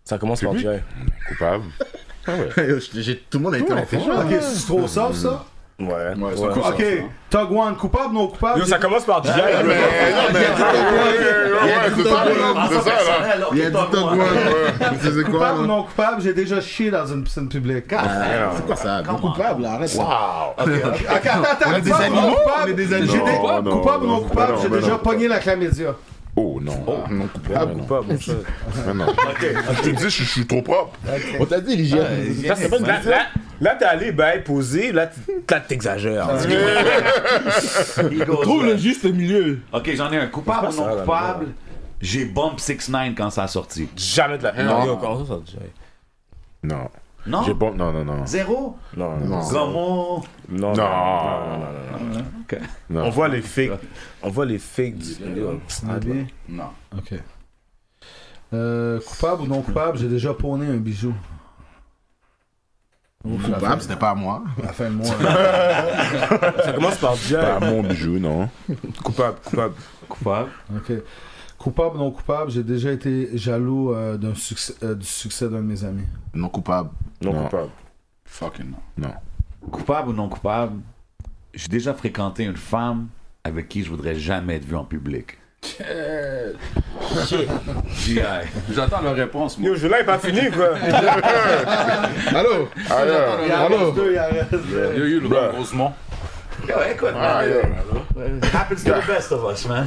Ça commence par Jay.
Coupable.
J'ai- j'ai- Tout le monde a été en fait.
Ok, c'est trop soft ça?
Ouais.
Ouais, c'est
Ouais.
cool, ça.
Ok, Tug One, coupable ou non coupable?
Yo, ça
j'ai-
commence par Jay.
Ah, mais- non, mais- Ouais, c'est ça, là, c'est ça, là.
Personnel, ok,
Il y a du
toi, moi.
temps de C'est quoi
Coupable ou
là?
non coupable, j'ai déjà chié dans une piscine publique. Ah,
Ah.
C'est quoi ça
Coupable, arrête.
Ok, attends, attends,
On a des
coupable ou non
animaux?
coupable?
On est des
J'ai
animaux.
des-
Non, non,
Coupable ou non
non,
coupable,
non,
j'ai
non,
déjà
non.
pogné la chlamydia.
Ah,
Oh non. non coupable. non.
Pas bon, ça.
Mais non. Je te dis, je je suis trop propre.
On t'a dit, l'hygiène.
Ça, c'est pas une- Là, là- là, t'es allé, ben, poser, là, t- là, t'exagères.
Il goes,
Trouve
ouais.
le juste milieu.
Ok, j'en ai un. Coupable ou
C'est pas ça,
non
la
coupable? J'ai bump 6 9 quand ça a sorti.
Jamais de la.
Non.
yo, comment ça, ça, Jay?
Non.
Non?
J'ai bon. Non, non, non.
Zéro?
Non, non,
Comment?
non.
Non.
non, non, non, non.
Ok.
Non.
On voit les fakes. On voit les fakes du. yo.
Ah, bien.
Non.
Ok. Euh, coupable ou non coupable, j'ai déjà poney un bijou.
Coupable, c'était pas à moi.
À la fin de mois.
Ça commence par Jay.
Pas Ah, mon bijou, non.
Coupable, coupable.
Coupable.
Ok. Coupable ou non coupable, j'ai déjà été jaloux euh, d'un succès, euh, du succès d'un de mes amis.
Non coupable.
Non,
Non.
coupable.
Fucking non.
Non.
Coupable ou non coupable? J'ai déjà fréquenté une femme avec qui je voudrais jamais être vu en public. G.I.
J'attends leur réponse, moi.
Yo, je là, il est pas fini, quoi.
Allô?
Ah, yeah.
Allô?
Yo, yo, le gars, Rosemont.
Yo, écoute,
Ah,
man,
yeah.
à happens to the best of us, man.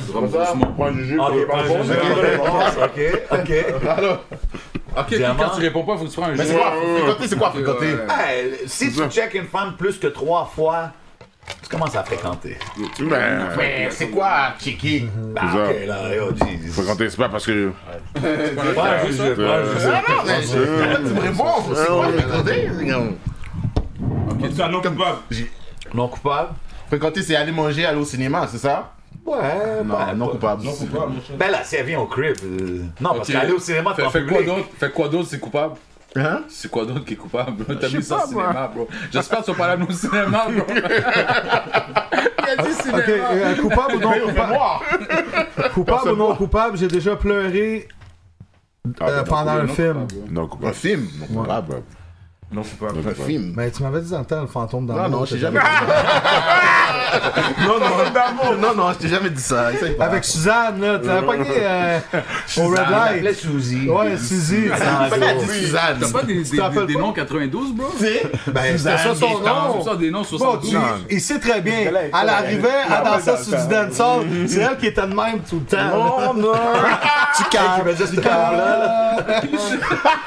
Prends Juju,
Ah, ok,
prends
prends
Juju.
Juju, prends réponse, ok, ok.
Alors, ok, puis
Diamant.
quand tu réponds pas, faut que tu prennes un
Mais c'est
jeu.
quoi,
Ouais, ouais,
fréquenter, c'est quoi,
ouais.
fréquenter?
Ouais.
Hey, si tu check une femme plus que trois fois, tu commences à fréquenter.
Ben,
Mais c'est quoi, Chiki? Bah,
C'est ça.
ok, là, yo, dis-
Faut compter, c'est pas parce que.
Prends Juju, prends Juju.
Ah,
non, mais
tu me réponds, c'est quoi, fréquenter?
non coupable.
Non coupable
Fréquenter, c'est aller manger, aller au cinéma, c'est ça
Ouais, bah,
non,
Ah,
non coupable. Non coupable.
Ben là, si elle vient au crib. euh, Non, parce
Ok.
qu'aller au cinéma,
Fait-
t'es en
fait quoi
public.
d'autre Fait quoi d'autre, c'est coupable Hein C'est quoi d'autre qui est coupable bro? T'as
Je
mis
sais
ça
pas,
au cinéma, bro. J'espère que tu vas pas aller au cinéma, bro. Il a dit cinéma.
Ok, euh, coupable ou non coupable Coupable ou non coupable, j'ai déjà pleuré euh, pendant un film.
Non coupable.
Un film
Non coupable.
Non coupable.
Non
Un
coupable.
film.
Mais tu m'avais dit dans le temps, le fantôme dans
Non,
le
non,
monde,
j'ai
t'as
jamais dit ça. non, non, non, non, je t'ai jamais dit ça. Essaye pas.
Avec Suzanne, là, tu l'avais pas dit euh, au Red Light.
appelait Suzy.
Ouais, Suzy.
Ah,
T'as
bro.
dit Suzanne.
T'as pas des,
Tu
des-
t'appelles
des
pas?
noms 92, bro?
Ben, c'était ça son nom.
Ça, des noms
Bon,
72.
tu- il sait très bien.
gars-là, il
Elle
est-
arrivait,
il
elle
est
dansait
dans
sur
le
du dancehall. C'est elle qui était de même tout le temps.
Non, non.
Tu calmes.
Qui faisait ce
tu calmes.
temps-là,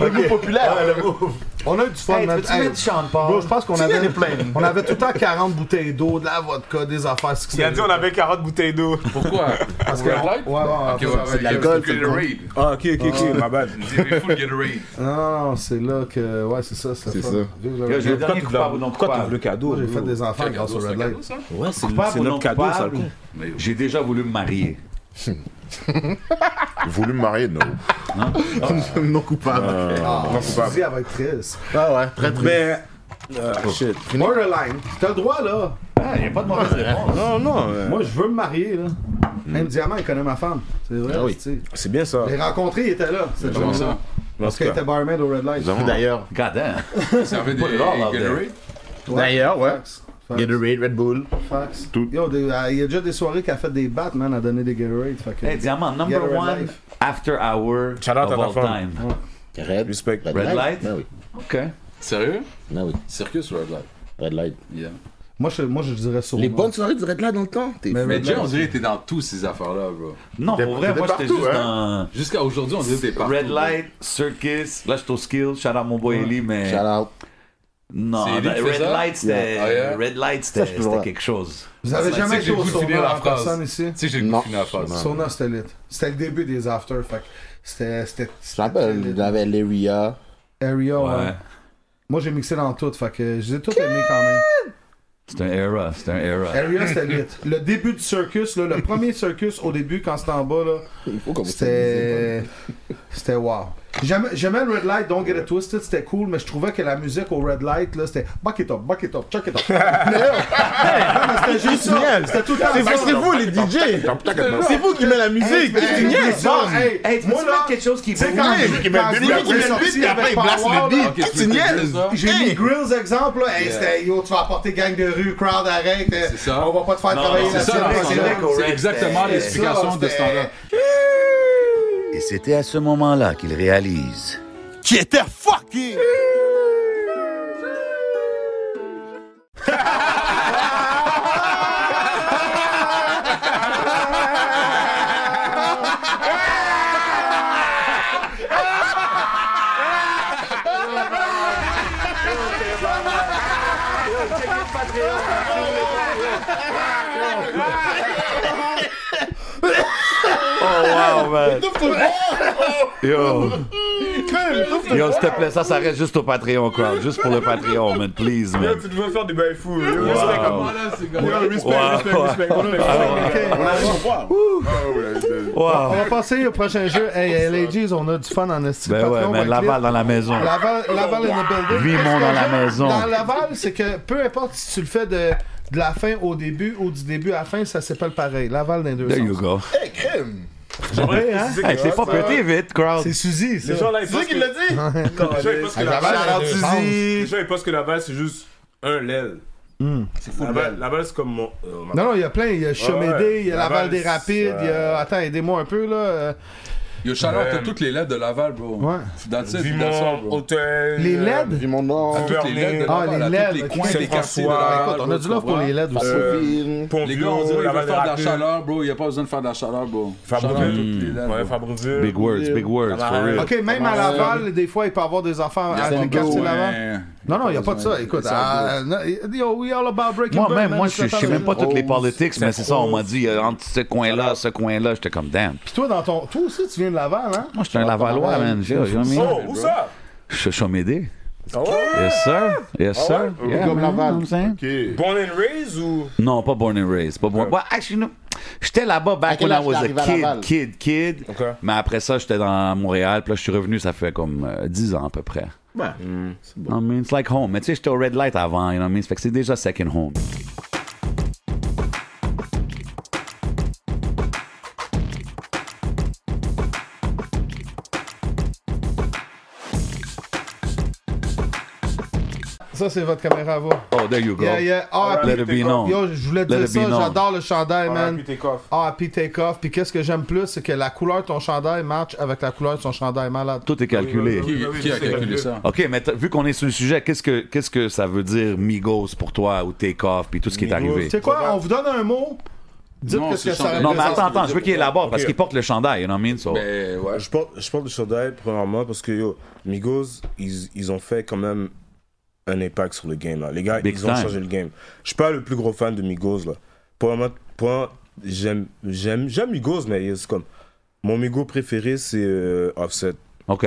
Le mot populaire.
Ouais, le move.
On a eu du fun,
Hey,
man.
peux-tu mettre Sean Paul?
Bro, je pense qu'on
Tu viens
avait,
de plaindre.
on avait tout le temps 40 bouteilles d'eau, de la vodka, des affaires. c'est que
Il a
c'est-
dit on avait 40 bouteilles d'eau.
Pourquoi
Parce que.
Red
Ouais,
Light?
ouais, ouais.
Ok, ouais, ouais,
c'est de
il y a
l'alcool.
du
c'est le
Gatorade.
con-
Ah, ok, ok, ok,
Ah.
my bad.
Des full Gatorade.
Non, non, non, c'est là que. Ouais, c'est ça, c'est
ça.
Yo, j'ai le
Pourquoi
dernier
tu
coupable ou non
pourquoi
coupable.
t'ouvres le cadeau
Moi, j'ai
bro?
fait des enfants grâce au Red Light.
Ouais, c'est
Coupable
c'est
ou
notre
non
cadeau, ça le
coupable?
con.
J'ai déjà voulu me marier.
Voulu me marier, non.
non coupable.
Ah, non coupable.
Suzy, elle va être triste.
Ah ouais, très très.
Mais. euh, shit.
Borderline. T'as le droit, là.
Il Ah, a pas de mauvaise réponse.
Non, non. euh,
Moi, je veux me marier, là. Même Diamant, il connaît ma femme. C'est vrai,
Ah oui.
tu sais.
C'est bien ça.
Les rencontrés, il était là. cette
Comment
journée-là.
ça
Parce
Parce qu'il était barman au Red Light.
Nous avons-
D'ailleurs,
God damn.
Il servait des
Pas de l'or, là,
Gatorade?
d'ailleurs, ouais.
Facts.
Gatorade, Red Bull.
Facts.
Tout.
Yo, des- euh, il y a déjà des soirées qu'elle a fait des battes, man, à donner des Gatorade. Fait que...
Hey, Diamant, number
Gatorade
one
Life.
after hour
Shout out à
of
ta
all
femme.
time.
Red,
Respect.
Red,
Red Light?
Ah oui,
OK.
Sérieux?
ah oui.
Circus Red Light.
Red Light.
Yeah.
Moi, je, moi, je dirais sûrement.
Les bonnes soirées du Red Light dans le temps. T'es
Mais
Mais
Red
Jay,
Light.
on dirait que t'es dans toutes ces affaires-là, bro.
Non, pour vrai,
t'étais
moi, j'étais
partout,
juste dans...
Jusqu'à aujourd'hui, on dirait que t'es partout.
Red
bro.
Light, Circus, là, j'étais au Skill. Shout out mon boy Eli, mais...
Shout out. Oh,
Non,
C'est lui qui fait
Red
ça?
Light, c'était...
Ah, yeah.
Red Light,
Ça,
c'était
je peux
c'était
voir.
quelque chose.
Vous avez
Tu sais
jamais
que j'ai
été
le goût
au
de finir
sauna
la
en personne
phrase.
ici?
Tu sais que j'ai le goût
Non.
de finir la phrase.
Sauna, c'était lit. C'était le début des afters. Fait que c'était. c'était-
Je me rappelle, j'avais l'Area.
Area, ouais.
Ouais.
Moi, j'ai mixé dans tout. Fait que j'ai tout aimé quand même.
C'est un era, c'est un era.
Area, c'était lit. Le début du circus, là, le premier circus au début, quand c'était en bas, là,
Il faut qu'on
c'était. C'était wow. J'aimais j'aimais le Red Light, Don't Get It Twisted, c'était cool, mais je trouvais que la musique au Red Light, là, c'était Buck it up, buck it up, chuck it up. Mais, non, mais c'était juste ça. C'était tout le temps
Ah,
ça.
C'est vous les DJ C'est vous qui mettez la musique
Hey, mais ça, hey,
Hey, tu peux
moi, là,
mettre quelque chose qui
tu sais,
bouge?
quand
Oui,
j'ai-
qui met le
quand
beat,
j'ai
puis après, il met le
sorti
beat,
avec
puis après, il blasse
Power,
le beat.
là,
Ok,
Hey,
tu
tu
veux
niaises.
dire ça?
J'ai mis Grills exemple là, hey, c'était yo tu vas apporter gang de rue, crowd arrête, euh,
C'est ça.
on va pas te faire
Non,
travailler
c'est
là-dessus,
ça,
là
c'est vrai
qu'on-
C'est exactement
C'était-
l'explication de ce
c'était-
temps-là.
Et c'était à ce moment-là qu'il réalise.
Qui était fucké!
Oh wow, man. Yo. Yo, s'il te plaît, ça, ça reste juste au Patreon, crowd. Juste pour le Patreon, man. Please,
Là,
man.
tu devais faire des bails fous. Yo,
eh. Wow.
respect, comme-
Voilà, c'est
Yo,
gars.
respect, respect,
Wow.
respect. On a-
Ah,
On arrive.
Wow.
On va passer au prochain jeu. Hey, hey, les G's, on a du fun en esti.
Ben
Patreon
ouais,
va
man.
être
Laval
lit.
dans la maison.
Laval, Laval in the building.
Vimont dans la maison.
Dans Laval, c'est que peu importe si tu le fais de, de la fin au début ou du début à la fin, ça s'appelle pareil. Laval dans les deux
There
sens.
you go.
Ouais, hein?
C'est
Hey, t'es pas pété vite, crowd.
C'est Suzy, ça.
Les gens là, ils pensent que
l'a dit
les gens, ils pensent que la
Laval,
balle-
shout out Suzy.
les gens, ils pensent que la balle, c'est juste un l'aile. C'est fou. La balle, la balle, c'est comme mon. euh, ma-
Ah Non, non, il y a plein. Il y a Chomédé, il y a
Laval,
Laval des Rapides, il y a. Attends, aidez-moi un peu, là. euh,
Yo, shout out à toutes les lettres de Laval, bro.
Ouais.
That's it,
Vimont,
that's all, bro.
Hôtel.
euh,
Euh, Les LED?
Vimont Nord.
À toutes les LED de
Ah,
Laval,
les
à
LED,
tous les
ok.
coins, les quartiers de
Saint-François.
Laval.
Écoute, on a
bro,
du
tu
love pour
vois.
les LED aussi.
Les
Euh,
gars, on dirait qu'ils veulent faire de la
Laval-Rapides.
chaleur, bro. Il n'y a pas besoin de faire de la chaleur, bro.
Fabreville.
Shout out à toutes les lettres,
Ouais,
bro.
Fabreville.
Big words, big words, for real.
Ok, même à Laval, des fois, il peut y avoir des enfants à
Saint-Beau,
des hein. quartiers
ouais.
Laval. Non, non, il n'y a pas de ça. Écoute, ah, non, yo, we all about breaking
Moi,
bread,
même,
man.
moi,
It's
je je
not
sais même pas toutes les
relevant.
politics, mais c'est ça, on m'a dit, euh, entre ce coin-là, ce coin-là, j'étais comme, damn.
Puis toi, dans ton... toi aussi, tu viens de Laval, hein?
Moi, j'étais un Lavalois, man. J'ai- j'ai mis-
Oh, où ça?
Je suis Chomédé.
Ah ouais?
Yes, sir. Yes,
Ah
sir.
ouais?
Yeah, man.
Born and raised ou.
Non, pas born and raised. Pas born. Well, actually, no. J'étais là-bas back
quel
when I
âge
was a
t'es arrivé à Laval?
kid, kid, kid. Mais après ça, j'étais dans Montréal. Puis là, je suis revenu, ça fait comme euh, 10 ans à peu près.
Ouais.
I mean, it's like home. Mais tu sais, j'étais au Red Light avant, you know what I mean? Fait que c'est déjà second home.
Ça, c'est votre caméra à vous.
Oh, there you go.
Yeah, yeah. Ah,
Let
puis-
it be known.
Yo, je voulais te
Let
dire
it be
ça,
known.
j'adore le chandail, man.
R.I.P. Takeoff.
Ah, puis take off. Puis qu'est-ce que j'aime plus, c'est que la couleur de ton chandail match avec la couleur de son chandail malade.
Tout est calculé.
Qui- Qui a calculé ça?
OK, mais t'as- vu qu'on est sur le sujet, qu'est-ce que, qu'est-ce que ça veut dire Migos pour toi ou Take Off puis tout ce qui est arrivé?
Tu sais quoi, on vous donne un mot. Dites
Non,
qu'est-ce
c'est
que ça
chandail.
Non, mais
représente.
attends, attends, je veux qu'il est là-bas parce
Ok.
qu'il porte le chandail, you know what I mean? So,
Ben ouais.
Je porte, je porte le chandail, premièrement, parce que yo, Migos, ils, ils ont fait quand même un impact sur le game. Là. Les gars,
Big
ils ont
time.
changé le game. Je suis pas le plus gros fan de Migos. Là. Pour moi, pour moi, j'aime, j'aime, j'aime Migos, mais c'est comme. Mon Migos préféré, c'est euh, Offset.
OK.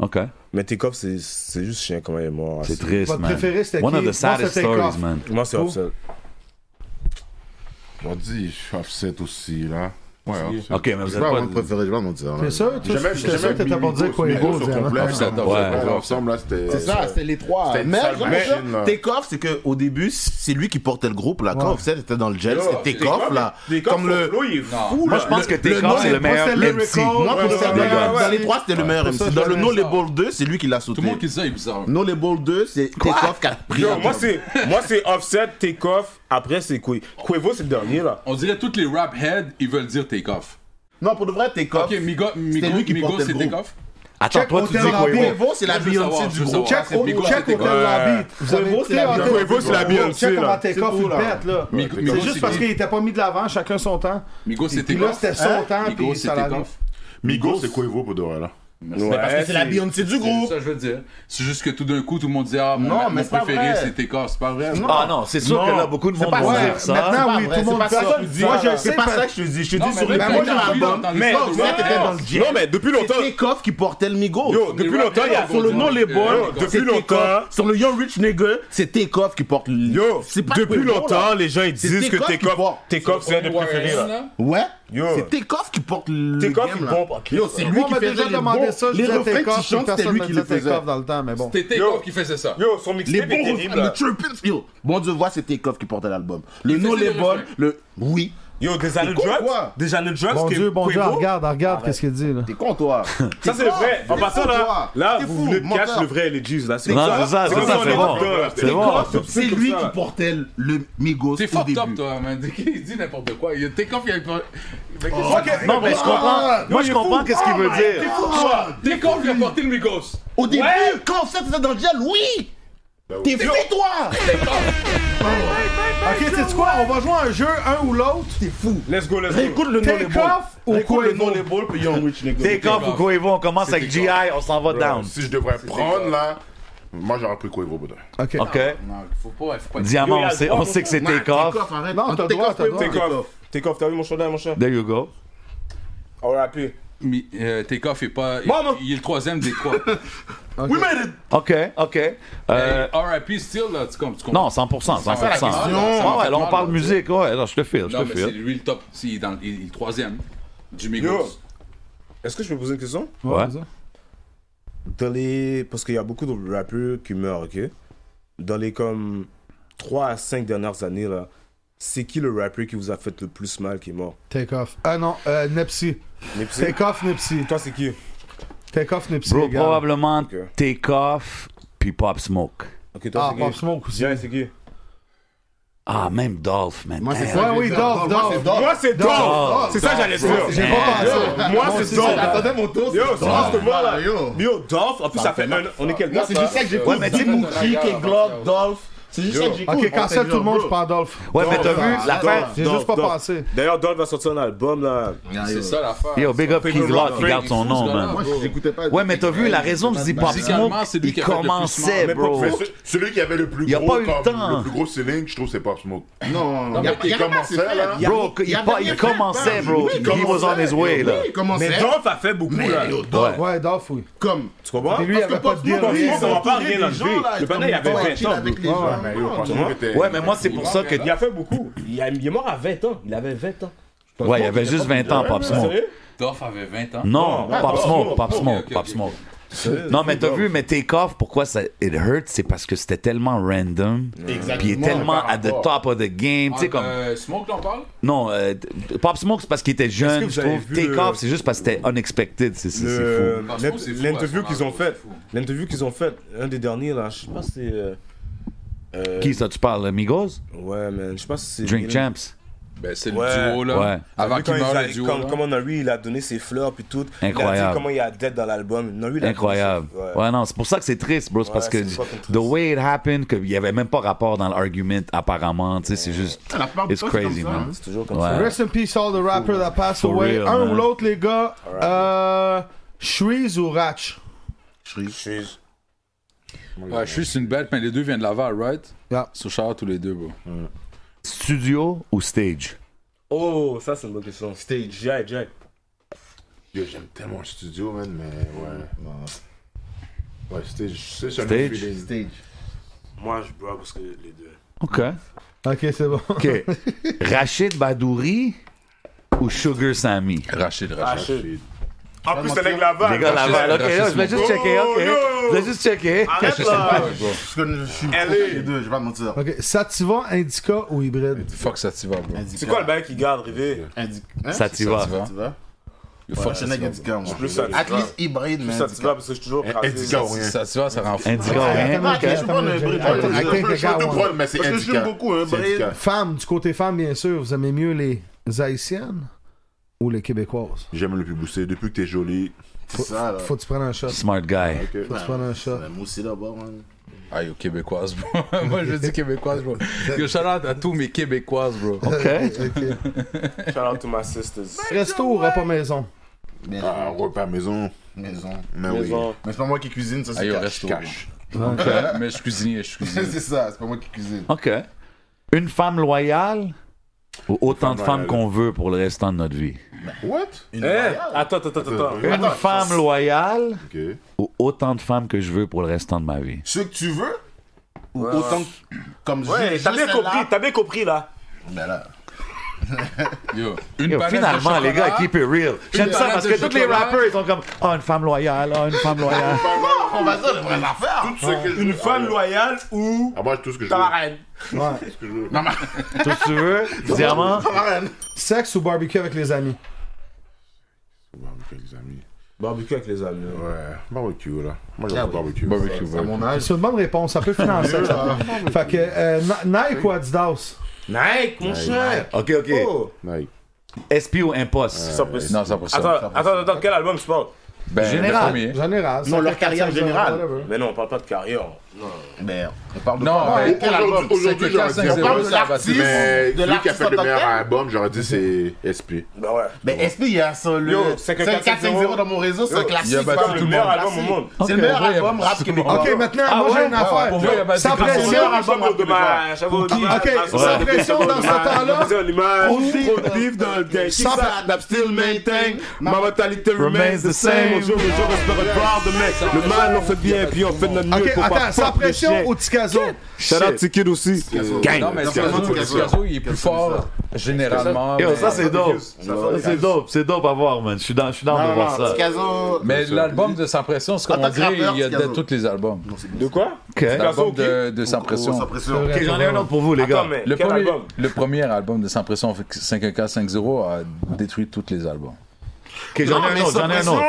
OK.
Mais Takeoff, c'est, c'est juste chien quand même. Moi,
C'est triste,
Votre
man.
préféré, c'était
One
qui?
of
Moi,
the saddest
c'était
stories,
Takeoff.
man.
Moi, c'est
Oh.
Offset.
On dit, je suis offset aussi, là. Ouais, offset.
OK, mais vous
Je
êtes
vais
pas...
avoir préféré, je vais m'en dire.
C'est ça, toi,
Jamais,
c'est ça, t'étais pour dire quoi, Hugo,
C'est
vraiment.
complexe.
Ouais.
Ouais, hein. ensemble, là, c'était.
C'est ça, c'était les trois.
C'était une
Mais
sale
j'aime
machine,
ça.
là.
Takeoff, c'est qu'au début, c'est lui qui portait le groupe. Là. Quand Offset était dans le gel,
Yo,
c'était Takeoff. Là.
Takeoff,
Comme le.
flow, il est fou.
Moi,
là.
je pense que
le- le
Take
nom,
Off, c'est le
c'est
meilleur
Procès
MC.
Lyrical.
Moi,
Ouais,
pour
ouais,
ça,
ouais,
dans-
ouais,
dans
ouais.
les trois, c'était le meilleur
pour ça,
MC.
je
Dans le
l'avais
No
ça.
Label 2, c'est lui qui l'a sauté.
Tout le monde qui dit ça est bizarre.
No Label 2, c'est Takeoff qui a pris.
Yo, moi, c'est, moi, c'est Offset, Takeoff. Après, c'est Quavo. Quavo, c'est le dernier, là.
On dirait tous les rap heads, ils veulent dire take off.
Non, pour de vrai, Takeoff.
Ok, Migo, Migo,
C'était lui qui
Migo
portait
c'est
le
take
groupe.
off.
Attends,
Check
toi, tu dis
Hotel
quoi,
Lobby.
Hugo?
Quavo, c'est la
Je veux savoir,
Beyoncé
je
du
veux
groupe.
savoir.
Check
C'est Migo,
au- check
c'est
Hôtel Lobby. Vous avez
Quavo, c'est la
écouté
Beyoncé.
Hôtel-
Quavo,
c'est la Beyoncé,
Check comment
là.
Takeoff, il pète, là.
Migo- Migo,
C'est juste parce qu'il était pas mis de l'avant, chacun son temps.
Migo c'est
Puis
take
là,
off. Hein?
c'était son temps,
Migo
puis
c'est
ça
take
l'arrive.
off.
Migo, c'est Quavo pour de vrai, là.
Mais parce que c'est la Beyoncé du
C'est
groupe.
ça que je veux dire. C'est juste que tout d'un coup, tout le monde dit Ah, mon,
Non, mais
mon
c'est pas
préféré,
vrai.
c'est take off. C'est pas vrai.
Ah non, c'est sûr
Non,
que là, beaucoup de
c'est
monde
pas
vont
ça.
dire ça.
Maintenant, oui, tout le monde
c'est
fait
pas ça.
ça.
que je dis.
Moi, je
C'est
sais
pas
pas-
ça que je te dis. Je te
Non,
dis
mais
sur le
même moi,
premier
j'ai
album.
entendu
Mais
ça,
Offset
ouais.
était dans le gel.
Non, mais depuis longtemps-
C'est Takeoff qui portait le Migos.
Yo, depuis longtemps, il y a-
Sur le nom les
Yo,
boys,
depuis
c'est Takeoff.
longtemps-
Sur le Young Rich Nigga, c'est Takeoff qui porte le.
Yo,
C'est pas
depuis
Quavo,
longtemps,
là.
les gens ils
C'est
disent que
Takeoff qui
Takeoff,
porte.
Takeoff c'est un des préférés là.
Ouais.
Yo.
C'est Takeoff qui porte le.
Takeoff,
game,
il
là.
bombe, ok.
Yo, c'est lui
Moi, on
qui
m'a
faisait
déjà
les
demandé
bons-
ça, je
les
disais
refrains
Takeoff,
qui
puis
chantent, c'était
personne
lui
me
qui les
disait
faisait.
Takeoff dans le temps, mais bon.
C'était take
Yo.
off qui faisait ça.
Yo, son
Les
mixtape est
bons
terrible
refrains,
là.
le Trippin' Yo. Bon Dieu, voit, c'est Takeoff qui portait l'album. Le
faisait
nom
les
les boys,
refrains.
le. Oui.
Yo, des années
con,
drugs,
quoi.
des années drugs
Bon
que
Dieu, bon Dieu,
Quavo-
regarde, regarde qu'est-ce qu'il dit, là.
T'es con, toi.
Ça c'est vrai. En passant là, là vous venez de catch le
le
vrai Legis là, c'est
Non,
ça.
c'est ça, c'est
comme
ça,
on
c'est
est
bon.
dedans, là.
C'est bon.
C'est
comme
lui
ça.
qui portait le- le Migos
T'es
au
fucked up,
début.
toi, man. Il dit n'importe quoi. Il y a take off, il y a pas.
Non, mais je comprends. Moi, je comprends qu'est-ce qu'il veut dire.
Take off, il a porté le Migos.
Au début, quand ça était dans le gel, oui T'es fou, toi
Ok, sais-tu quoi? On va jouer à un jeu, un ou l'autre.
T'es fou
Let's go, let's go.
Écoute le nom les
Take off ou
Écoute le nom
Quavo?
les balles, puis Young Rich Nigga.
Take Off ou Quavo, on commence avec GI, on s'en va down.
Si je devrais prendre, là, moi, j'aurais pris Quavo pour de vrai.
Ok.
OK?
Non, faut pas. Faut pas
Diamant, on sait, on sait que c'est
Non,
Take Off.
Take Off, arrête.
Non, t'as le droit,
Take Off,
t'as le droit.
Take off. Take off, t'as vu mon chandail mon cher
There you go.
All right.
Mais euh, take off est pas. il-
Maman.
Il est le troisième des trois.
Euh,
We made it
OK, OK. Euh,
RIP still, là, tu com- tu comprends?
non, 100%, 100%.
C'est ça la question.
Ouais, ouais, là, on parle
Non,
musique. Ouais, là, je te file, je
Non,
te
mais c'est
file.
lui le top. Si, Il est dans- il est le troisième du
Yo.
Migos.
Est-ce que je peux poser une question
Ouais.
Dans les parce qu'il y a beaucoup de rappeurs qui meurent, OK Dans les comme 3 à 5 dernières années là, c'est qui le rappeur qui vous a fait le plus mal qui est mort
Take off. Ah non, euh, Nipsey.
Mais tu sais-
Take off, Nipsey.
Toi, c'est qui
Take off, Nipsey.
Bro,
les gars.
probablement
Ok.
Take Off puis Pop Smoke.
Ok, toi,
Ah,
c'est qui
Pop Smoke aussi.
Bien, c'est qui
Ah, même Dolph, man.
Moi, c'est
Damn.
ça, Ouais, oui, j'ai dit, Dolph, Dolph. Dolph. Ah,
Moi, c'est
Dolph.
Dolph. C'est ça,
Dolph.
j'allais dire.
J'ai pas pensé.
Yo, Moi,
Moi
c'est
aussi,
Dolph.
j'attendais
mon tour. Yo, c'est
Dolph.
juste que moi, là.
Yo.
Yo, Dolph. En plus, ça fait un. On est quel
Moi, c'est juste ça que j'écoute. Ouais, mais dis Mookie, Kid Glock,
Dolph. C'est
juste ça que j'écoute.
Ok, cancel tout le monde, je parle Dolph.
Ouais, mais t'as vu,
la
l'affaire-
J'ai juste pas pensé.
D'ailleurs, Dolph va sortir un album là.
C'est ça l'affaire.
Yo, big up
Pink
Kid Glock,
Floyd.
il garde son
Pink
nom,
Floyd,
man.
Moi, j'écoutais pas.
Ouais, mais t'as vu, la raison que je dis Pop Smoke,
Musicalement, c'est lui
il
qui a fait le plus smart.
commençait,
Mais
bro.
Pop
Mais ce- celui qui avait le plus
Y a
gros
pas eu le
comme-
temps.
le plus gros ceiling, je trouve, c'est Pop Smoke.
Non,
Non,
y a-
mais il
y a rien
commençait,
à se faire.
là.
Y a-
Bro, il
y a
pas-
rien
il
à faire,
commençait,
man.
bro.
Oui,
He was on his way,
oui,
là.
il commençait.
Mais Dolph a fait beaucoup,
Mais
là.
yo, Dolph,
Ouais, Dolph, oui.
Comme.
Tu comprends?
Puis lui, il
Parce
avait
que
pas de
Pop
deal.
Smoke,
rien.
il
On va pas rien
entouré des
enlever.
gens, là,
Le panel, il avait
comme
20 ans.
avec les
bro.
gens.
mais yo, Pop
Tu
Smoke
vois?
était-
Ouais, mais moi, c'est pour ça que.
Il a fait beaucoup. Il a- il est mort à 20 ans. Il avait 20 ans.
Ouais, il avait juste 20 ans, Pop Smoke.
Sérieux?
Dorf avait 20 ans.
Non,
Ah,
Pop
Pop
Smoke,
Smoke,
Pop
ok,
Smoke,
ok,
Pop
ok.
Smoke. Non, mais t'as vu, mais Take Off, pourquoi ça it hurt, c'est parce que c'était tellement random.
Exactement.
Puis il est tellement at the top of the game. Tu
Ah,
sais, comme.
Euh, Smoke, t'en parles
Non, euh, Pop Smoke, c'est parce qu'il était
que
jeune,
vous
je
avez
trouve.
vu
Take
le-
Off, c'est juste parce que c'était unexpected. C'est c'est- c'est
Le-
fou.
Parce que c'est fou,
l'in- L'interview
là,
qu'ils ont
c'est
faite,
fou.
l'interview qu'ils ont faite, un des derniers là, je sais pas si c'est. euh, euh,
Qui ça, tu parles, Migos?
Ouais, man, je sais pas si c'est.
Drink Champs.
Ben, c'est
Ouais.
le duo, là.
Ouais.
T'as
Avant
vu
qu'il
quand il
meure, hein.
a-
le duo.
Comme,
là.
comment Nori, il a donné ses fleurs puis tout. Il a
Incroyable.
dit comment il a d'être dans l'album. Nori, il a
Incroyable.
donné ses-
Ouais, non, c'est pour ça que c'est triste, bro. C'est
Ouais,
parce que
c'est fucking triste.
the way it happened, qu'il n'y avait même pas rapport dans l'argument, apparemment. Tu sais, c'est juste.
La plupart du
It's
temps, c'est
crazy,
comme ça, hein.
man.
C'est toujours comme ça.
Ouais.
Rest in peace, all the rappers that passed
For
away.
real,
Un
man.
ou l'autre, les gars. Euh. Shreeze ou Ratch
She's-
Ouais, je suis c'est une belle, mais les deux viennent de Laval, right?
Yeah.
Sur Charles, tous les deux, bro.
Studio ou stage?
Oh, ça c'est une bonne question. C'était Jack, Jack.
Yo, j'aime tellement le studio, man, mais ouais. Ouais, stage. C'est ça,
Stage.
le feeling.
Stage.
Moi, je bois parce que les deux.
OK.
Ok, c'est bon.
OK. Rachid Badouri ou Sugar Sammy?
Rachid,
Ah,
Rachid.
shit. En plus, c'est avec Laval. Ah,
Les gars,
Rachid,
Laval. OK,
Rachid,
là, je vais juste checker.
Oh,
OK.
yo.
Je vais juste checker.
Arrête
Je sais
là.
pas, bro.
Je connais- je suis
Allez.
contre les deux, je vais pas mentir.
Ok, Sativa, Indica ou Hybride
Fuck Sativa, bro.
C'est quoi le bail qui garde arrivé
Indica.
Sativa.
Sativa.
Yo, Fuck
Je n'ai
Sativa.
Indica, moi.
plus Sativa.
At least hybride, mais
Ça, tu vas parce que je suis toujours crasé.
Indica ou rien.
Sativa, ça rend fou.
Indica
Ah,
ou rien?
Attends,
OK.
attends, je prends le hybride.
I think- I think
Je peux
the guy
te
won.
prendre, mais c'est
Parce que je
Indica.
l'aime beaucoup, hein,
C'est
Brian.
Indica.
Femmes, du côté femmes, bien sûr, vous aimez mieux les Haïtiennes ou les Québécoises
J'aime le plus boosté. Depuis que t'es jolie.
C'est ça, là.
Faut que tu prennes un shot. Faut
Smart guy.
Ok.
que tu prennes un shot.
La mousse est là-bas, man.
Aïe, aux Québécoises, bro. Moi, je dis Québécoises, bro. Yo, shout out à tous mes Québécoises, bro.
OK.
Shout out to my sisters.
Resto ou repas maison
Mais
Ah, repas maison.
maison.
Mais oui.
Maison. Ah,
Mais c'est pas moi qui cuisine, ça,
Aïe,
c'est
au
cash.
resto.
Cash.
bro. Mais je cuisinais, je cuisinais.
C'est ça, c'est pas moi qui cuisine.
OK. Une femme loyale ou autant de
femme
femmes
loyale.
qu'on veut pour le restant de notre vie?
What?
Une
Eh,
variable.
attends, attends, attends, attends.
Une femme loyale
Ok.
ou autant de femmes que je veux pour le restant de ma vie?
Ce que tu veux, ou autant que- comme
Ouais,
juste
t'as bien
celle-là.
compris, t'as bien compris là.
Ben là.
Yo, une
Yo,
palette de
finalement, les
chocolat.
gars, keep it real. J'aime ça
palette
parce
de
que tous les
chocolat.
rappers, ils sont comme « Ah, une femme loyale, ah, une femme loyale.
On va dire les vraies affaires.
Tout ce que je
Une
veux.
femme loyale ou
Ah, moi, tout ce que je
ta
veux.
marraine.
Tout ce que je veux. »
Tout ce que tu veux, diamant.
Sexe ou barbecue avec les amis
Barbecue Bah, avec les amis.
Barbecue avec les amis. hein. ouais.
Ouais, barbecue, là. Moi, j'aime
Ah
le
oui.
barbecue.
Barbecue, bro.
À mon âge,
C'est une bonne réponse, ça peut financer. ça. fait que euh, Ni- Nike ou Adidas
Nike, mon cher.
OK, OK.
Oh.
Nike.
SP ou imposte?
Ça, précis.
Non, ça pour ça.
Attends, attends, attends, quel album tu parles
Ben,
Général.
le premier.
Général.
Non, leur carrière générale.
Mais non, on parle pas de carrière. Non.
ben, on parle de
Non,
quoi?
ben,
Quel album?
aujourd'hui, aujourd'hui,
Cinq,
j'aurais dit-
cinq,
On parle
zéro,
de
ça va, c'est-
l'artiste.
Mais
De
celui qui a
l'artiste
fait le
en tant que
meilleur
tel.
album, j'aurais dit c'est SP.
Ben ouais.
Ben, SP, il y a ça,
Yo,
le
5450
5450 dans mon réseau, c'est
Yo,
un classique.
il a battu
c'est un
tout
le meilleur album au monde.
C'est le meilleur
Ok, ouais,
album rap québécois.
Ok, maintenant,
Ah
moi j'ai
ouais?
une
Ouais,
affaire.
Pour vrai, il y a pas
Sans
de-
pression.
Ah, Meilleur album de dommage.
Ok, sans pression dans ce temps-là.
Trop
Aussi, euh,
de beef dans le game.
Sans-
I'm still maintain. Ma mentalité
Remains
remains
the
the same.
same.
Au jour le jour, on se fait revoir demain. Le mal, on fait bien, puis on fait de notre mieux
Ok,
ah.
pour pas
attends, sans
fuck le
pression
chien.
ou Ticazo
Shout out to Kid aussi.
Non,
Gang.
mais
Non,
Scazo,
vraiment,
le
Scazo.
Scazo, il est plus fort généralement.
Yo,
mais-
ça, c'est dope. Ça, c'est dope. C'est dope à voir, man. Je suis dans, je suis dans de voir ça.
Ticazo.
Mais l'album de Sans Pression, c'est comme
En
on
tant que
dirait, il y a
rappeur,
de
Scazo.
tous les albums.
De quoi
OK.
L'album
ok.
de, de Sans
Oh,
Pression.
sans pression.
OK, j'en ai un autre pour vous, les gars.
Attends, mais
Le
quel
premier,
album
le premier album de Sans Pression, 5K50, a détruit tous les albums.
OK, j'en ai un autre, j'en ai un autre.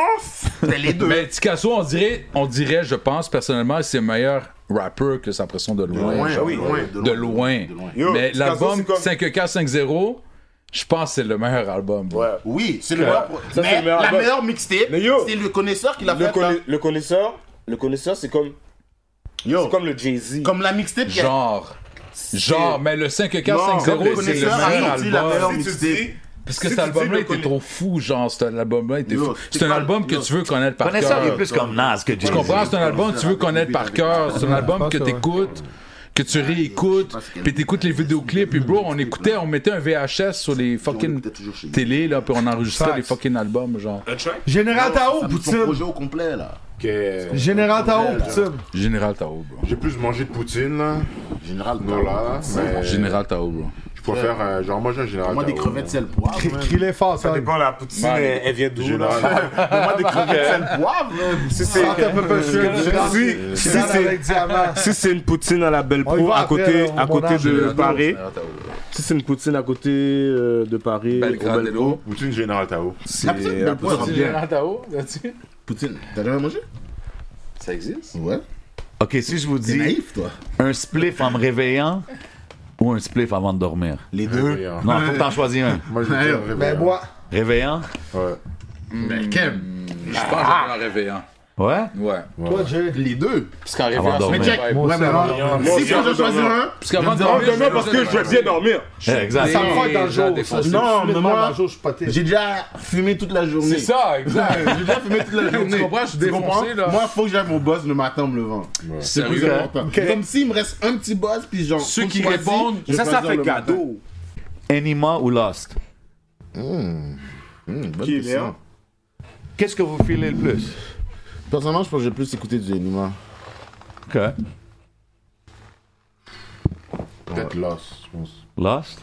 C'est les deux.
Mais Ticasso, on dirait, on dirait, je pense personnellement, c'est le meilleur rapper que sa pression de loin.
loin,
genre,
oui,
de
loin.
De loin.
Yo,
Mais
Picasso,
l'album
c'est comme-
5K50, je pense que c'est le meilleur album. bro.
Oui, c'est le
Que-
meilleur. pro-
Ça, c'est
mais
le meilleur
la
album.
meilleure mixtape, c'est le connaisseur qui l'a
le,
fait.
conna-
là.
le connaisseur, le connaisseur, c'est comme. C'est comme le Jay-Z.
Oh. Comme la mixtape. qui a-
Genre. Genre, mais le 5K50, c'est
Non,
le
comme connaisseur,
meilleur
a sorti la meilleure
album.
mixtape.
Parce que
Si
cet
tu dis
album-là
le
était
conna-
trop fou, genre, cet album-là était
Yo,
fou.
c'est
C'est un
pas-
album que
yo.
tu veux connaître par cœur.
Connaisseur, il est plus comme Nas que
Tu
Jay-Z.
comprends? C'est un album que tu veux connaître par cœur. C'est un
Ouais,
album
pas
que
ça,
t'écoutes, que tu réécoutes, puis t'écoutes les vidéoclips, puis bro, on écoutait, on mettait un VHS sur les fucking télé, là, puis on enregistrait les fucking albums, genre.
Général Tao,
Ça, c'est son
Poutine.
projet au complet, là.
Général Tao,
Ouais,
Poutine.
Général Tao, bro.
J'ai plus mangé de Poutine, là.
Général
Non, là. mais-
Général Tao, bro.
Je préfère. euh, genre, moi, j'ai un général.
Moi, des
Tao,
crevettes
là.
sel poivre. man.
Qu'il est fort, ça.
dépend, la poutine,
Ouais.
elle, elle vient d'où, là?
Général.
Moi, des crevettes sel poivre.
Si c'est
Salt and pepper shrimp, général.
si-
Euh,
si
général
c'est-
avec diamant.
si c'est une poutine à la Belle
On y
Pro
va
à
après,
côté,
euh, on
à côté
bondage.
de
Général Tao.
Paris, si c'est une poutine à côté euh, de Paris, au Belle Pro,
Poutine Général Tao.
c'est
La poutine,
la
Belle Pro,
poutine.
c'est
Général Tao, là-dessus?
Poutine, t'as jamais mangé
Ça existe?
Ouais.
Ok, si je vous
T'es
dis
naïf, toi.
un spliff en me réveillant ou un spliff avant de dormir.
Les deux.
Non, faut que t'en choisis un.
euh, Moi, je vais dire
Ben,
réveillant.
moi,
Réveillant?
Ouais.
Ben, Kim, je pense que j'ai un réveillant.
Ouais?
Ouais.
toi, Jay.
Les deux.
Parce qu'en
Avant de
réveillant,
dormir.
c'est pas-
Ouais, mais non.
Moi,
Si
j'ai
je dois
envie de
choisir
dormir.
un,
Parce qu'avant de
Non,
dormir,
demain, parce que je vais bien dormir.
Eh, Exact.
Ça me fuck dans le
Déjà
jour.
défoncé.
ça.
Non,
Je me
mais
demande
moi-
dans le jour, je suis poté.
j'ai déjà fumé toute la journée.
C'est ça, exact.
J'ai déjà fumé toute la
Tu
journée.
comprends? Je suis
Tu
défoncé,
comprends?
là.
Moi, faut que j'aille mon boss le matin en me levant. C'est
Sérieux,
plus
hein?
important. Comme s'il me reste un petit boss, puis genre.
Ceux
faut que
qui
je choisisse,
répondent,
je
Ça, ça
choisis
fait
le matin.
cadeau.
Anima ou Lost?
Hum, bonne
Qui est
question.
meilleur
Qu'est-ce que vous filez le plus?
Personnellement, je pense que j'ai plus écouté du hein. Enima.
Ok.
Peut-être Lost, je pense.
Lost?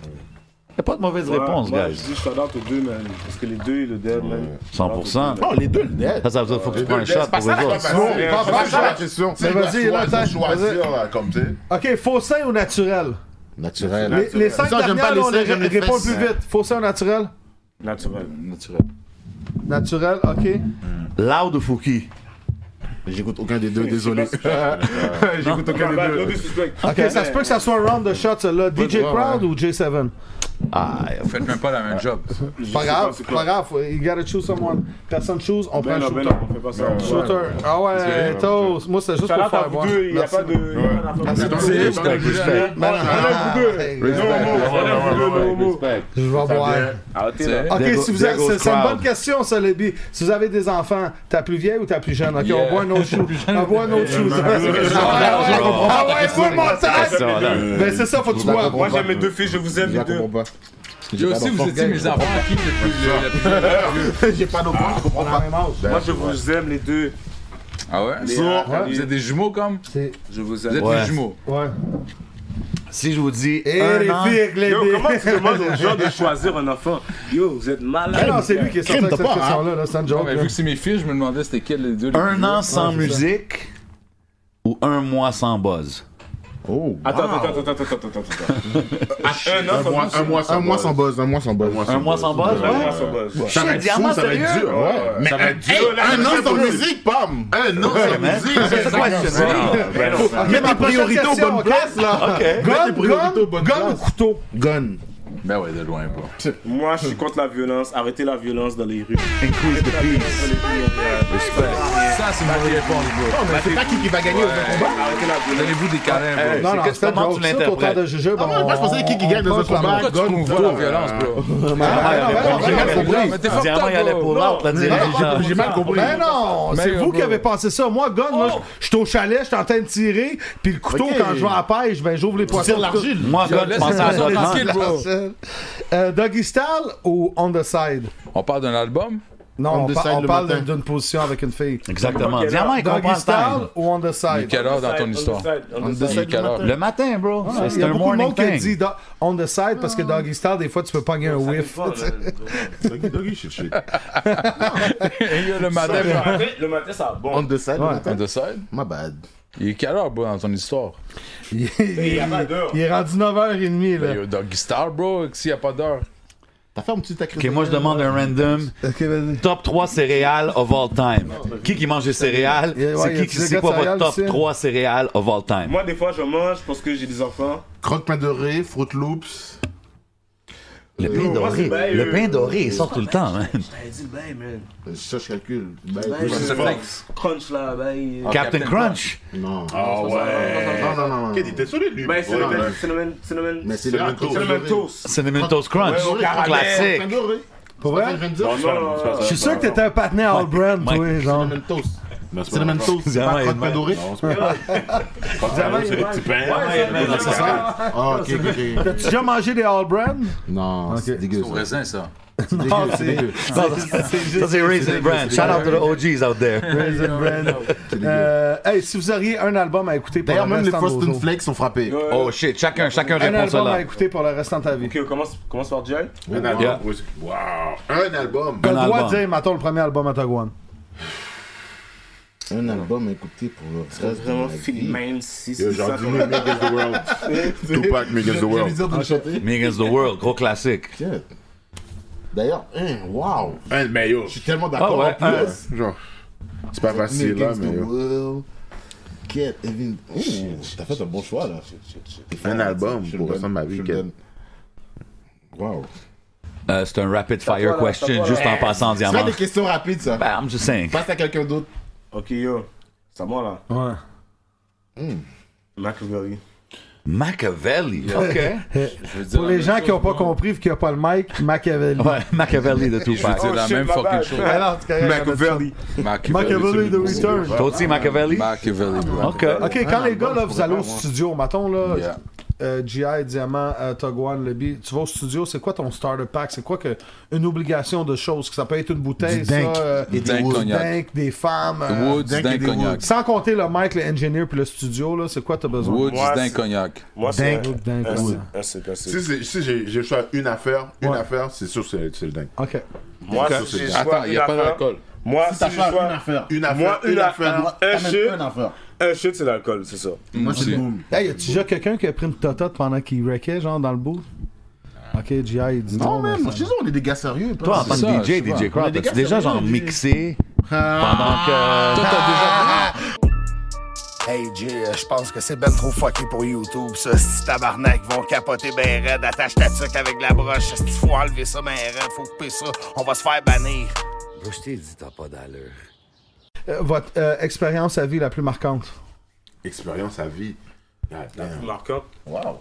Y'a pas de mauvaise réponse,
moi,
guys.
Je dis shout-out aux deux, man. Parce que les deux, le dead, man.
100%.
Non, les deux, le dead.
Ça, ça veut dire faut que tu prennes un
C'est
shot
pas
pour
ça
les
la
autres.
question.
C'est pas ça la question.
Mais vas-y, là,
Faut
attends.
choisir, là, comme tu sais.
Ok, faux sein ou naturel?
Naturel.
Les, les cinq
Ça, j'aime pas
dernières,
les
là, on les
seins, j'aime les
répond
fesses.
plus vite. Faux sein ou naturel?
Naturel.
Naturel.
Naturel, ok.
Loud ou Fouki?
J'écoute aucun des deux, désolé.
J'écoute aucun
Bah, l'autre suspect.
Ok, ça se peut que ça soit un round de shots, là. DJ
droit,
Crowd ou J7?
Ah,
Vous faites même pas la même job.
Pas grave, pas grave. faut- You gotta choose someone. Personne choose, on prend
Ben
un
non, ben
shooter.
non, on fait pas ça.
Shooter. Ah ouais, Toast. Moi, c'est juste pour
Shout-out à
faire
vous
voir.
deux, il n'y a
Merci.
pas de... il y a pas d'information.
Merci.
c'est respect, respect.
Ben non,
Ah, vous deux.
Je vais boire.
Arrêtez, là.
Ok,
There go-
si vous
there
avez-
goes
c'est, c'est une
crowd.
bonne question, ça, Lébi. Si vous avez des enfants, t'as plus vieille ou t'as plus jeune? Ok,
Yeah.
on boit un autre chou. On boit un autre chou. Ah ouais, ouais,
question.
ah ouais, faut le mental!
Ça, là.
Ben c'est ça, faut que tu bois.
Moi, j'aime mes deux filles, je vous aime, les deux.
comprends pas.
J'ai aussi, vous étiez mes enfants à qui le plus- le plus-
J'ai pas d'enfant, je comprends
On a
pas.
la même âge.
Moi, je vous aime, les deux.
Ah ouais?
Les,
So,
euh,
Vous êtes des jumeaux comme?
C'est-
Je vous aime. Vous êtes
Ouais.
des jumeaux.
Ouais.
Si je vous dis
Et
un
Eh, les
an,
filles, les
Yo, comment tu demandes aux gens de choisir un enfant Yo, vous êtes malade.
Ah non, c'est lui qui est sorti
Crime,
avec
t'as
cette
pas, hein?
question-là, là, c'est un
Non,
joke.
mais
là.
vu que c'est mes filles, je me demandais c'était quel les deux. les
un
plus
an
vieux.
sans musique ou un mois sans buzz?
Oh.
Attends, attends, attends, attends, attends, attends, attends. Un
Un
an,
mois- un mois sans buzz. Un mois sans buzz, un mois sans buzz.
Un mois sans buzz?
Un
Ouais.
mois, ça buzz.
Ça va
Shit,
être
diamant,
fou, ça va être
sérieux?
dur. ouais. Mais un- hey, un an sans musique, pam!
Un an sans
man.
musique.
C'est ça, question.
Ben non, ça-
Mets ta priorité aux bonnes places, là! Mets tes priorités aux bonnes
Gun ou
places.
couteau?
Gun.
Ben ouais, de loin, bro.
Moi, je suis contre la violence. Arrêtez la violence dans les rues.
Increase the peace.
Ça, c'est ma réponse, bro.
Mais c'est pas qui qui va gagner au vrai combat.
Arrêtez la violence.
Donnez-vous des câlins, bro.
Non,
c'est
non,
que-
c'est un
comment
joke.
tu
Ça,
l'interprètes?
t'autant de jeu,
Ah,
bon,
moi, je pensais qui qui
on
gagne dans un
punch la
combat.
main.
Pourquoi tu convois la violence, bro?
Ah,
Ah,
Le Diamant, il allait pour l'autre, là, direct. genre.
J'ai mal compris.
Mais non, c'est
Mais,
vous
bro.
qui avez pensé ça. Moi, gun, là, je suis au chalet, je suis en train de tirer, puis le couteau,
Oh! Ok.
quand je vais à la pêche, ben, j'ouvre les poissons.
Tire l'argile.
Moi, God, je pensais à Doc Hunt.
Euh, Doggy Style ou On the Side?
On parle d'un album?
Non,
On
on,
the
pa-
side
on
le
parle
matin.
d'une- d'une position avec une fille.
Exactement. Diamant, il comprend
Doggy
le time.
Style ou On the Side?
Quelle heure dans ton histoire? Il est quelle heure?
Le matin, bro.
Ah, Il
C'est
y a
un
beaucoup de
morning
monde qui a dit
thing.
do- on the side parce que doggy style, des fois, tu peux pogner un whiff.
Doggy, doggy, shit, shit.
Et Le matin, bro.
Le matin, ça
On
bon.
the side, le matin.
On the side?
My bad.
Il est quelle heure, bro, dans ton histoire?
Il
Il y a
est
pas d'heure.
il est rendu 9h30,
Ben,
là.
yo, Doggy Star, bro, s'il n'y a pas d'heure.
T'as fait un petit ta crise
Ok, moi je demande un random. Top 3 céréales of all time. Qui qui mange des céréales
Yeah, ouais,
C'est
y a-tu
qui qui
des
c'est
gars
quoi
de
votre
céréales
top
ici?
3 céréales of all time
Moi, des fois, je mange parce que j'ai des enfants.
Croque-pain doré, Fruit Loops.
Le
Euh,
pain
moi, c'est
doré.
ben,
Le
euh,
pain doré, il
euh,
sort tout le temps, man.
J'avais dit ben, man.
Euh,
Ça, je calcule. Ben,
Ben,
Fruit
euh,
Loops.
Crunch, là, ben. euh,
Captain Crunch.
Non.
Ah ouais.
Non, non, non. non.
Kid, il était solide,
Oh,
lui. Ben,
Ouais,
cinnamon,
ouais.
cinnamon, cinnamon.
Mais c'est le même toast.
Cinnamon toast.
Cinnamon Toast Crunch.
Ouais, au caramel.
Classique.
Pour vrai?
Non, c'est pas- c'est pas-
Je suis sûr que t'étais un patiné all-brand, toi, genre.
C'est le même toast. C'est pas croque-pain doré. Ah, ok, ok, ok.
T'as-tu déjà mangé des all-brand?
Non, c'est dégueu.
Au raisin, ça.
Non,
C'est dégueu.
Ça, ça, c'est Raisin Bran. Shout out to the OGs out there.
Raisin Bran. Euh, hey, si vous auriez un album à écouter pour le
D'ailleurs, même les
restant de vos
Frosted
jours.
Flakes sont frappés.
Oh shit, chacun, chacun
Un
répond
album
cela.
à écouter pour le restant de ta vie.
Ok, on commence, commence par Jay.
Un
Yeah.
album. oui, c'est- Wow. Un album.
T'as le droit de dire, mettons, le premier album à Tagwan.
Un album à écouter pour le reste de ma
Vraiment
vie.
fini, même si
Yo,
c'est
Genre,
ça.
dis-nous Make Against the World. Tupac, Make Against the World.
Ah,
Me Against the World, gros classique.
Tiens. D'ailleurs, hein, wow.
Un, mais yo.
Je suis tellement d'accord
Ah ouais,
en plus.
un. Genre, c'est pas Ah, facile, là,
Against
mais
the
yo.
world. Get even. Oh, T'as fait un bon choix là.
Un album
Je le
pour le
donne,
restant de ma vie.
je le
Kid.
donne. Wow.
Euh, c'est un rapid fire
T'as pas la- t'as
question
pas la-
juste en
Hey,
passant en
C'est pas
diamant.
des questions rapides ça.
Bah, I'm just saying.
Passe à quelqu'un d'autre.
Ok, yo. C'est à moi, là.
Ouais.
Machiavelli.
Machiavelli, ok.
Pour les gens qui n'ont pas compris et qui n'ont pas le mic, Machiavelli.
Ouais, Machiavelli de Tupac.
Oh,
Je veux dire la même fucking chose.
Ah non, c'est correct, Machiavelli. Machiavelli de Return.
Toi aussi, Machiavelli?
Machiavelli. bro.
Ok. Ah,
Ok, quand les gars, là, vous allez au studio, mettons, là,
Yeah.
euh, GI, Diamant, euh, Togwan, Leby, tu vas au studio, c'est quoi ton starter pack? C'est quoi que une obligation de choses? Que ça peut être une bouteille,
Du
ça,
dank.
euh,
Et des
du
woods.
dank, des femmes. euh,
Woods,
dank et
dank,
des
cognac.
woods. Sans compter le mic, le engineer puis le studio, là, c'est quoi t'as besoin?
Woods,
Moi,
d'un
c'est-
cognac.
Moi, c'est.
Dingue, dingue,
un-
ouais.
un- un- c'est passé.
Si, c'est- si j'ai j'ai le choix à une affaire, une
Ouais.
affaire, c'est sûr c'est c'est le dingue.
Ok.
Moi,
Ok.
si j'ai
Attends,
choix
y
une
a pas
affaire-
d'alcool.
Moi,
Si
si
t'as
j'ai
pas
choix-
une affaire.
Une
Moi,
affaire,
une affaire. Un
T'amènes
chute.
une affaire.
Un chute, c'est l'alcool, c'est ça.
Moi c'est le boom.
Hey, y a-tu déjà quelqu'un qui a pris une totote pendant qu'il wreckait, genre, dans le bout? Ok, GI, il dit non.
Non,
mais
même,
ça-
chez nous, on est des gars sérieux.
Toi, en tant
C'est ça,
que DJ,
je sais
DJ
pas. On est
Crowd,
des
t'as-tu
gars
déjà
sérieux,
genre
DJ.
mixé pendant que. Ah.
Hey Jay, euh, je pense que c'est ben trop fucké pour YouTube, ça. Si tabarnak vont capoter ben raide, attache ta tuque avec la broche. Si faut enlever ça ben raide, faut couper ça, on va se faire bannir.
Moi, je t'ai dit, t'as pas d'allure.
Euh, Votre euh, expérience à vie la plus marquante?
Expérience à vie. Ah, damn.
Marquant.
Wow.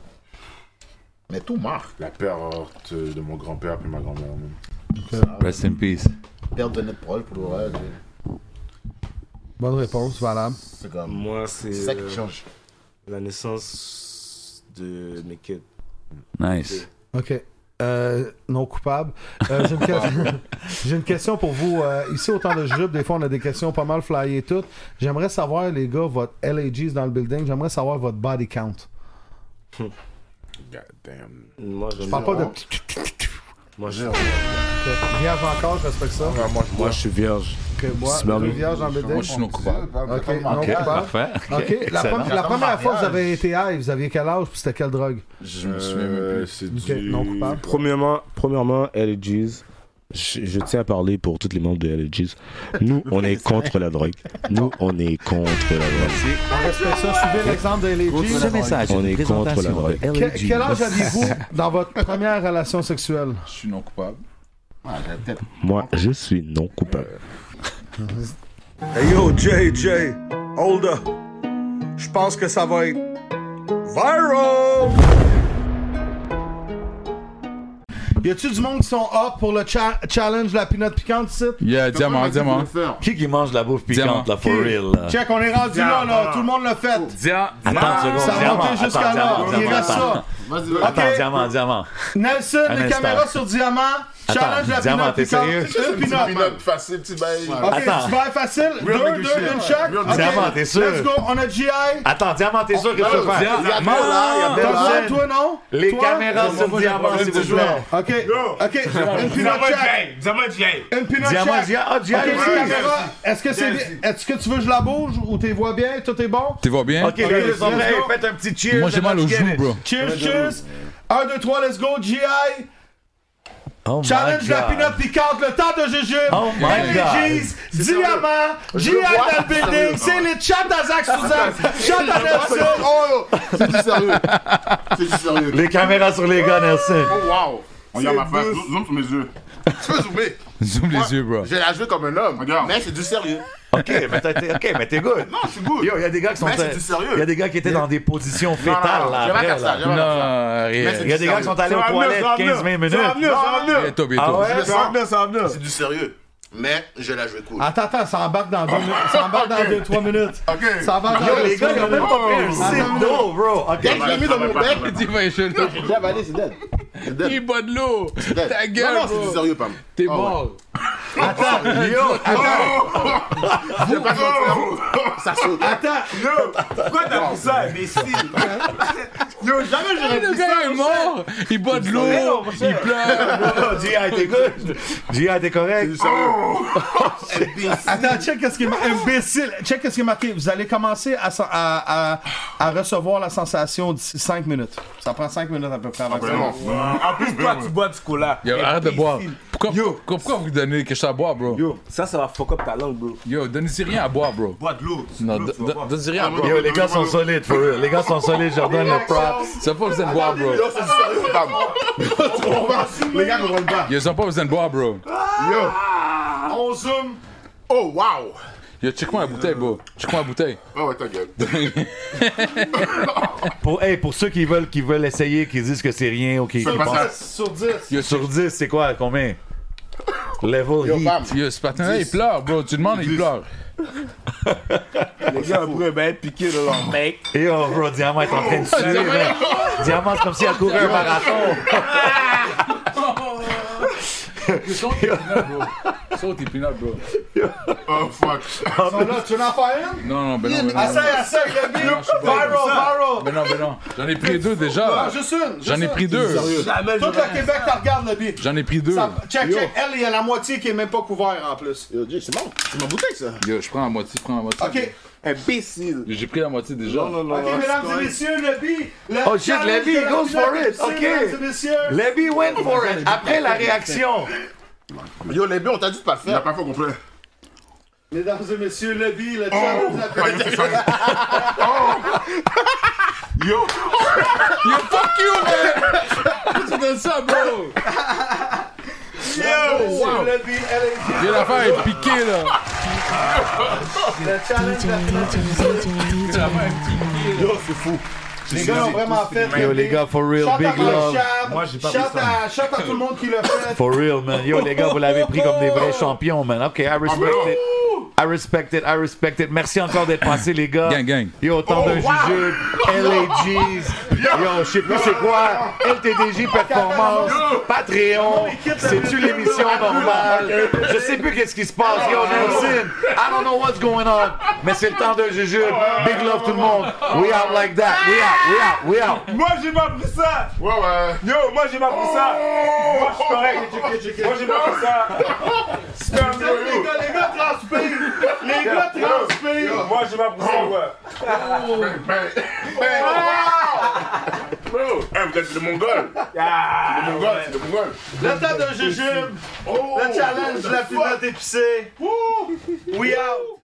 Mais tout marque.
La perte de mon grand-père puis ma grand-mère. man.
Rest in peace.
Perdre de notre parole pour le reste,
Bonne réponse, valable.
C'est comme.
Moi, c'est.
C'est ça qui
euh,
change.
La naissance de mes kids.
Nice.
OK. Euh, non coupable. Euh, J'ai une, que- j'ai une question pour vous. Euh, ici, au temps de Jupe, des fois, on a des questions pas mal flyées et toutes. J'aimerais savoir, les gars, votre LAGs dans le building. J'aimerais savoir votre body count.
God damn.
Moi, je
Je parle pas de...
Moi, je
Vierge encore, je respecte ça.
moi, je
Moi, je suis vierge.
Que moi,
Sperme.
deux vierges dans le building.
Moi, je suis non coupable.
OK, non
Ok,
coupable.
parfait.
OK, la,
excellent.
pre- la première fois que vous avez été high, vous aviez quel âge puis c'était quelle drogue?
Je me souviens même
Euh,
plus.
c'est
Ok,
du.
non coupable.
Premièrement, premièrement LGs, je, je tiens à parler pour tous les membres de LGs. Nous, on est contre la drogue. Nous, on est contre la drogue.
On respecte ça. Suivez l'exemple des
Ce
LAGs.
message est
On
une
est contre la
présentation de
drogue.
Que-
LAG.
quel âge aviez-vous dans votre première relation sexuelle?
Je suis non coupable.
Moi, je suis non coupable.
Hey yo, JJ, hold up. Je pense que ça va être viral.
Y a-tu du monde qui sont up pour le cha- challenge de la peanut piquante ici?
Yeah, diamant, diamant.
Qui qui mange de la bouffe
Diamant.
piquante, là, for real? là?
Check, on est rendu là, là. Tout le monde l'a fait.
Diamant.
Attends une seconde,
Ça a
diamant.
monté jusqu'à
Attends,
là.
diamant,
Il
diamant,
reste ça.
attends. Attends, diamant, diamant.
Nelson,
Un
les
instant.
caméras sur Diamant.
Attends,
Challenge de la
Diamant,
peanut
t'es
piquante.
sérieux?
Une
Petit
peanut.
pinot facile, petit bail.
Ok,
Attends.
tu vas être facile. Deux, deux
nigga shit.
d'une chaque.
Real
Ok,
Diamant, t'es sûr?
Let's go, on a GI.
Attends, diamant, t'es sûr que tu vas faire?
T'as besoin,
Diamant!
toi, non?
Les
Toi?
caméras sur diamant, s'il vous plaît.
Ok, ok, une peanut
Diamant
chaque.
Jay! Diamant Jay!
Une peanut
Diamant,
chaque.
Dia- ah,
Ok,
Dia-
les
Dia-
caméras, Est-ce que c'est
Dia-
bien- Est-ce que tu veux que je la bouge ou t'es vois bien? Tout est bon?
Tu vas bien?
Ok, les deux
let's
sont prêts.
go.
Faites un petit cheers.
Moi, j'ai
and
mal aux
let's get
joues,
it.
bro.
Cheers, cheers. 1, 2, 3, let's go, GI.
Oh my
Challenge la
God.
peanut piquante, le temps de jujube.
Oh my
Ellie
God.
G's, Diamant, G.I. dans le building. C'est les chats à Zach Suzanne, chats à Nelson.
C'est du sérieux. C'est du sérieux.
Les caméras sur les gars, Nelson.
Oh, wow.
On y a ma face.
douce.
Zoom sur mes yeux.
Tu peux zoomer.
Zoom les yeux, bro.
J'ai la joué comme un homme.
Regarde.
Mais c'est du sérieux.
Ok, mais t'as été- ok, mais t'es good.
Non, je suis good.
Yo, il y a des gars qui sont.
Mais c'est du sérieux.
Il y a des gars qui étaient dans des positions
non, non,
fétales, là.
je vais
après,
faire ça,
là.
je vais faire
Non, rien.
Mais c'est
Il y a
du
des gars qui
sérieux.
sont allés aux
Ça va venir,
toilettes
ça va
15-20
venir.
minutes.
Ça va venir, ça va venir.
Bientôt, bientôt.
Ah ouais?
Je le sens.
Ça va venir, C'est du sérieux. Mais je la joué cool.
Attends, attends, ça embarque dans 2 minutes. Ça embarque dans 2-3 minutes.
Ok.
Ça embarque
Yo,
dans
les gars, ils ont même pas pris un sip d'eau,
bro.
Dès que je l'ai mis dans mon bec, il dit
Divation.
J'ai déjà avalé, c'est dead. C'est dead.
Il boit de l'eau.
C'est dead.
Ta gueule.
Non, non, c'est
bro.
du sérieux, Pam.
T'es
Ah ouais.
mort.
Attends, yo, attends.
Je vais pas te Ça saute.
Attends,
Yo, pourquoi t'as pris ça, imbécile
Yo, jamais j'aurais
Le gars est mort. Il boit de l'eau. Il pleure.
G.I. t'es good. G.I. t'es correct.
Attends, check qu'est-ce qui est marqué. Imbécile. Check qu'est-ce qui est marqué. Vous allez commencer à, sen- à, à, à recevoir la sensation d'ici 5 minutes. Ça prend 5 minutes à peu près avant que ça
Vraiment.
commence.
En plus, toi, tu bois du cola.
Yo, arrête de
Imbécile.
boire. Pourquoi, pourquoi, pourquoi vous donnez quelque chose à boire, bro? Yo,
Ça, ça va fuck up ta langue, bro.
yo donnez-y rien à boire, bro.
Bois de l'eau.
Non, do-
de l'eau, tu vas
do-
boire.
donnez-y rien à boire.
Yo, les gars sont solides, for real. Les gars sont solides, je leur donne le prop.
Ils ont pas besoin de boire, bro.
Yo, c'est du sérieux, Pam. Les gars, comprennent pas.
Ils ont pas besoin de boire, bro.
Yo. On zoom. Oh, wow.
Yo, check-moi la bouteille, bro. Check-moi la bouteille.
Ah ouais, ta gueule.
Pour, hey, pour ceux qui veulent, qui veulent essayer, qui disent que c'est rien ou qui, qui pensent.
Sur 10.
Yo, sur 10, c'est quoi Combien Level
Yo, bam.
heat.
Yo, ce patin-là, il pleure, bro. Tu demandes, il pleure.
Les gars, on pourrait bien être piqués de leur mec.
Yo, bro, Diamant est en train de suer, man. Diamant, c'est comme si elle courait un marathon.
Saute tes peanuts, bro. Saute tes peanuts, bro.
Oh fuck.
Ils sont là, tu veux en faire une?
Non, non, ben non, ben Ah, non.
Essaye, essaye, le beat.
Non, je suis pas
Viral,
comme ça.
viral.
Ben non, ben non. J'en ai pris deux déjà.
Non, juste une. juste
J'en ai
une.
pris deux.
Jamais
Tout le Québec, t'as regarde le beat.
J'en ai pris deux.
Ça- check, check. Elle, il y a la moitié qui est même pas couverte en plus.
Yo, Jay, c'est bon. C'est ma bouteille, ça.
Yo, je prends la moitié, je prends la moitié.
Ok.
Imbécile.
J'ai pris la moitié déjà.
Non, non, non.
Ok, mesdames et messieurs, Lebby. le
Oh shit,
challenge
Lebby,
de la
goes for
finale
it.
officielle,
Ok.
Mesdames et messieurs.
Levy went for it. Après la réaction.
Yo, les bœufs, on t'a dit de pas le
Il a
faire.
pas fait au complet.
Mesdames et messieurs, Lebby, le challenge de la
Ah, yo, c'est sérieux. Oh. Yo.
Yo, fuck you, man! Pourquoi tu donnes ça, bro?
finale, Monsieur
wow.
Lebby, LAG.
Yo, l'affaire est piquée, là.
Le challenge de la finale.
L'affaire est piquée, là.
Yo, c'est fou.
Les gars l'ont vraiment fait.
Yo, les gars, for real,
Shout
big
out à
love.
Chab,
Moi, j'ai pas
shout
pris ça.
à- shout à tout le monde qui l'a fait.
For real, man. Yo, les gars, vous l'avez pris comme des vrais champions, man. OK, I respect it. I respect it, I respect it. Merci encore d'être passé, les gars.
Gang, gang.
Yo, temps d'un jujube, LAGs. Yo, je sais plus c'est quoi. LTDJ Performance, Patreon. C'est-tu l'émission normale? Je sais plus qu'est-ce qui se passe. Yo, Nelson, I don't know what's going on. Mais c'est le temps d'un jujube. Big love tout le monde. We out like that. We out, we out, we out.
Moi, j'ai pas pris ça.
Ouais, ouais.
Yo, moi j'ai pas pris ça! Moi je suis correct! Moi j'ai pas pris ça! Sperm
Les gars, les gars transpirent. Les gars transpirent.
Moi j'ai pas pris ça, ouais!
Ben, ben, ben. Bro, hein, vous êtes le mongol.
Ah,
Le mongol, c'est le mongol.
Le temps d'un jujube.
Oh.
Le challenge de la finale épicée. We out.